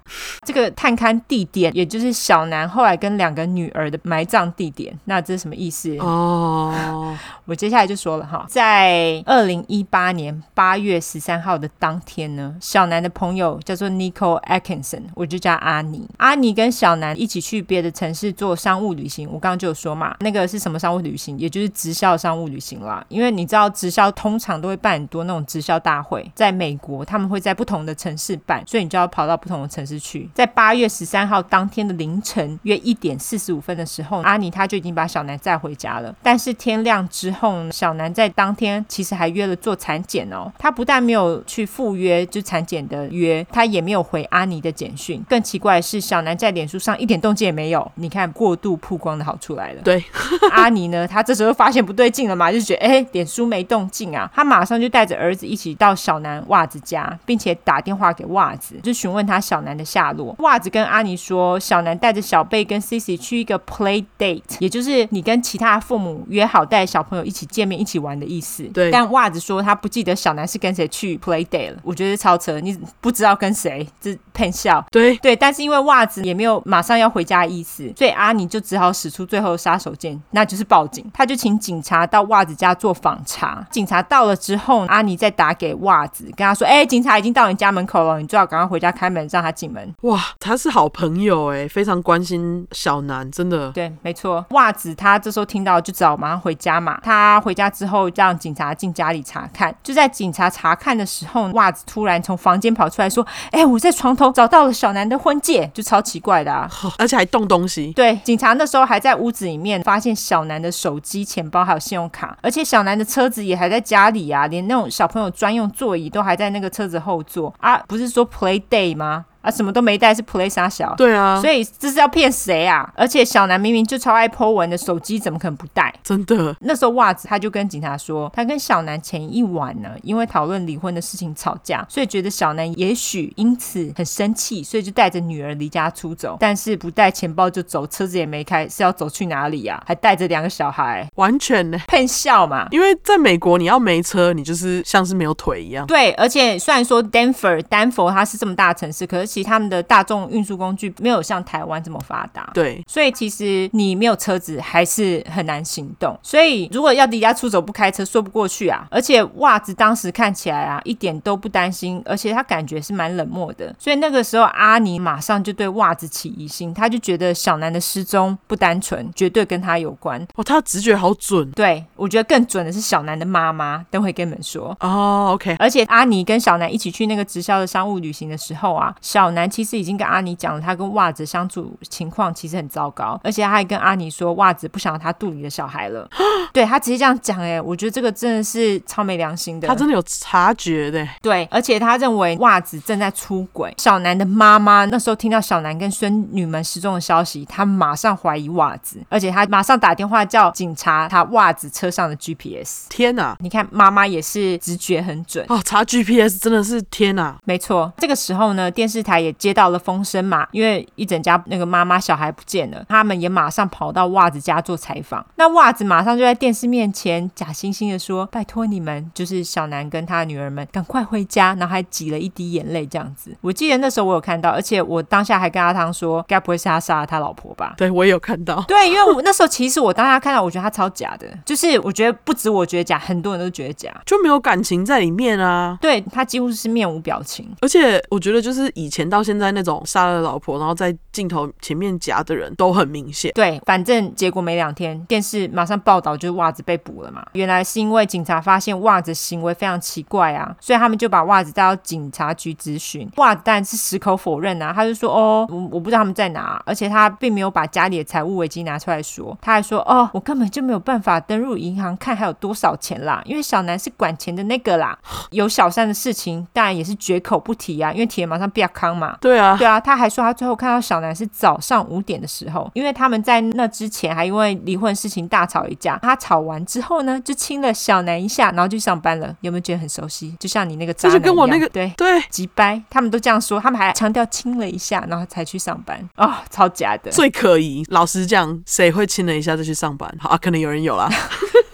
A: 这个探勘地点，也就是小南后来跟两个女儿的埋葬地点，那这是什么意思？
B: 哦，
A: 我接下来就说了哈，在二零一八年八月十三号的当天呢，小南的朋友叫做 Nico Atkinson，我就叫阿尼。阿尼跟小南一起去别的城市做商务旅行。我刚刚就有说嘛，那个是什么商务旅行？也就是直销商务旅行啦。因为你知道直销通常都会办很多那种直销大会，在美国他们会在不同的城市办，所以你就要跑到不同的城市去。在八月十三号当天的凌晨约一点四十五分的时候，阿尼他就已经把小南载回家了。但是天亮之后，小南在当天其实还约了做产检哦。他不但没有去赴约就产检的约，他也没有回阿尼的简讯。更奇怪的是，小南在脸书上一点动静也没有。你看，过度曝光的好处来了。
B: 对，
A: 阿尼呢，他这时候发现不对劲了嘛，就觉得哎，脸书没动静啊，他马上就带着儿子一起到小南袜子家，并且打电话给袜子，就询问他小南的下落。袜子跟阿尼说，小南带着小贝跟 Cici 去一个 play date，也就是你跟其他父母约好带小朋友一起见面、一起玩的意思。
B: 对
A: 但袜子说他不记得小南是跟谁去 play date 了，我觉得超扯，你不知道跟谁，这骗笑。
B: 对，
A: 对，但是因为袜子也没有马上要回家的意思，所以阿尼就只好使出最后的杀手锏，那就是报警。他就请警察到袜子家做访查。警察到了之后，阿尼再打给袜子，跟他说：“哎、警察已经到你家门口了，你最好赶快回家开门，让他进门。”
B: 哇，他是好朋友哎，非常关心小南，真的。
A: 对，没错，袜子他这时候听到就只好马上回家嘛，他回家之后让警察进家里查看，就在警察查看的时候，袜子突然从房间跑出来说：“哎、我在床头找到了小南的婚戒，就超奇怪的啊。”
B: 哦而且还动东西，
A: 对，警察那时候还在屋子里面发现小南的手机、钱包还有信用卡，而且小南的车子也还在家里啊，连那种小朋友专用座椅都还在那个车子后座啊，不是说 play day 吗？啊，什么都没带，是 play 啥小？
B: 对啊，
A: 所以这是要骗谁啊？而且小南明明就超爱 po 文的，手机怎么可能不带？
B: 真的
A: 那时候袜子他就跟警察说，他跟小南前一晚呢，因为讨论离婚的事情吵架，所以觉得小南也许因此很生气，所以就带着女儿离家出走，但是不带钱包就走，车子也没开，是要走去哪里呀、啊还带着两个小孩，
B: 完全呢、
A: 骗笑嘛。
B: 因为在美国，你要没车，你就是像是没有腿一样。
A: 对，而且虽然说 Denver 丹佛它是这么大的城市，可是其实他们的大众运输工具没有像台湾这么发达。
B: 对，
A: 所以其实你没有车子还是很难行动。所以如果要离家出走不开车，说不过去啊。而且袜子当时看起来啊，一点都不担心，而且他感觉是蛮冷漠的。所以那个时候，阿尼马上就对袜子起疑心，他就觉得小南的失踪不单纯，绝对跟他有关。
B: 哇，哦他的直觉好准
A: 对我觉得更准的是小南的妈妈，等会跟你们说。
B: 哦。OK，
A: 而且阿尼跟小南一起去那个直销的商务旅行的时候啊，小南其实已经跟阿尼讲了，他跟袜子相处情况其实很糟糕，而且他还跟阿尼说，袜子不想要他肚里的小孩了。对他直接这样讲，哎，我觉得这个真的是超没良心的。
B: 他真的有察觉的。欸
A: 对，而且他认为袜子正在出轨。小南的妈妈那时候听到小南跟孙女们失踪的消息，她马上怀疑袜子，而且她马上打电话叫警察查袜子车上的 GPS。
B: 天哪！
A: 你看，妈妈也是直觉很准。
B: 哦，查 GPS 真的是天啊哪！
A: 没错，这个时候呢，电视台也接到了风声嘛，因为一整家那个妈妈小孩不见了，他们也马上跑到袜子家做采访。那袜子马上就在电视面前假惺惺的说：“拜托你们，就是小南跟他女儿们，赶快回家。”然后还挤了一滴眼泪这样子。我记得那时候我有看到，而且我当下还跟阿汤说：“该不会是他杀了他老婆吧？”
B: 对我也有看到，
A: 对，因为我那时候其实我当下看到，我觉得他超假的，就是我觉得不止我觉得假，很多人都觉得假。
B: 就没有感情在里面啊。
A: 对他几乎是面无表情，
B: 而且我觉得，就是以前到现在那种杀了老婆，然后在镜头前面夹的人都很明显。
A: 对，反正结果没两天，电视马上报道就是袜子被捕了嘛。原来是因为警察发现袜子行为非常奇怪啊，所以他们就把袜子带到警察局咨询。袜子当然是矢口否认啊，他就说哦，我我不知道他们在哪，啊而且他并没有把家里的财务危机拿出来说，他还说哦，我根本就没有办法登入银行看还有多少钱啦，因为小南是管钱的那个啦。有小三的事情，当然也是绝口不提啊，因为提了马上不要康嘛。
B: 对啊，
A: 对啊，他还说他最后看到小南是早上五点的时候，因为他们在那之前还因为离婚事情大吵一架。他吵完之后呢，就亲了小南一下，然后就上班了。有没有觉得很熟悉？就像你那个渣
B: 这
A: 男
B: 就
A: 一样，
B: 跟我那个
A: 对。
B: 对，
A: 急掰，他们都这样说，他们还强调亲了一下，然后才去上班哦，超假的。
B: 最可疑。老实讲，谁会亲了一下就去上班？好啊，可能有人有啦。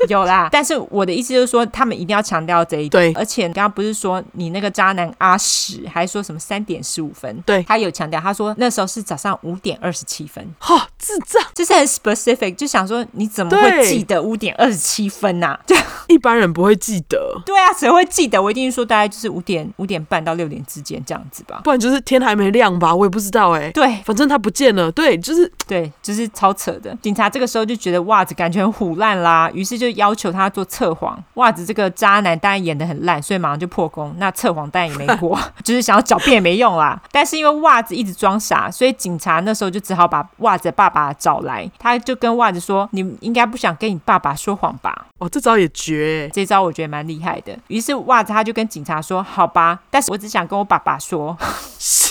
A: 有啦，但是我的意思就是说，他们一定要强调这一点。
B: 对
A: 而且你刚刚不是说你那个渣男阿史还说什么三点十五分？
B: 对
A: 他有强调，他说那时候是早上五点二十七分。
B: 哈、智障！
A: 就是很 specific，就想说你怎么会
B: 对
A: 记得五点二十七分呐、对
B: 一般人不会记得，
A: 对啊，谁会记得？我一定说大概就是五点五点半到六点之间这样子吧。
B: 不然就是天还没亮吧，我也不知道哎、
A: 对
B: 反正他不见了，对，就是
A: 对，就是超扯的。警察这个时候就觉得袜子感觉很虎烂啦，于是就要求他做测谎。袜子这个渣男当然演的很烂，所以马上就破功。那测谎当然也没过， 就是想要狡辩也没用啦。但是因为袜子一直装傻，所以警察那时候就只好把袜子的爸爸找来，他就跟袜子说：“你应该不想跟你爸爸说谎吧？”
B: 哦，这招也绝、欸，
A: 这招我觉得蛮厉害的。于是袜子他就跟警察说：“好吧，但是我只想跟我爸爸说。”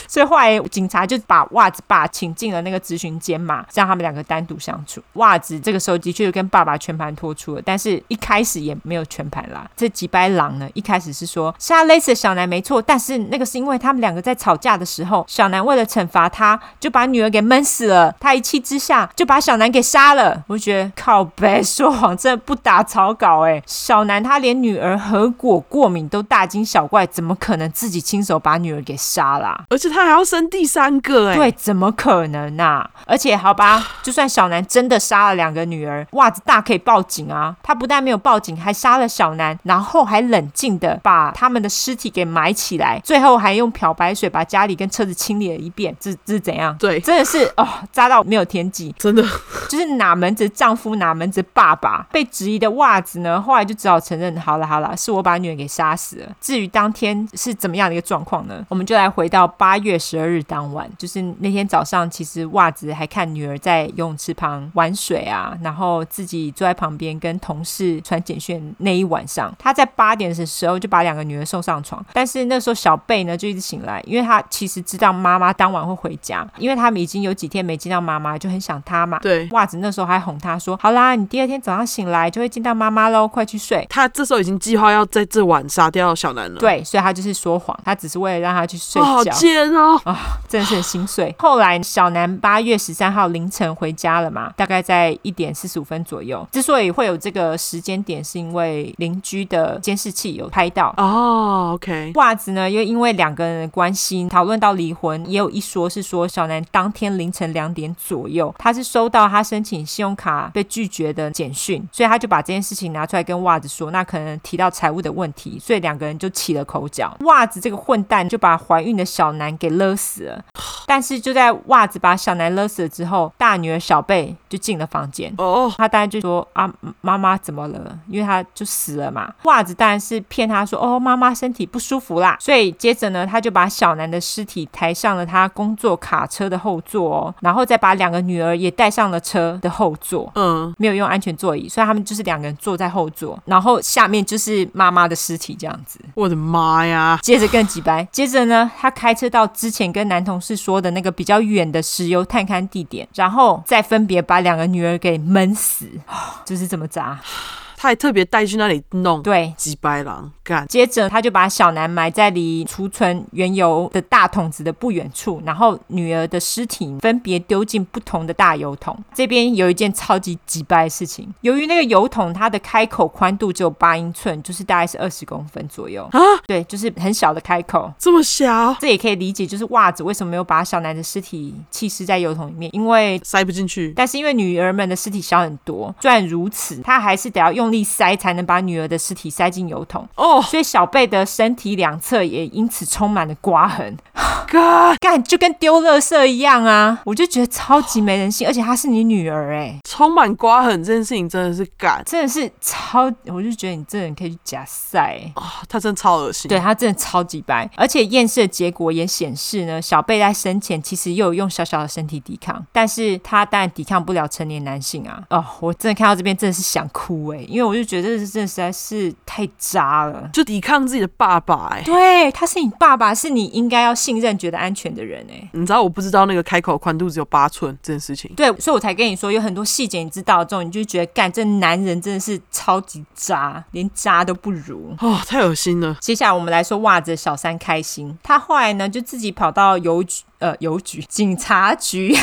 A: 所以后来警察就把袜子爸请进了那个咨询间嘛，让他们两个单独相处。袜子这个时候的确跟爸爸全盘托出了，但是一开始也没有全盘啦。这几白狼呢，一开始是说是他勒死小南没错，但是那个是因为他们两个在吵架的时候，小南为了惩罚他，就把女儿给闷死了。他一气之下就把小南给杀了。我就觉得靠北说谎真的不打草稿哎、小南他连女儿核果过敏都大惊小怪，怎么可能自己亲手把女儿给杀啦、
B: 而且他还要生第三个、哎，
A: 对，怎么可能呐、而且好吧，就算小南真的杀了两个女儿，袜子大可以报警啊！他不但没有报警，还杀了小南，然后还冷静的把他们的尸体给埋起来，最后还用漂白水把家里跟车子清理了一遍，这这是怎样？
B: 对
A: 真的是哦，扎到没有天际，
B: 真的，
A: 就是哪门子丈夫哪门子爸爸。被质疑的袜子呢，后来就只好承认，好了好了，是我把女人给杀死了。至于当天是怎么样的一个状况呢？我们就来回到八月十二日当晚，就是那天早上，其实袜子还看女儿在游泳池旁玩水啊，然后自己坐在旁边跟同事传简讯。那一晚上，他在八点的时候就把两个女儿送上床，但是那时候小贝呢就一直醒来，因为他其实知道妈妈当晚会回家，因为他们已经有几天没见到妈妈，就很想她嘛。
B: 对。
A: 袜子那时候还哄他说：“好啦，你第二天早上醒来就会见到妈妈喽，快去睡。
B: 他这时候已经计划要在这晚杀掉小南”了。，
A: 对，所以他就是说谎，他只是为了让他去睡
B: 哇，好
A: 觉。
B: 贱嗯哦！
A: 真的是很心碎。后来小南八月十三号凌晨回家了嘛，大概在一点四十五分左右。之所以会有这个时间点，是因为邻居的监视器有拍到。
B: 哦，OK，
A: 袜子呢，又因为两个人的关系讨论到离婚，也有一说是说小南当天凌晨两点左右，他是收到他申请信用卡被拒绝的简讯，所以他就把这件事情拿出来跟袜子说，那可能提到财务的问题，所以两个人就起了口角。 袜子这个混蛋就把怀孕的小南给勒死了，但是就在袜子把小南勒死了之后，大女儿小贝就进了房间。
B: 哦，
A: 他当然就说啊，妈妈怎么了？因为他就死了嘛。袜子当然是骗他说，哦，妈妈身体不舒服啦。所以接着呢，他就把小南的尸体抬上了他工作卡车的后座哦，然后再把两个女儿也带上了车的后座。
B: 嗯，
A: 没有用安全座椅，所以他们就是两个人坐在后座，然后下面就是妈妈的尸体这样子。
B: 我的妈呀，
A: 接着更几白，接着呢，他开车到之前跟男同事说的那个比较远的石油探勘地点，然后再分别把两个女儿给闷死， 就是这么砸。
B: 他还特别带去那里弄
A: 对，
B: 几白狼干，
A: 接着他就把小南埋在离储存原油的大桶子的不远处，然后女儿的尸体分别丢进不同的大油桶。这边有一件超级鸡掰的事情，由于那个油桶它的开口宽度只有八英寸，就是大概是二十公分左右
B: 啊，
A: 对，就是很小的开口。
B: 这么小
A: 这也可以理解，就是袜子为什么没有把小南的尸体弃尸在油桶里面，因为。
B: 塞不进去，
A: 但是因为女儿们的尸体小很多，虽然如此，他还是得要用力塞才能把女儿的尸体塞进油桶，
B: 哦，
A: 所以小贝的身体两侧也因此充满了刮痕，
B: 干，
A: 干就跟丢垃圾一样啊！我就觉得超级没人性，而且她是你女儿哎、
B: 充满刮痕这件事情真的是干，
A: 真的是超，我就觉得你这人可以去假赛、欸。
B: 哦他真的超恶心，
A: 对他真的超级白，而且验尸的结果也显示呢，小贝在生前其实也有用小小的身体抵抗，但是他当然抵抗不了成年男性啊。哦，我真的看到这边真的是想哭诶、因为我就觉得这真的实在是太渣了。
B: 就抵抗自己的爸爸、哎，
A: 对，他是你爸爸，是你应该要信任、觉得安全的人欸诶、
B: 你知道我不知道那个开口宽度只有八寸这件事情，
A: 对，所以我才跟你说，有很多细节你知道之后，你就觉得干这男人真的是超级渣，连渣都不如。
B: 哦，太恶心了，
A: 接下来我们来说袜子的小三开心，他后来呢就自己跑到邮局，呃，邮局 警察局，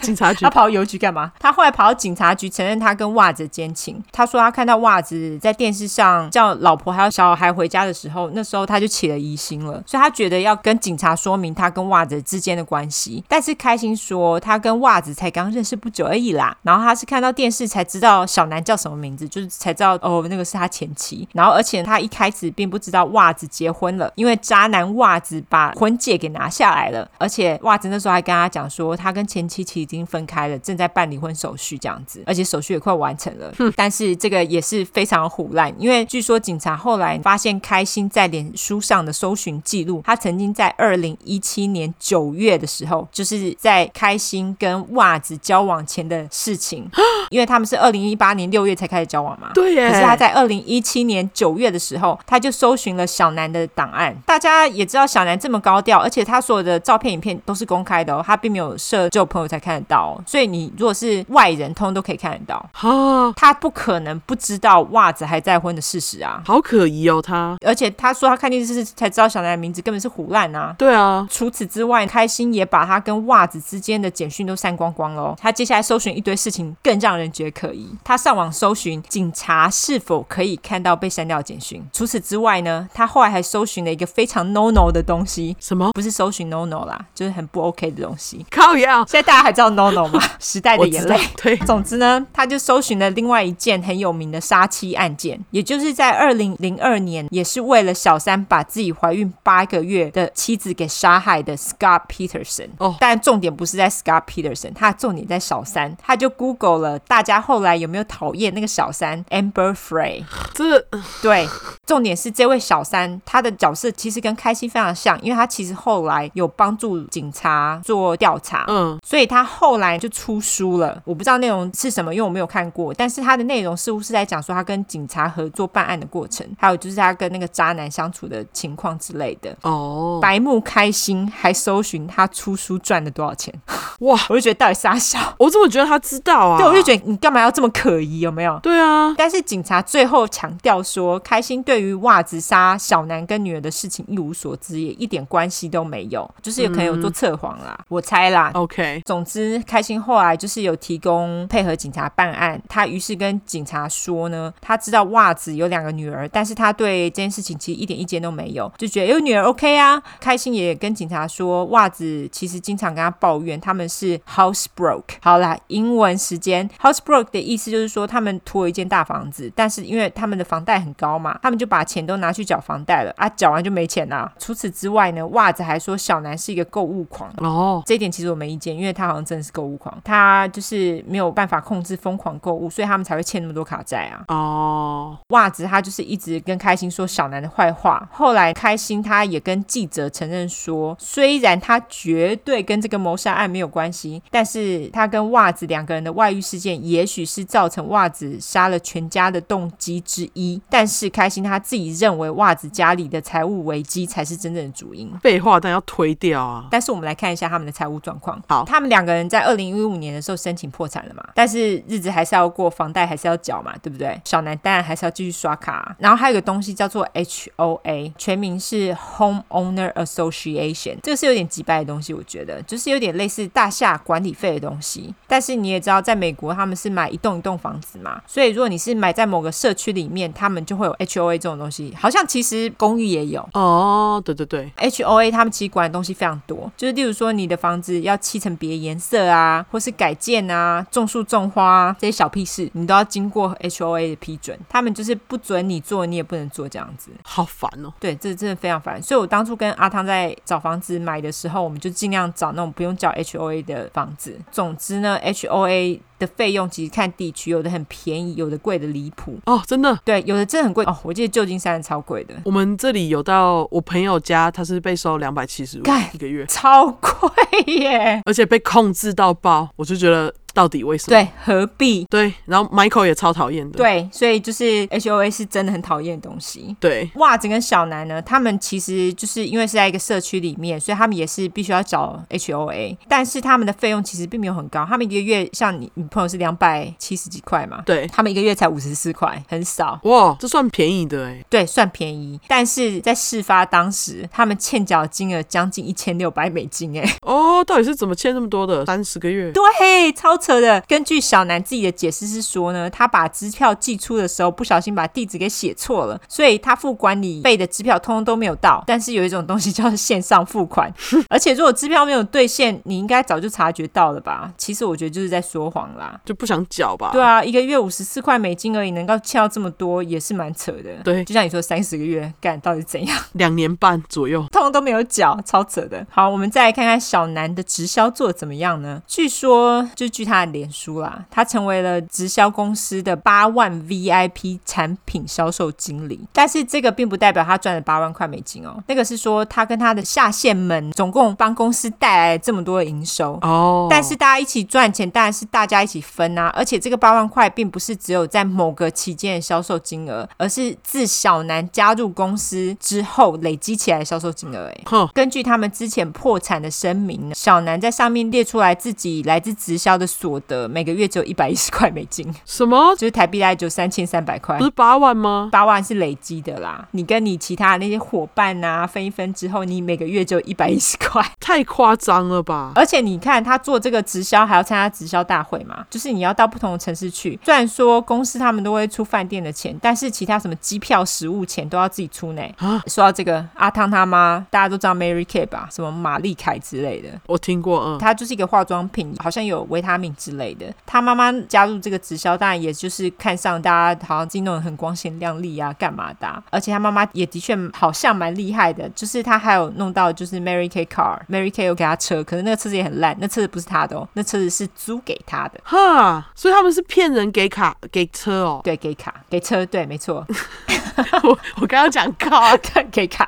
B: 警察局
A: 他跑邮局干嘛？他后来跑到警察局承认他跟袜子的奸情。他说他看到袜子在电视上叫老婆还有小孩回家的时候，那时候他就起了疑心了，所以他觉得要跟警察说明他跟袜子之间的关系。但是开心说他跟袜子才刚认识不久而已啦，然后他是看到电视才知道小南叫什么名字，就是才知道哦那个是他前妻。然后而且他一开始并不知道袜子结婚了，因为渣男袜子把婚戒给拿下来了，而且袜子那时候还跟他讲说他跟前妻其实已经分开了，正在办离婚手续这样子，而且手续也快完成了。但是这个也是非常胡乱，因为据说警察后来发现开心在脸书上的搜寻记录，他曾经在二零一七年九月的时候，就是在开心跟袜子交往前的事情，因为他们是二零一八年六月才开始交往嘛。
B: 对耶，
A: 可是他在二零一七年九月的时候，他就搜寻了小南的档案。大家也知道小南这么高调，而且他所有的照片、影片片都是公开的哦，它并没有设只有朋友才看得到、哦，所以你如果是外人，通通都可以看得到。
B: 啊，
A: 他不可能不知道袜子还再婚的事实啊！
B: 好可疑哦，他。
A: 而且他说他看电视才知道小南的名字，根本是胡乱啊！
B: 对啊，
A: 除此之外，开心也把他跟袜子之间的简讯都删光光喽。他接下来搜寻一堆事情，更让人觉得可疑。他上网搜寻警察是否可以看到被删掉的简讯。除此之外呢，他后来还搜寻了一个非常 no no 的东西，
B: 什么
A: 不是搜寻 no no 啦，就是很不 OK 的东西。
B: 靠呀？
A: 现在大家还知道 no no 吗？时代的
B: 我
A: 眼
B: 知道
A: 泪。，
B: 对，
A: 总之呢，他就搜寻了另外一件很有名的杀妻案件，也就是在二零零二年，也是为了小三把自己怀孕八个月的妻子给杀害的 Scott Peterson。
B: 哦
A: 但重点不是在 Scott Peterson，他的重点在小三。他就 Google 了大家后来有没有讨厌那个小三 Amber Frey。
B: 这
A: 对，重点是这位小三，她的角色其实跟开心非常像，因为她其实后来有帮助警察做调查。
B: 嗯，
A: 所以他后来就出书了，我不知道内容是什么，因为我没有看过。但是他的内容似乎是在讲说他跟警察合作办案的过程，还有就是他跟那个渣男相处的情况之类的。
B: 哦，
A: 白木开心还搜寻他出书赚了多少钱，
B: 哇，
A: 我就觉得到底傻笑，
B: 我怎么觉得他知道啊？
A: 对，我就觉得你干嘛要这么可疑，有没有？
B: 对啊，
A: 但是警察最后强调说，开心对于袜子杀小南跟女儿的事情一无所知，也一点关系都没有，就是有可能有做测谎啦，我猜啦。
B: OK，
A: 总之，开心后来就是有提供配合警察办案。他于是跟警察说呢，他知道袜子有两个女儿，但是他对这件事情其实一点意见都没有，就觉得有女儿 OK 啊。开心也跟警察说，袜子其实经常跟他抱怨他们是 house broke。好啦，英文时间 house broke 的意思就是说他们拖一间大房子，但是因为他们的房贷很高嘛，他们就把钱都拿去缴房贷了啊，缴完就没钱啦。除此之外呢，袜子还说小南是一个购物狂，
B: 哦，
A: 这一点其实我没意见，因为他好像真的是购物狂，他就是没有办法控制疯狂购物，所以他们才会欠那么多卡债啊。
B: 哦，
A: 袜子他就是一直跟开心说小南的坏话，后来开心他也跟记者承认说，虽然他绝对跟这个谋杀案没有关系，但是他跟袜子两个人的外遇事件，也许是造成袜子杀了全家的动机之一。但是开心他自己认为袜子家里的财务危机才是真正的主因。
B: 废话，但要推掉啊。
A: 但是我们来看一下他们的财务状况。
B: 好
A: 他们两个人在二零一五年的时候申请破产了嘛，但是日子还是要过，房贷还是要缴嘛，对不对？小南当然还是要继续刷卡啊、然后还有一个东西叫做 HOA，全名是 Homeowner Association，这个是有点几白的东西，我觉得就是有点类似大厦管理费的东西。但是你也知道，在美国他们是买一栋一栋房子嘛，所以如果你是买在某个社区里面，他们就会有 HOA 这种东西，好像其实公寓也有。
B: 哦，对对对，
A: HOA 他们其实管的东西非常多，就是例如说你的房子要漆成别颜色啊，或是改建啊、种树种花啊这些小屁事，你都要经过 HOA 的批准。他们就是不准你做，你也不能做这样子。
B: 好烦哦。
A: 对，这真的非常烦。所以我当初跟阿汤在找房子买的时候，我们就尽量找那种不用缴 HOA 的房子。总之呢，HOA 的费用其实看地区，有的很便宜，有的贵的离谱。
B: 哦，真的，
A: 对，有的真的很贵哦，我记得旧金山超贵的，
B: 我们这里有到我朋友家，他是被收两百七十五
A: 干
B: 一个月，
A: 超贵耶。
B: 而且被控制到爆，我就觉得到底为什么？
A: 对，何必？
B: 对，然后 Michael 也超讨厌的。
A: 对，所以就是 H O A 是真的很讨厌的东西。
B: 对
A: 袜子跟小南呢，他们其实就是因为是在一个社区里面，所以他们也是必须要找 H O A，但是他们的费用其实并没有很高，他们一个月像你你朋友是两百七十几块嘛，
B: 对，
A: 他们一个月才五十四块，很少。
B: 哇，这算便宜的哎，
A: 对，算便宜，但是在事发当时，他们欠缴金额将近一千六百美金，哎，
B: 哦，到底是怎么欠那么多的？三十个月，
A: 对，超扯的。根据小南自己的解释是说呢，他把支票寄出的时候不小心把地址给写错了，所以他付管理费的支票通通都没有到。但是有一种东西 叫线上付款，而且如果支票没有兑现，你应该早就察觉到了吧？其实我觉得就是在说谎啦。
B: 就不想缴吧？
A: 对啊，一个月五十四块美金而已，能够欠到这么多，也是蛮扯的。
B: 对
A: 就像你说三十个月，干到底是怎样？
B: 两年半左右。
A: 通通都没有缴，超扯的。好，我们再来看看小南的直销做得怎么样呢？据说，就据他的脸书啦，他成为了直销公司的八万 VIP 产品销售经理，但是这个并不代表他赚了八万块美金哦，那个是说他跟他的下线们总共帮公司带来这么多的营收。
B: 哦，
A: 但是大家一起赚钱，当然是大家家一起分啊。而且这个八万块并不是只有在某个期间的销售金额，而是自小南加入公司之后累积起来的销售金额、欸。
B: 哼，
A: 根据他们之前破产的声明呢，小南在上面列出来自己来自直销的所得，每个月只有一百一十块美金，
B: 什么？
A: 就是台币大概只有三千三百块
B: 不。是八万吗？
A: 八万是累积的啦，你跟你其他的那些伙伴啊分一分之后，你每个月就一百一十块。
B: 太夸张了吧！
A: 而且你看，他做这个直销还要参加直销大会嘛，就是你要到不同的城市去。虽然说公司他们都会出饭店的钱，但是其他什么机票、食物钱都要自己出呢。
B: 啊
A: 说到这个，阿汤他妈大家都知道 Mary Kay 吧，什么玛丽凯之类的，
B: 我听过，嗯，
A: 她就是一个化妆品，好像有维他命之类的。她妈妈加入这个直销，当然也就是看上大家好像自己弄得很光鲜亮丽啊，干嘛的啊、而且她妈妈也的确好像蛮厉害的，就是她还有弄到就是 Mary Kay car，Mary Kay 有给她车，可是那个车子也很烂，那车子不是她的哦，那车子是租给她的。
B: 哈，所以他们是骗人给卡给车哦。
A: 对，给卡，给车，对，没错，
B: 我我刚刚讲卡，
A: 对，给卡。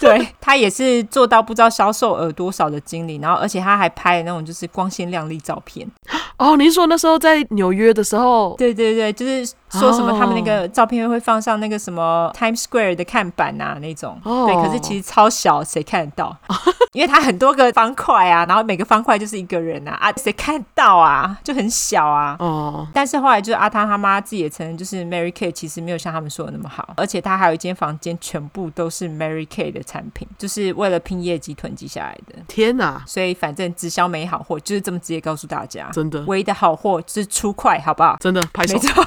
A: 对她也是做到不知道销售额多少的经理，然后而且她还拍了那种就是光鲜亮丽照片，
B: 哦，你是说那时候在纽约的时候，
A: 对对对，就是说什么他们那
B: 哦
A: 个照片会放上那个什么 Times Square 的看板啊那种
B: 哦
A: 对，可是其实超小，谁看得到？ 因为它很多个方块啊，然后每个方块就是一个人啊，啊，谁看得到啊？就很小啊。
B: 哦，
A: 但是后来就是阿汤他妈自己也承认，就是 Mary Kay 其实没有像他们说的那么好，而且他还有一间房间全部都是 Mary Kay 的产品，就是为了拼业绩囤积下来的。
B: 天哪，
A: 所以反正直销没好货，就是这么直接告诉大家，
B: 真的
A: 唯一的好货就是出快，好不好？
B: 真的拍手
A: 没， 错。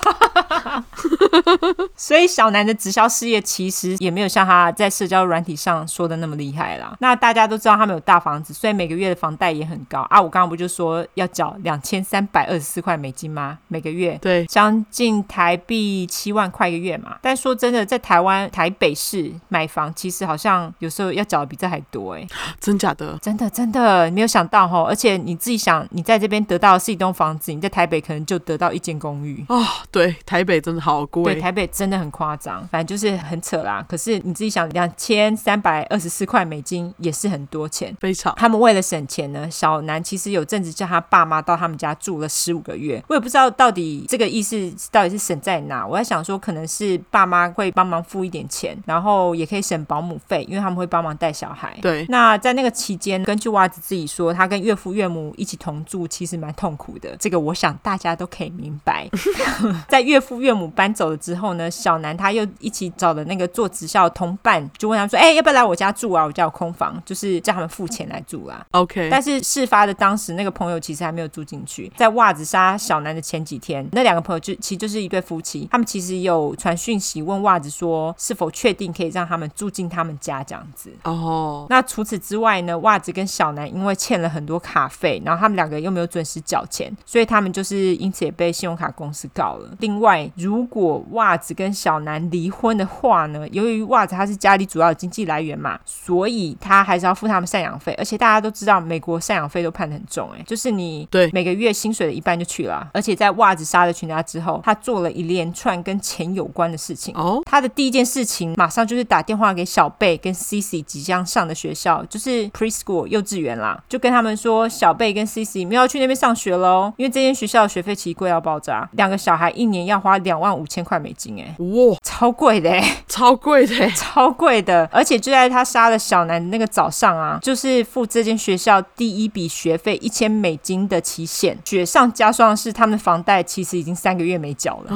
A: 所以小南的直销事业其实也没有像他在社交软体上说的那么厉害啦。那大家都知道他们有大房子，所以每个月的房贷也很高啊。我刚刚不就说要缴两千三百二十四块美金吗？每个月。
B: 对，
A: 将近台币七万块一个月嘛，但说真的，在台湾台北市买房，其实好像有时候要缴的比这还多哎、
B: 真假的，
A: 真的真的没有想到吼，而且你自己想，你在这边得到的是一栋房子，你在台北可能就得到一间公寓。
B: 哦，对，台北真的好
A: 对，
B: 贵，
A: 台北真的很夸张，反正就是很扯啦。可是你自己想，两千三百二十四块美金也是很多钱。
B: 非常
A: 他们为了省钱呢，小南其实有阵子叫他爸妈到他们家住了十五个月。我也不知道到底这个意思到底是省在哪。我在想说，可能是爸妈会帮忙付一点钱，然后也可以省保姆费，因为他们会帮忙带小孩。
B: 对
A: 那在那个期间，根据蛙子自己说，他跟岳父岳母一起同住，其实蛮痛苦的。这个我想大家都可以明白。 在岳父岳母搬走了之后呢，小南他又一起找了那个做直销的同伴，就问他们说：“哎、要不要来我家住啊？我家有空房，就是叫他们付钱来住啦、
B: ，OK，
A: 但是事发的当时，那个朋友其实还没有住进去。在袜子杀小南的前几天，那两个朋友就其实就是一对夫妻，他们其实有传讯息问袜子说是否确定可以让他们住进他们家这样子。
B: 哦，
A: 那除此之外呢，袜子跟小南因为欠了很多卡费，然后他们两个又没有准时缴钱，所以他们就是因此也被信用卡公司告了。另外，如果袜子跟小南离婚的话呢，由于袜子他是家里主要的经济来源嘛，所以他还是要付他们赡养费，而且大家都知道美国赡养费都判得很重、欸，就是你
B: 对
A: 每个月薪水的一半就去了啊，而且在袜子杀了全家之后，他做了一连串跟钱有关的事情。
B: 哦，
A: 他的第一件事情马上就是打电话给小贝跟 Cici 即将上的学校，就是 preschool 幼稚园啦，就跟他们说小贝跟 Cici 没有要去那边上学喽，因为这间学校的学费其实贵到爆炸，两个小孩一年要花两万五千块美金、欸，
B: 哇，
A: 超贵的、欸。
B: 超贵的，
A: 超贵的，而且就在他杀了小南的那个早上啊，就是付这间学校第一笔学费一千美金的期限。雪上加霜的是，他们的房贷其实已经三个月没缴了。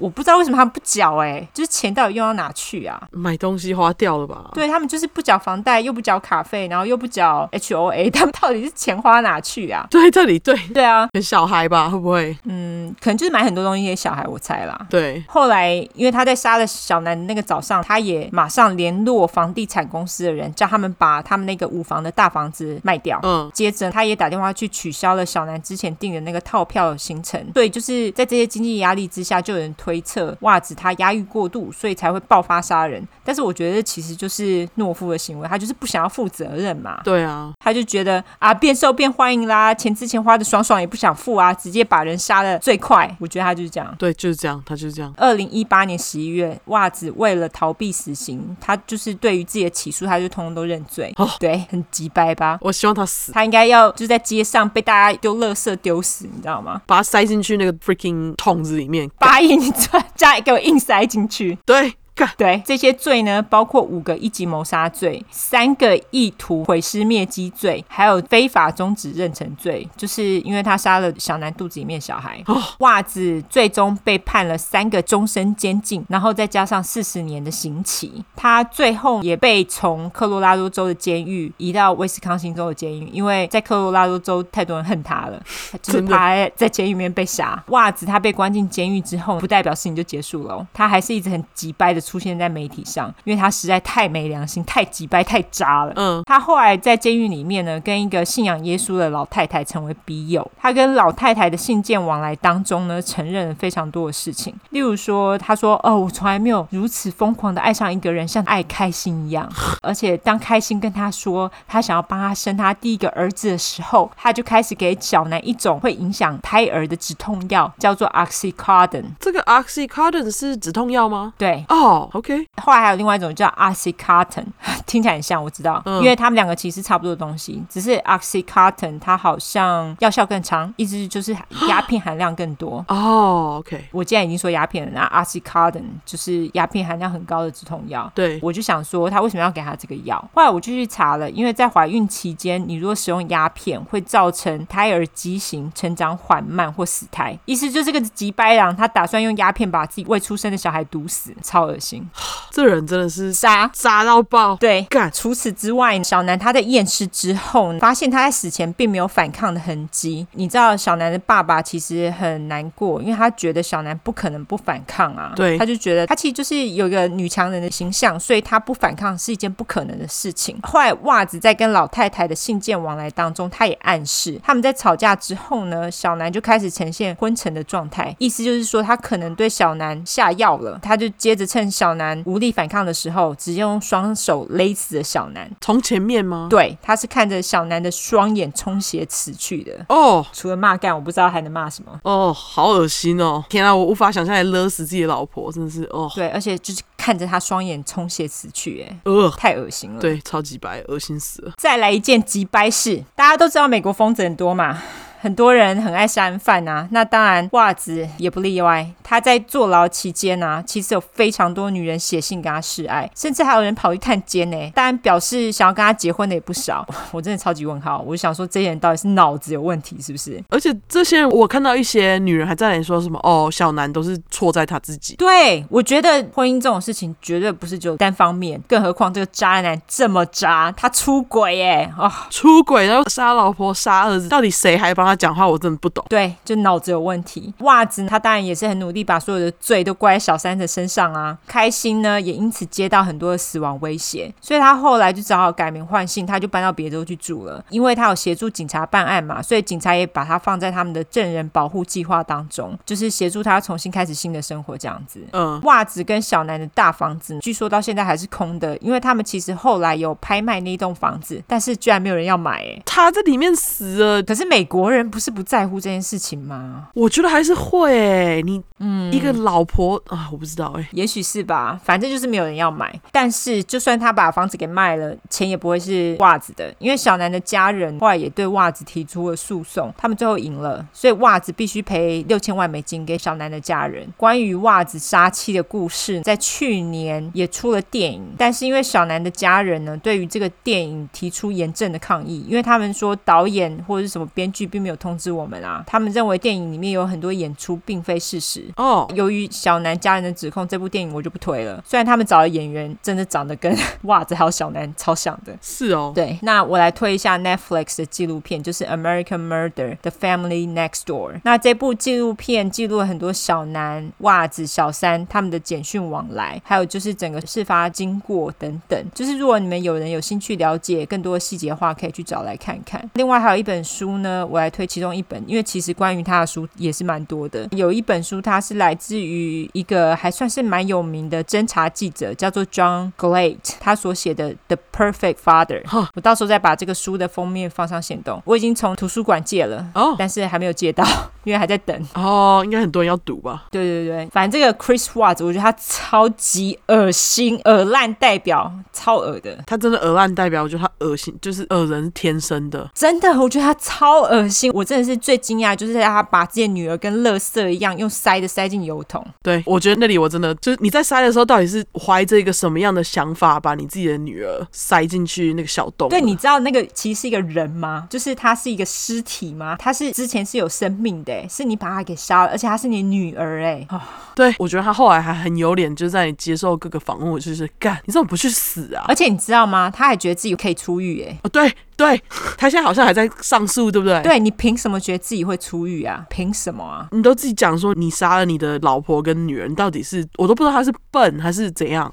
A: 我不知道为什么他们不缴、欸，哎，就是钱到底用到哪去啊？
B: 买东西花掉了吧？
A: 对他们就是不缴房贷，又不缴卡费，然后又不缴 HOA，他们到底是钱花哪去啊？
B: 对，这里对，
A: 对啊，
B: 很小孩吧？会不会？
A: 嗯，可能就是买很多东西给小孩，我猜啦。
B: 对，
A: 后来，因为他在杀了小南的那个早上，他也马上联络房地产公司的人，叫他们把他们那个五房的大房子卖掉。
B: 嗯，
A: 接着，他也打电话去取消了小南之前订的那个套票行程。对，就是在这些经济压力之下，就有人推测袜子他压抑过度，所以才会爆发杀人。但是我觉得这其实就是懦夫的行为，他就是不想要负责任嘛。
B: 对啊，
A: 他就觉得啊，变瘦变欢迎啦，钱之前花的爽爽也不想付啊，直接把人杀了最快。我觉得他就是这样。
B: 对，就是这样，他就是这样。
A: 二零一八年十一月，袜子为了逃避死刑，他就是对于自己的起诉，他就通通都认罪。
B: 哦
A: 对，很急掰吧？
B: 我希望他死，
A: 他应该要就在街上被大家丢垃圾丢死，你知道吗？
B: 把他塞进去那个 freaking 桶子里面。
A: 八亿，你 这加给我硬塞进去。
B: 对，干
A: 对，这些罪呢，包括五个一级谋杀罪、三个意图毁尸灭迹罪，还有非法终止妊娠罪，就是因为他杀了小男肚子里面小孩。
B: 哦
A: 袜子最终被判了三个终身监禁，然后再加上四十年的刑期。他最后也被从科罗拉多州的监狱移到威斯康星州的监狱，因为在科罗拉多州太多人恨他了，就是
B: 真的
A: 怕他在监狱里面被杀。袜子他被关进监狱之后，不代表事情就结束了哦、他还是一直很急掰的出现在媒体上，因为他实在太没良心、太急掰、太渣了。
B: 嗯，
A: 他后来在监狱里面呢，跟一个信仰耶稣的老太太成为笔友。他跟老太太的信件往来当中呢，承认了非常多的事情，例如说，他说：“哦，我从来没有如此疯狂的爱上一个人，像爱开心一样。而且当开心跟他说他想要帮他生他第一个儿子的时候，他就开始给小南一种会影响胎儿的止痛药，叫做 oxycodone。
B: 这个 oxycodone 是止痛药吗？
A: 对，
B: 哦、o k
A: 后来还有另外一种叫 oxycontin，听 起来很像，我知道，
B: 嗯。
A: 因为他们两个其实差不多的东西，只是 oxycontin 它好像药效更长，意思就是鸦片含量更多
B: 哦、o k
A: 我既然已经说鸦片了，那 oxycontin 就是鸦片含量很高的止痛药。
B: 对，
A: 我就想说，他为什么要给他这个药？后来我就去查了，因为在怀孕期间，你如果使用鸦片，会造成胎儿畸形、成长缓慢或死胎。意思就是这个吉白狼，他打算用鸦片把自己未出生的小孩毒死，超恶 心，
B: 这人真的是
A: 杀！
B: 渣到爆，
A: 对，
B: 干
A: 哦除此之外，小南他在验尸之后呢，发现他在死前并没有反抗的痕迹。你知道，小南的爸爸其实很难过，因为他觉得小南不可能不反抗啊。
B: 对
A: 他就觉得他其实就是有一个女强人的形象，所以他不反抗是一件不可能的事情。后来，袜子在跟老太太的信件往来当中，他也暗示他们在吵架之后呢，小南就开始呈现昏沉的状态，意思就是说他可能对小南下药了。他就接着趁小南无力反抗的时候，直接用双手勒死了小南。
B: 从前面吗？
A: 对，他是看着小南的双眼充血死去的。
B: 哦
A: 除了骂干，我不知道还能骂什么。
B: 哦，好恶心哦！天啊，我无法想象来勒死自己的老婆，真的是哦，
A: 对，而且就是看着他双眼充血死去，哎，
B: 呃，
A: 太恶心了。
B: 对，超级白，恶心死了。
A: 再来一件急掰事，大家都知道美国疯子很多嘛。很多人很爱杀人犯啊，那当然袜子也不例外。他在坐牢期间啊，其实有非常多女人写信跟他示爱，甚至还有人跑去探监呢、当然，表示想要跟他结婚的也不少。 我真的超级问号，我就想说这些人到底是脑子有问题是不是？
B: 而且这些人，我看到一些女人还在那里说什么哦，小南都是错在他自己。
A: 对，我觉得婚姻这种事情绝对不是只有单方面，更何况这个渣男这么渣，他出轨耶、哦，
B: 出轨，然后杀老婆、杀儿子，到底谁还帮他讲话？我真的不懂。
A: 对，就脑子有问题。袜子他当然也是很努力，把所有的罪都怪在小三的身上啊。开心呢，也因此接到很多的死亡威胁，所以他后来就只好改名换姓，他就搬到别州去住了。因为他有协助警察办案嘛，所以警察也把他放在他们的证人保护计划当中，就是协助他重新开始新的生活这样子。
B: 嗯，
A: 袜子跟小南的大房子，据说到现在还是空的，因为他们其实后来有拍卖那栋房子，但是居然没有人要买、欸。
B: 他在里面死了，
A: 可是美国人不是不在乎这件事情吗？
B: 我觉得还是会欸你嗯，一个老婆啊，我不知道哎、
A: 也许是吧，反正就是没有人要买。但是就算他把房子给卖了，钱也不会是袜子的，因为小南的家人后来也对袜子提出了诉讼，他们最后赢了，所以袜子必须赔六千万美金给小南的家人。关于袜子杀妻的故事，在去年也出了电影，但是因为小南的家人呢，对于这个电影提出严正的抗议，因为他们说导演或者是什么编剧并没有通知我们啊，他们认为电影里面有很多演出并非事实，
B: 哦，
A: 由于小南家人的指控，这部电影我就不推了。虽然他们找的演员真的长得跟 袜子还有小南超像的。
B: 是哦，
A: 对，那我来推一下 Netflix 的纪录片，就是《American Murder: The Family Next Door》。那这部纪录片记录了很多小南、袜子、小三他们的简讯往来，还有就是整个事发经过等等。就是如果你们有人有兴趣了解更多细节的话，可以去找来看看。另外还有一本书呢，我来推其中一本，因为其实关于他的书也是蛮多的。有一本书它是。是来自于一个还算是蛮有名的侦查记者，叫做 John Glate，他所写的《The Perfect Father》
B: 哈。
A: 我到时候再把这个书的封面放上线动。我已经从图书馆借了，
B: 哦
A: 但是还没有借到，因为还在等。
B: 哦，应该很多人要读吧？
A: 对对对，反正这个 Chris Watts，我觉得他超级恶心、恶烂代表，超恶的。
B: 他真的恶烂代表，我觉得他恶心，就是恶人是天生的。
A: 真的，我觉得他超恶心，我真的是最惊讶，就是他把自己的女儿跟垃圾一样，用塞的塞进油桶。
B: 对，我觉得那里我真的就是你在塞的时候，到底是怀着一个什么样的想法，把你自己的女儿塞进去那个小洞？啊
A: 对，你知道那个其实是一个人吗？就是他是一个尸体吗？他是之前是有生命的、欸，是你把他给杀了，而且他是你女儿、欸，哎、
B: 对，我觉得他后来还很有脸，就在接受各个访问，我就是干，你怎么不去死啊？
A: 而且你知道吗？他还觉得自己可以出狱、欸，哎。
B: 哦，对对，他现在好像还在上诉，对不对？，
A: 对你凭什么觉得自己会出狱啊？凭什么啊？
B: 你都自己讲说你杀了你的老婆跟女人，到底是我都不知道他是笨还是怎 样？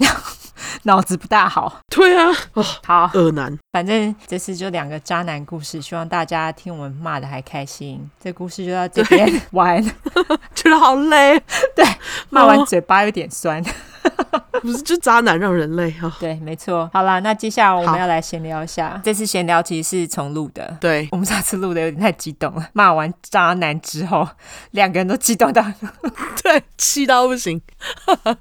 A: 脑子不大好。
B: 对啊，哦，
A: 好，
B: 恶男，
A: 反正这次就两个渣男故事，希望大家听我们骂的还开心。这故事就到这边 完，
B: 觉得好累， 哦
A: 骂完嘴巴有点酸。
B: 不是就渣男让人累啊、
A: 对，没错。好啦，那接下来我
B: 好
A: 们要来闲聊一下。这次闲聊其实是重录的，
B: 对，
A: 我们上次录的有点太激动了，骂完渣男之后，两个人都激动到
B: 对，气到不行。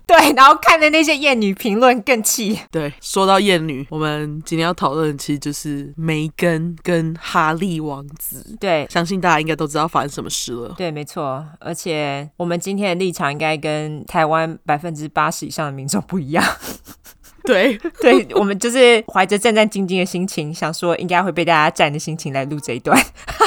A: 对，然后看的那些艳女评论更气。
B: 对，说到艳女，我们今天要讨论的其实就是梅根跟哈利王子，
A: 对。
B: 相信大家应该都知道发生什么事了。
A: 对，没错，而且我们今天的立场应该跟台湾百分之八十以上的民众不一样。
B: 对，
A: 对我们就是怀着战战兢兢的心情，想说应该会被大家赞的心情来录这一段。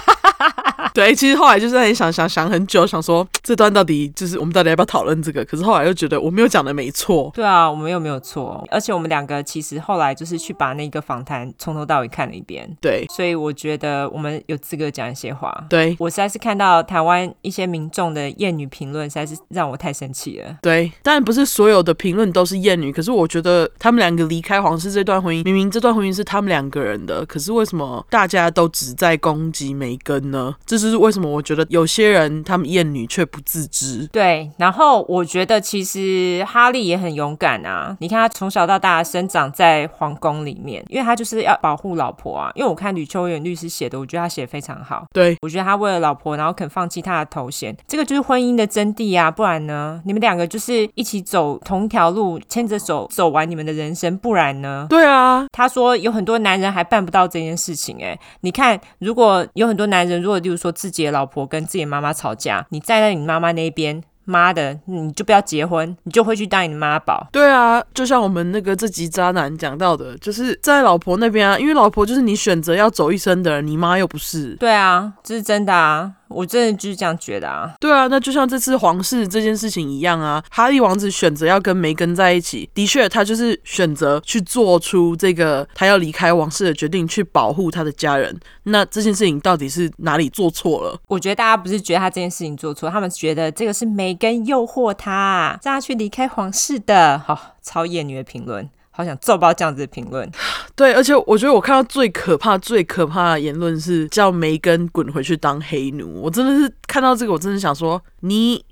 B: 对，其实后来就是很想想想很久，想说这段到底就是我们到底要不要讨论这个？可是后来又觉得我没有讲的没错，
A: 对啊，我们又没有错，而且我们两个其实后来就是去把那个访谈从头到尾看了一遍，
B: 对
A: 所以我觉得我们有资格讲一些话。
B: 对
A: 我实在是看到台湾一些民众的艳女评论，实在是让我太生气了。
B: 对。当然不是所有的评论都是艳女，可是我觉得他们两个离开皇室这段婚姻，明明这段婚姻是他们两个人的，可是为什么大家都只在攻击梅根呢？这就是为什么我觉得有些人他们艳女却不自知。
A: 对，然后我觉得其实哈利也很勇敢啊。你看他从小到大生长在皇宫里面，因为他就是要保护老婆啊。因为我看吕秋远律师写的，我觉得他写的非常好。
B: 对
A: 我觉得他为了老婆，然后肯放弃他的头衔，这个就是婚姻的真谛啊！不然呢，你们两个就是一起走同一条路，牵着手走完你们的人生，不然呢？
B: 对啊，
A: 他说有很多男人还办不到这件事情、欸，你看，如果有很多男人，如果例如说自己的老婆跟自己的妈妈吵架，你站在你妈妈那边，妈的，你就不要结婚，你就会去当你的妈宝。
B: 对啊，就像我们那个这集渣男讲到的，就是在老婆那边啊，因为老婆就是你选择要走一生的人，你妈又不是。
A: 对啊，这是真的啊，我真的就是这样觉得啊。
B: 对啊，那就像这次皇室这件事情一样啊，哈利王子选择要跟梅根在一起，的确，他就是选择去做出这个他要离开王室的决定，去保护他的家人。那这件事情到底是哪里做错了？
A: 我觉得大家不是觉得他这件事情做错，他们觉得这个是梅根诱惑他，让他去离开皇室的。好、超艳女的评论，好想揍爆这样子的评论。
B: 对，而且我觉得我看到最可怕、最可怕的言论是叫梅根滚回去当黑奴。我真的是看到这个，我真的想说，你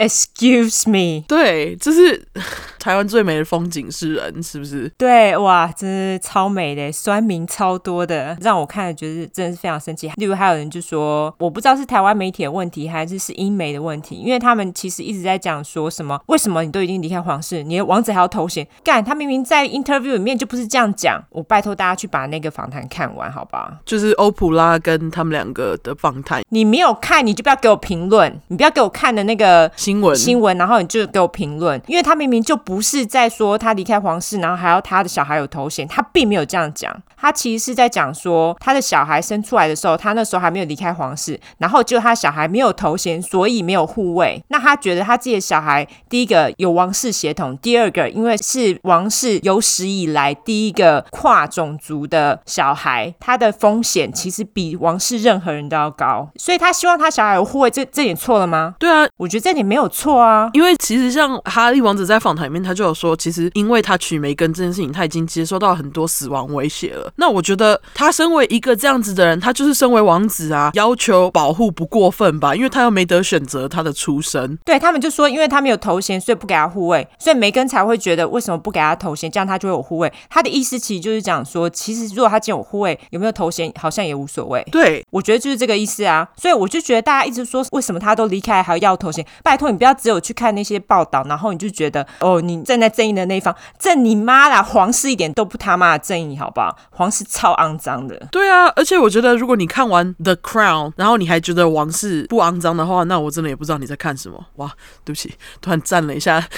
A: Excuse me，
B: 对，就是 台湾最美的风景是人，是不是？
A: 对，哇，真是超美的，酸民超多的，让我看了觉得真的是非常生气。例如还有人就说，我不知道是台湾媒体的问题，还是是英媒的问题，因为他们其实一直在讲说什么，为什么你都已经离开皇室，你的王子还要头衔？干，他明明在 interview 里面就不是这样讲。我拜托大家去把那个访谈看完，好吧？
B: 就是欧普拉跟他们两个的访谈
A: 你没有看，你就不要给我评论，你不要给我看的那个
B: 新闻，
A: 新闻，然后你就给我评论，因为他明明就不是在说他离开皇室，然后还要他的小孩有头衔，他并没有这样讲，他其实是在讲说他的小孩生出来的时候，他那时候还没有离开皇室，然后就他小孩没有头衔，所以没有护卫。那他觉得他自己的小孩，第一个有王室血统，第二个因为是王室有史以来第一个跨种族的小孩，他的风险其实比王室任何人都要高，所以他希望他小孩有护卫，这这点错了吗？
B: 对啊，
A: 我觉得这点没有错啊，
B: 因为其实像哈利王子在访谈里面面，他就有说，其实因为他取梅根这件事情，他已经接收到很多死亡威胁了。那我觉得他身为一个这样子的人，他就是身为王子啊，要求保护不过分吧，因为他又没得选择他的出身。
A: 对他们就说，因为他们有头衔，所以不给他护卫，所以梅根才会觉得为什么不给他头衔，这样他就会有护卫。他的意思其实就是讲说，其实如果他今天有护卫，有没有头衔好像也无所谓。
B: 对，
A: 我觉得就是这个意思啊，所以我就觉得大家一直说为什么他都离开还要要头衔，拜托你不要只有去看那些报道，然后你就觉得哦你站在正义的那一方，正你妈啦，皇室一点都不他妈的正义，好不好？皇室超肮脏的，
B: 对啊，而且我觉得，如果你看完《The Crown》，然后你还觉得王室不肮脏的话，那我真的也不知道你在看什么。哇，对不起，突然站了一下。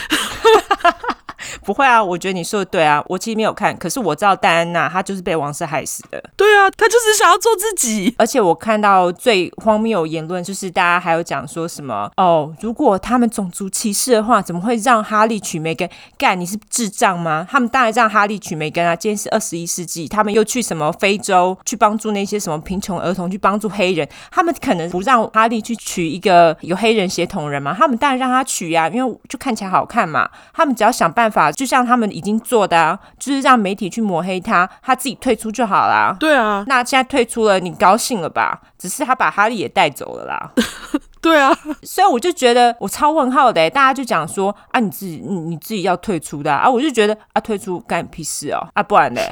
A: 不会啊，我觉得你说的对啊，我其实没有看，可是我知道戴安娜她就是被王室害死的，
B: 对啊，他就是想要做自己。
A: 而且我看到最荒谬的言论就是大家还有讲说什么哦，如果他们种族歧视的话，怎么会让哈利娶梅根？干，你是智障吗？他们当然让哈利娶梅根啊！今天是二十一世纪，他们又去什么非洲去帮助那些什么贫穷儿童，去帮助黑人，他们可能不让哈利去娶一个有黑人血统人嘛？他们当然让他娶呀、因为就看起来好看嘛。他们只要想办法，就像他们已经做的、啊，就是让媒体去抹黑他，他自己退出就好啦。
B: 对啊，
A: 那现在退出了，你高兴了吧？只是他把哈利也带走了啦，
B: 对啊，
A: 所以我就觉得我超问号的欸、大家就讲说啊，你自己你你自己要退出的啊，啊我就觉得啊，退出干你屁事哦，啊不然嘞。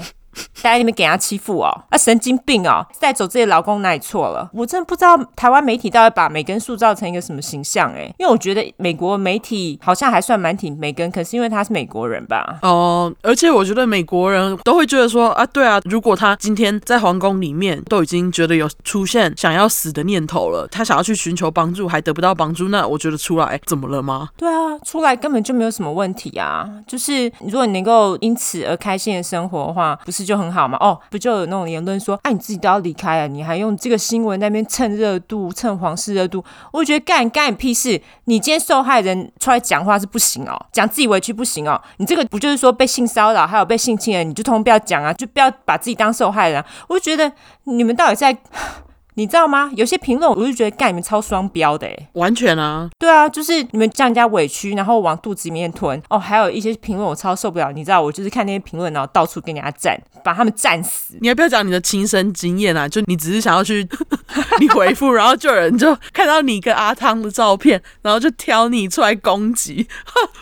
A: 大家在那边给他欺负哦，啊神经病哦，带走自己的老公哪里错了？我真的不知道台湾媒体到底把梅根塑造成一个什么形象哎、因为我觉得美国媒体好像还算蛮挺梅根，可是因为他是美国人吧，
B: 哦、而且我觉得美国人都会觉得说啊，对啊，如果他今天在皇宫里面都已经觉得有出现想要死的念头了，他想要去寻求帮助还得不到帮助，那我觉得出来怎么了吗？
A: 对啊，出来根本就没有什么问题啊。就是如果你能够因此而开心的生活的话，不是就很好吗？哦，不就有那种言论说，哎、你自己都要离开了，你还用这个新闻在那边蹭热度、蹭皇室热度？我觉得干干你屁事！你今天受害人出来讲话是不行哦，讲自己委屈不行哦。你这个不就是说被性骚扰还有被性侵的人，你就通通不要讲啊，就不要把自己当受害人啊、我就觉得你们到底在， 你知道吗？有些评论我就觉得干你们超双标的、欸。
B: 完全啊，
A: 对啊，就是你们让人家委屈，然后往肚子里面吞。哦，还有一些评论我超受不了，你知道，我就是看那些评论，然后到处跟人家站，把他们站死。
B: 你还不要讲你的亲身经验啊，就你只是想要去 你回复，然后就有人就看到你跟阿汤的照片，然后就挑你出来攻击，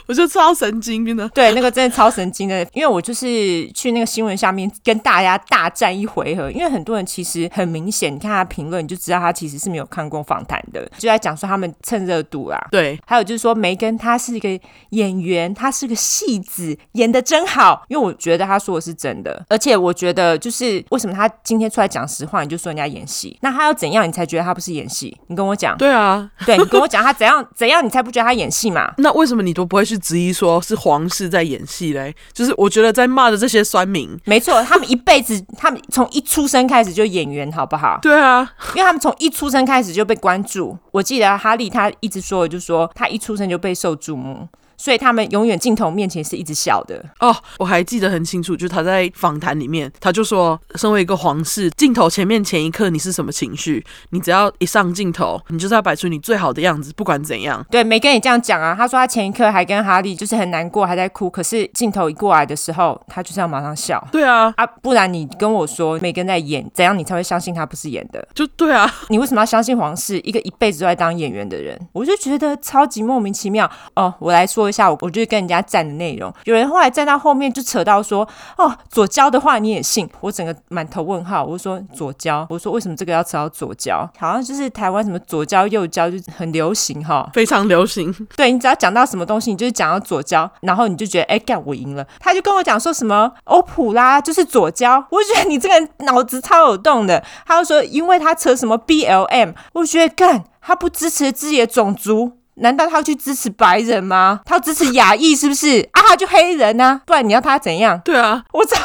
B: 我就超神经病的。
A: 对，那个真的超神经的，因为我就是去那个新闻下面跟大家大战一回合，因为很多人其实很明显，你看他评论你就知道他其实是没有看过访谈的，就在讲说他们蹭热度啊啦。
B: 对，
A: 还有就是说，梅根她是一个演员，她是个戏子，演的真好。因为我觉得她说的是真的，而且我觉得就是为什么她今天出来讲实话，你就说人家演戏，那她要怎样你才觉得她不是演戏？你跟我讲，
B: 对啊，
A: 对你跟我讲她怎样怎样，你才不觉得她演戏嘛？
B: 那为什么你都不会去质疑说是皇室在演戏嘞？就是我觉得在骂的这些酸民，
A: 没错，他们一辈子，他们从一出生开始就演员，好不好？
B: 对啊，
A: 因为他们从一出生开始就被关注。我记得哈利他一直说的，就说他一出生就备受注目，所以他们永远镜头面前是一直笑的。
B: 哦，我还记得很清楚，就他在访谈里面，他就说，身为一个皇室，镜头前面前一刻你是什么情绪，你只要一上镜头，你就是要摆出你最好的样子，不管怎样。
A: 对，梅根也这样讲啊。他说他前一刻还跟哈利就是很难过，还在哭，可是镜头一过来的时候，他就是要马上笑
B: 对啊，
A: 啊！不然你跟我说梅根在演，怎样你才会相信他不是演的？
B: 就对啊，
A: 你为什么要相信皇室一个一辈子都在当演员的人？我就觉得超级莫名其妙哦。我来说一下，我我就是跟人家站的内容。有人后来站到后面就扯到说，哦，左交的话你也信？我整个满头问号。我就说左交，我说为什么这个要扯到左交？好像就是台湾什么左交右交就很流行哈、
B: 非常流行。
A: 对你只要讲到什么东西，你就是讲到左交，然后你就觉得哎干我赢了。他就跟我讲说什么欧普拉就是左交，我就觉得你这个人脑子超有洞的。他就说因为他扯什么 BLM，我就觉得干他不支持自己的种族。难道他要去支持白人吗？他要支持亚裔是不是？啊，他就黑人啊，不然你要他怎样？
B: 对啊，
A: 我操！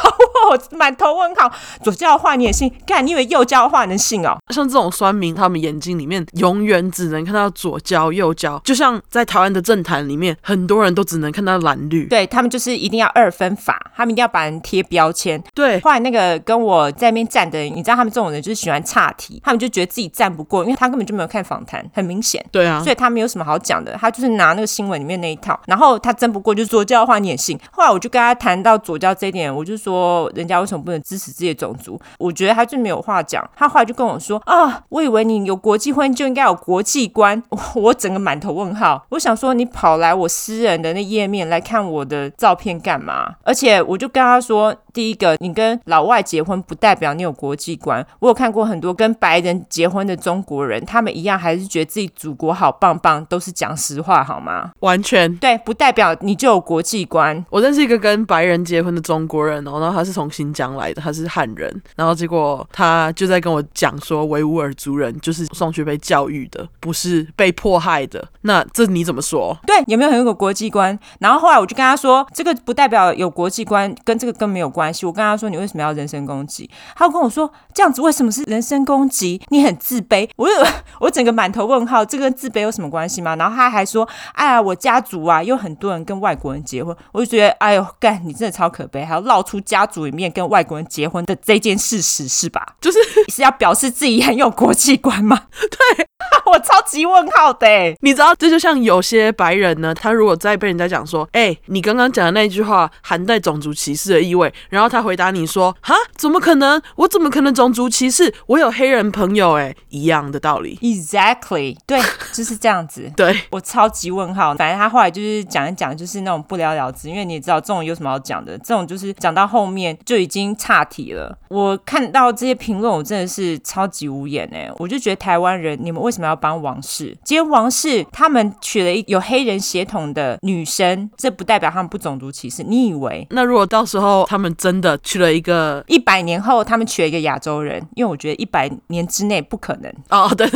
A: 我满头问号。左教的话你也信？干，你以为右教的话能信哦？
B: 像这种酸民，他们眼睛里面永远只能看到左交右交，就像在台湾的政坛里面，很多人都只能看到蓝绿。
A: 对他们就是一定要二分法，他们一定要把人贴标签。
B: 对
A: 后来那个跟我在那边站的人，你知道他们这种人就是喜欢岔题，他们就觉得自己站不过，因为他根本就没有看访谈，很明显，
B: 对啊
A: 所，以他没有什么好讲的，他就是拿那个新闻里面那一套，然后他争不过就左教的话你也信。后来我就跟他谈到左教这一点，我就说人家为什么不能支持自己的种族？我觉得他就没有话讲，他后来就跟我说啊，我以为你有国际婚就应该有国际观，我我整个满头问号，我想说你跑来我私人的那页面来看我的照片干嘛？而且我就跟他说，第一个你跟老外结婚不代表你有国际观，我有看过很多跟白人结婚的中国人，他们一样还是觉得自己祖国好棒棒，都是讲实话好吗？
B: 完全。
A: 对，不代表你就有国际观。
B: 我认识一个跟白人结婚的中国人哦，然后他是从新疆来的，他是汉人，然后结果他就在跟我讲说，维吾尔族人就是送去被教育的，不是被迫害的。那这你怎么说？
A: 对，有没有很有国际观？然后后来我就跟他说，这个不代表有国际观，跟这个更没有关系。我跟他说，你为什么要人身攻击？他就跟我说，这样子为什么是人身攻击？ 你很自卑。我就我整个满头问号，这跟自卑有什么关系吗？然后他还说，哎呀，我家族啊，有很多人跟外国人结婚，我就觉得，哎呦，干，你真的超可悲，还要闹出家族里面跟外国人结婚的这件事实是吧？
B: 就是
A: 是要表示自己很有国际观吗？ 对，我超级问号的、欸。
B: 你知道，这就像有些白人呢，他如果再被人家讲说，哎、你刚刚讲的那句话含带种族歧视的意味，然后他回答你说，哈，怎么可能？我怎么可能种族歧视？我有黑人朋友、哎，一样的道理。
A: Exactly，对，就是这样子。
B: 对，
A: 我超级问号，反正他后来就是讲一讲，就是那种不了了之，因为你也知道这种有什么好讲的，这种就是讲到后面就已经岔题了。我看到这些评论，我真的是超级无言哎、我就觉得台湾人，你们为什么要帮王室？今天王室他们娶了一有黑人血统的女生，这不代表他们不种族歧视。你以为
B: 那如果到时候他们真的去了一个
A: 一百年后他们娶了一个亚洲人？因为我觉得一百年之内不可能。
B: 哦，对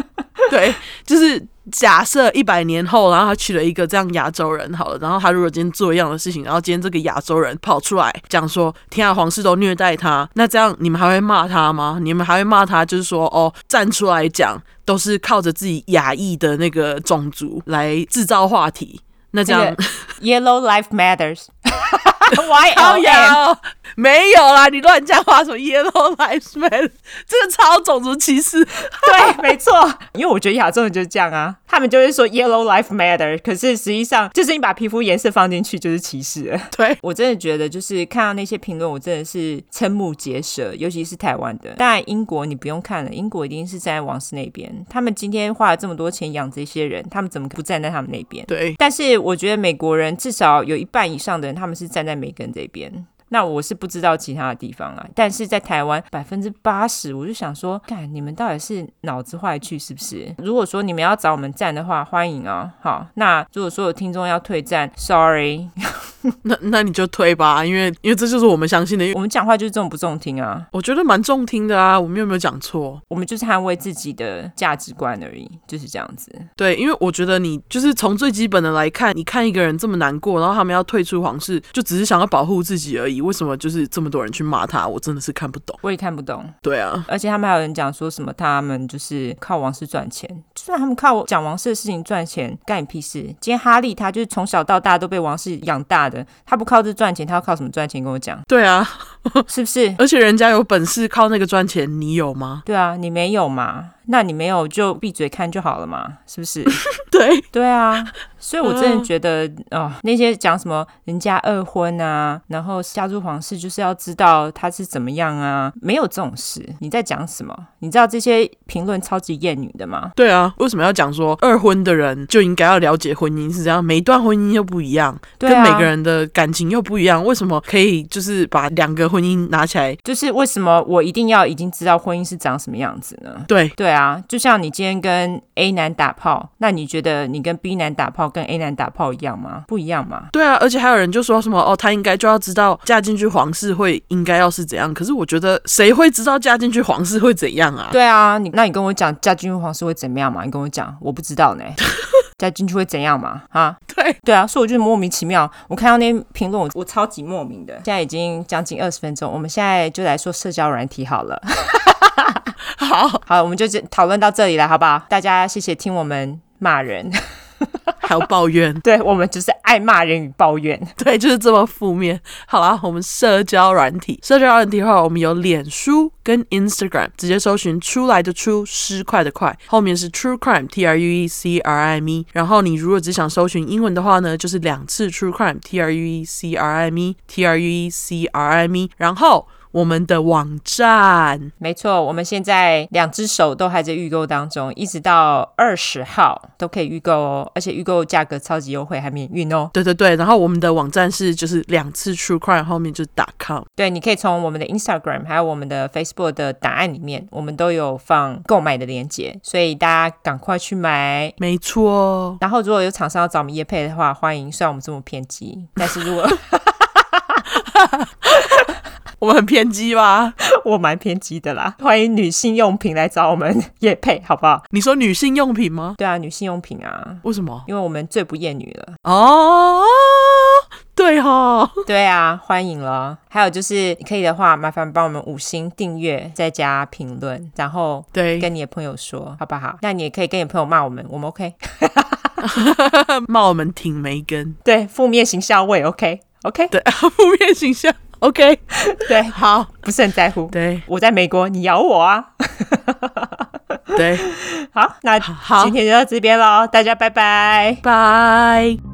B: 对，就是假设一百年后，然后他娶了一个这样亚洲人好了，然后他如果今天做一样的事情，然后今天这个亚洲人跑出来讲说，天啊，皇室都虐待他，那这样你们还会骂他吗？你们还会骂他，就是说哦，站出来讲都是靠着自己亚裔的那个种族来制造话题，那这样
A: 那个 Yellow Life Matters 。
B: 靠
A: Y L M
B: 呀，没有啦，你乱讲话，什么 Yellow Lives Matter，这个超种族歧 视。
A: 对，没错，因为我觉得亚洲人就是这样啊，他们就会说 yellow life matter，可是实际上就是你把皮肤颜色放进去就是歧视了。
B: 对，
A: 我真的觉得，就是看到那些评论，我真的是瞠目结舌，尤其是台湾的。当然，英国你不用看了，英国一定是站在王室那边。他们今天花了这么多钱养这些人，他们怎么可不站在他们那边？
B: 对，
A: 但是我觉得美国人至少有一半以上的人，他们是站在梅根这边。那我是不知道其他的地方啦，但是在台湾百分之八十，我就想说，干你们到底是脑子坏去是不是？如果说你们要找我们站的话，欢迎哦。好，那如果说有听众要退站，sorry，
B: 那那你就退吧，因为因为这就是我们相信的。因为
A: 我们讲话就是重不中听啊，
B: 我觉得蛮中听的啊，我们有没有讲错？
A: 我们就是捍卫自己的价值观而已，就是这样子。
B: 对，因为我觉得你就是从最基本的来看，你看一个人这么难过，然后他们要退出皇室，就只是想要保护自己而已。为什么就是这么多人去骂他？我真的是看不懂。
A: 我也看不懂，
B: 对啊，，
A: 而且他们还有人讲说什么他们就是靠王室赚钱，就算他们靠讲王室的事情赚钱，干你屁事？今天哈利他就是从小到大都被王室养大的，他不靠这赚钱，他要靠什么赚钱？跟我讲
B: 对啊，
A: 是不是？
B: 而且人家有本事靠那个赚钱，你有吗？
A: 对啊，你没有嘛？那你没有就闭嘴看就好了嘛，是不 是？
B: 对，
A: 对啊，所以我
B: 嗯
A: 真的觉得，哦，那些讲什么人家二婚啊，然后嫁入皇室就是要知道他是怎么样啊，没有这种事。你在讲什么？你知道这些评论超级厌女的吗？
B: 对啊，为什么要讲说二婚的人就应该要了解婚姻是这样？每一段婚姻又不一样，
A: 对啊
B: 跟每个人的感情又不一样，为什么可以就是把两个婚姻拿起来？
A: 就是为什么我一定要已经知道婚姻是长什么样子呢？
B: 对，
A: 对啊，就像你今天跟 A 男打炮，那你觉得你跟 B 男打炮跟 A 男打炮一样吗？不一样嘛。
B: 对啊，而且还有人就说什么哦，他应该就要知道嫁进去皇室会应该要是怎样。可是我觉得谁会知道嫁进去皇室会怎样啊？
A: 对啊，你那你跟我讲嫁进去皇室会怎么样嘛？你跟我讲，我不知道呢。 嫁进去会怎样嘛？啊，
B: 对
A: 对啊，所以我就莫名其妙，我看到那些评论，我我超级莫名的。现在已经将近二十分钟，我们现在就来说社交软体好了。
B: 好，
A: 好，我们就这讨论到这里了，好不好？大家谢谢听我们骂人。
B: 还有抱怨，
A: 对我们就是爱骂人与抱怨。
B: 对，就是这么负面。好啦，我们社交软体，社交软体的话，我们有脸书跟 Instagram，直接搜寻“出来的出，失快的快”，后面是 True Crime，T R U E C R I M E。然后你如果只想搜寻英文的话呢，就是两次 True Crime，T R U E C R I M E，T R U E C R I M E。然后我们的网站，
A: 没错，我们现在两只手都还在预购当中，一直到二十号都可以预购哦，而且预购价格超级优惠，还免运哦。
B: 对对对，然后我们的网站是就是两次 True Crime，后面就是 .com。
A: 对，你可以从我们的 Instagram 还有我们的 Facebook 的档案里面，我们都有放购买的链接，所以大家赶快去买。
B: 没错，哦
A: 然后如果有厂商要找我们业配的话，欢迎。虽然我们这么偏激，但是如果
B: 我们很偏激吧？
A: 我蛮偏激的啦，欢迎女性用品来找我们业配，好不好？
B: 你说女性用品吗？
A: 对啊，女性用品啊，
B: 为什么？
A: 因为我们最不厌女了。
B: 哦，对哈、哦，
A: 对啊，欢迎了。还有就是可以的话，麻烦帮我们五星订阅，再加评论，然后
B: 对，
A: 跟你的朋友说，好不好？那你也可以跟你朋友骂我们，我们 OK。
B: 骂我们挺没根，
A: 对，负面形象我也 OK。OK，
B: 对， 负面形象。OK，
A: 对，
B: 好，
A: 不是很在乎。
B: 对
A: 我在美国，你咬我啊！
B: 对，
A: 好，那
B: 好，
A: 今天就到这边喽，大家拜拜。
B: 拜。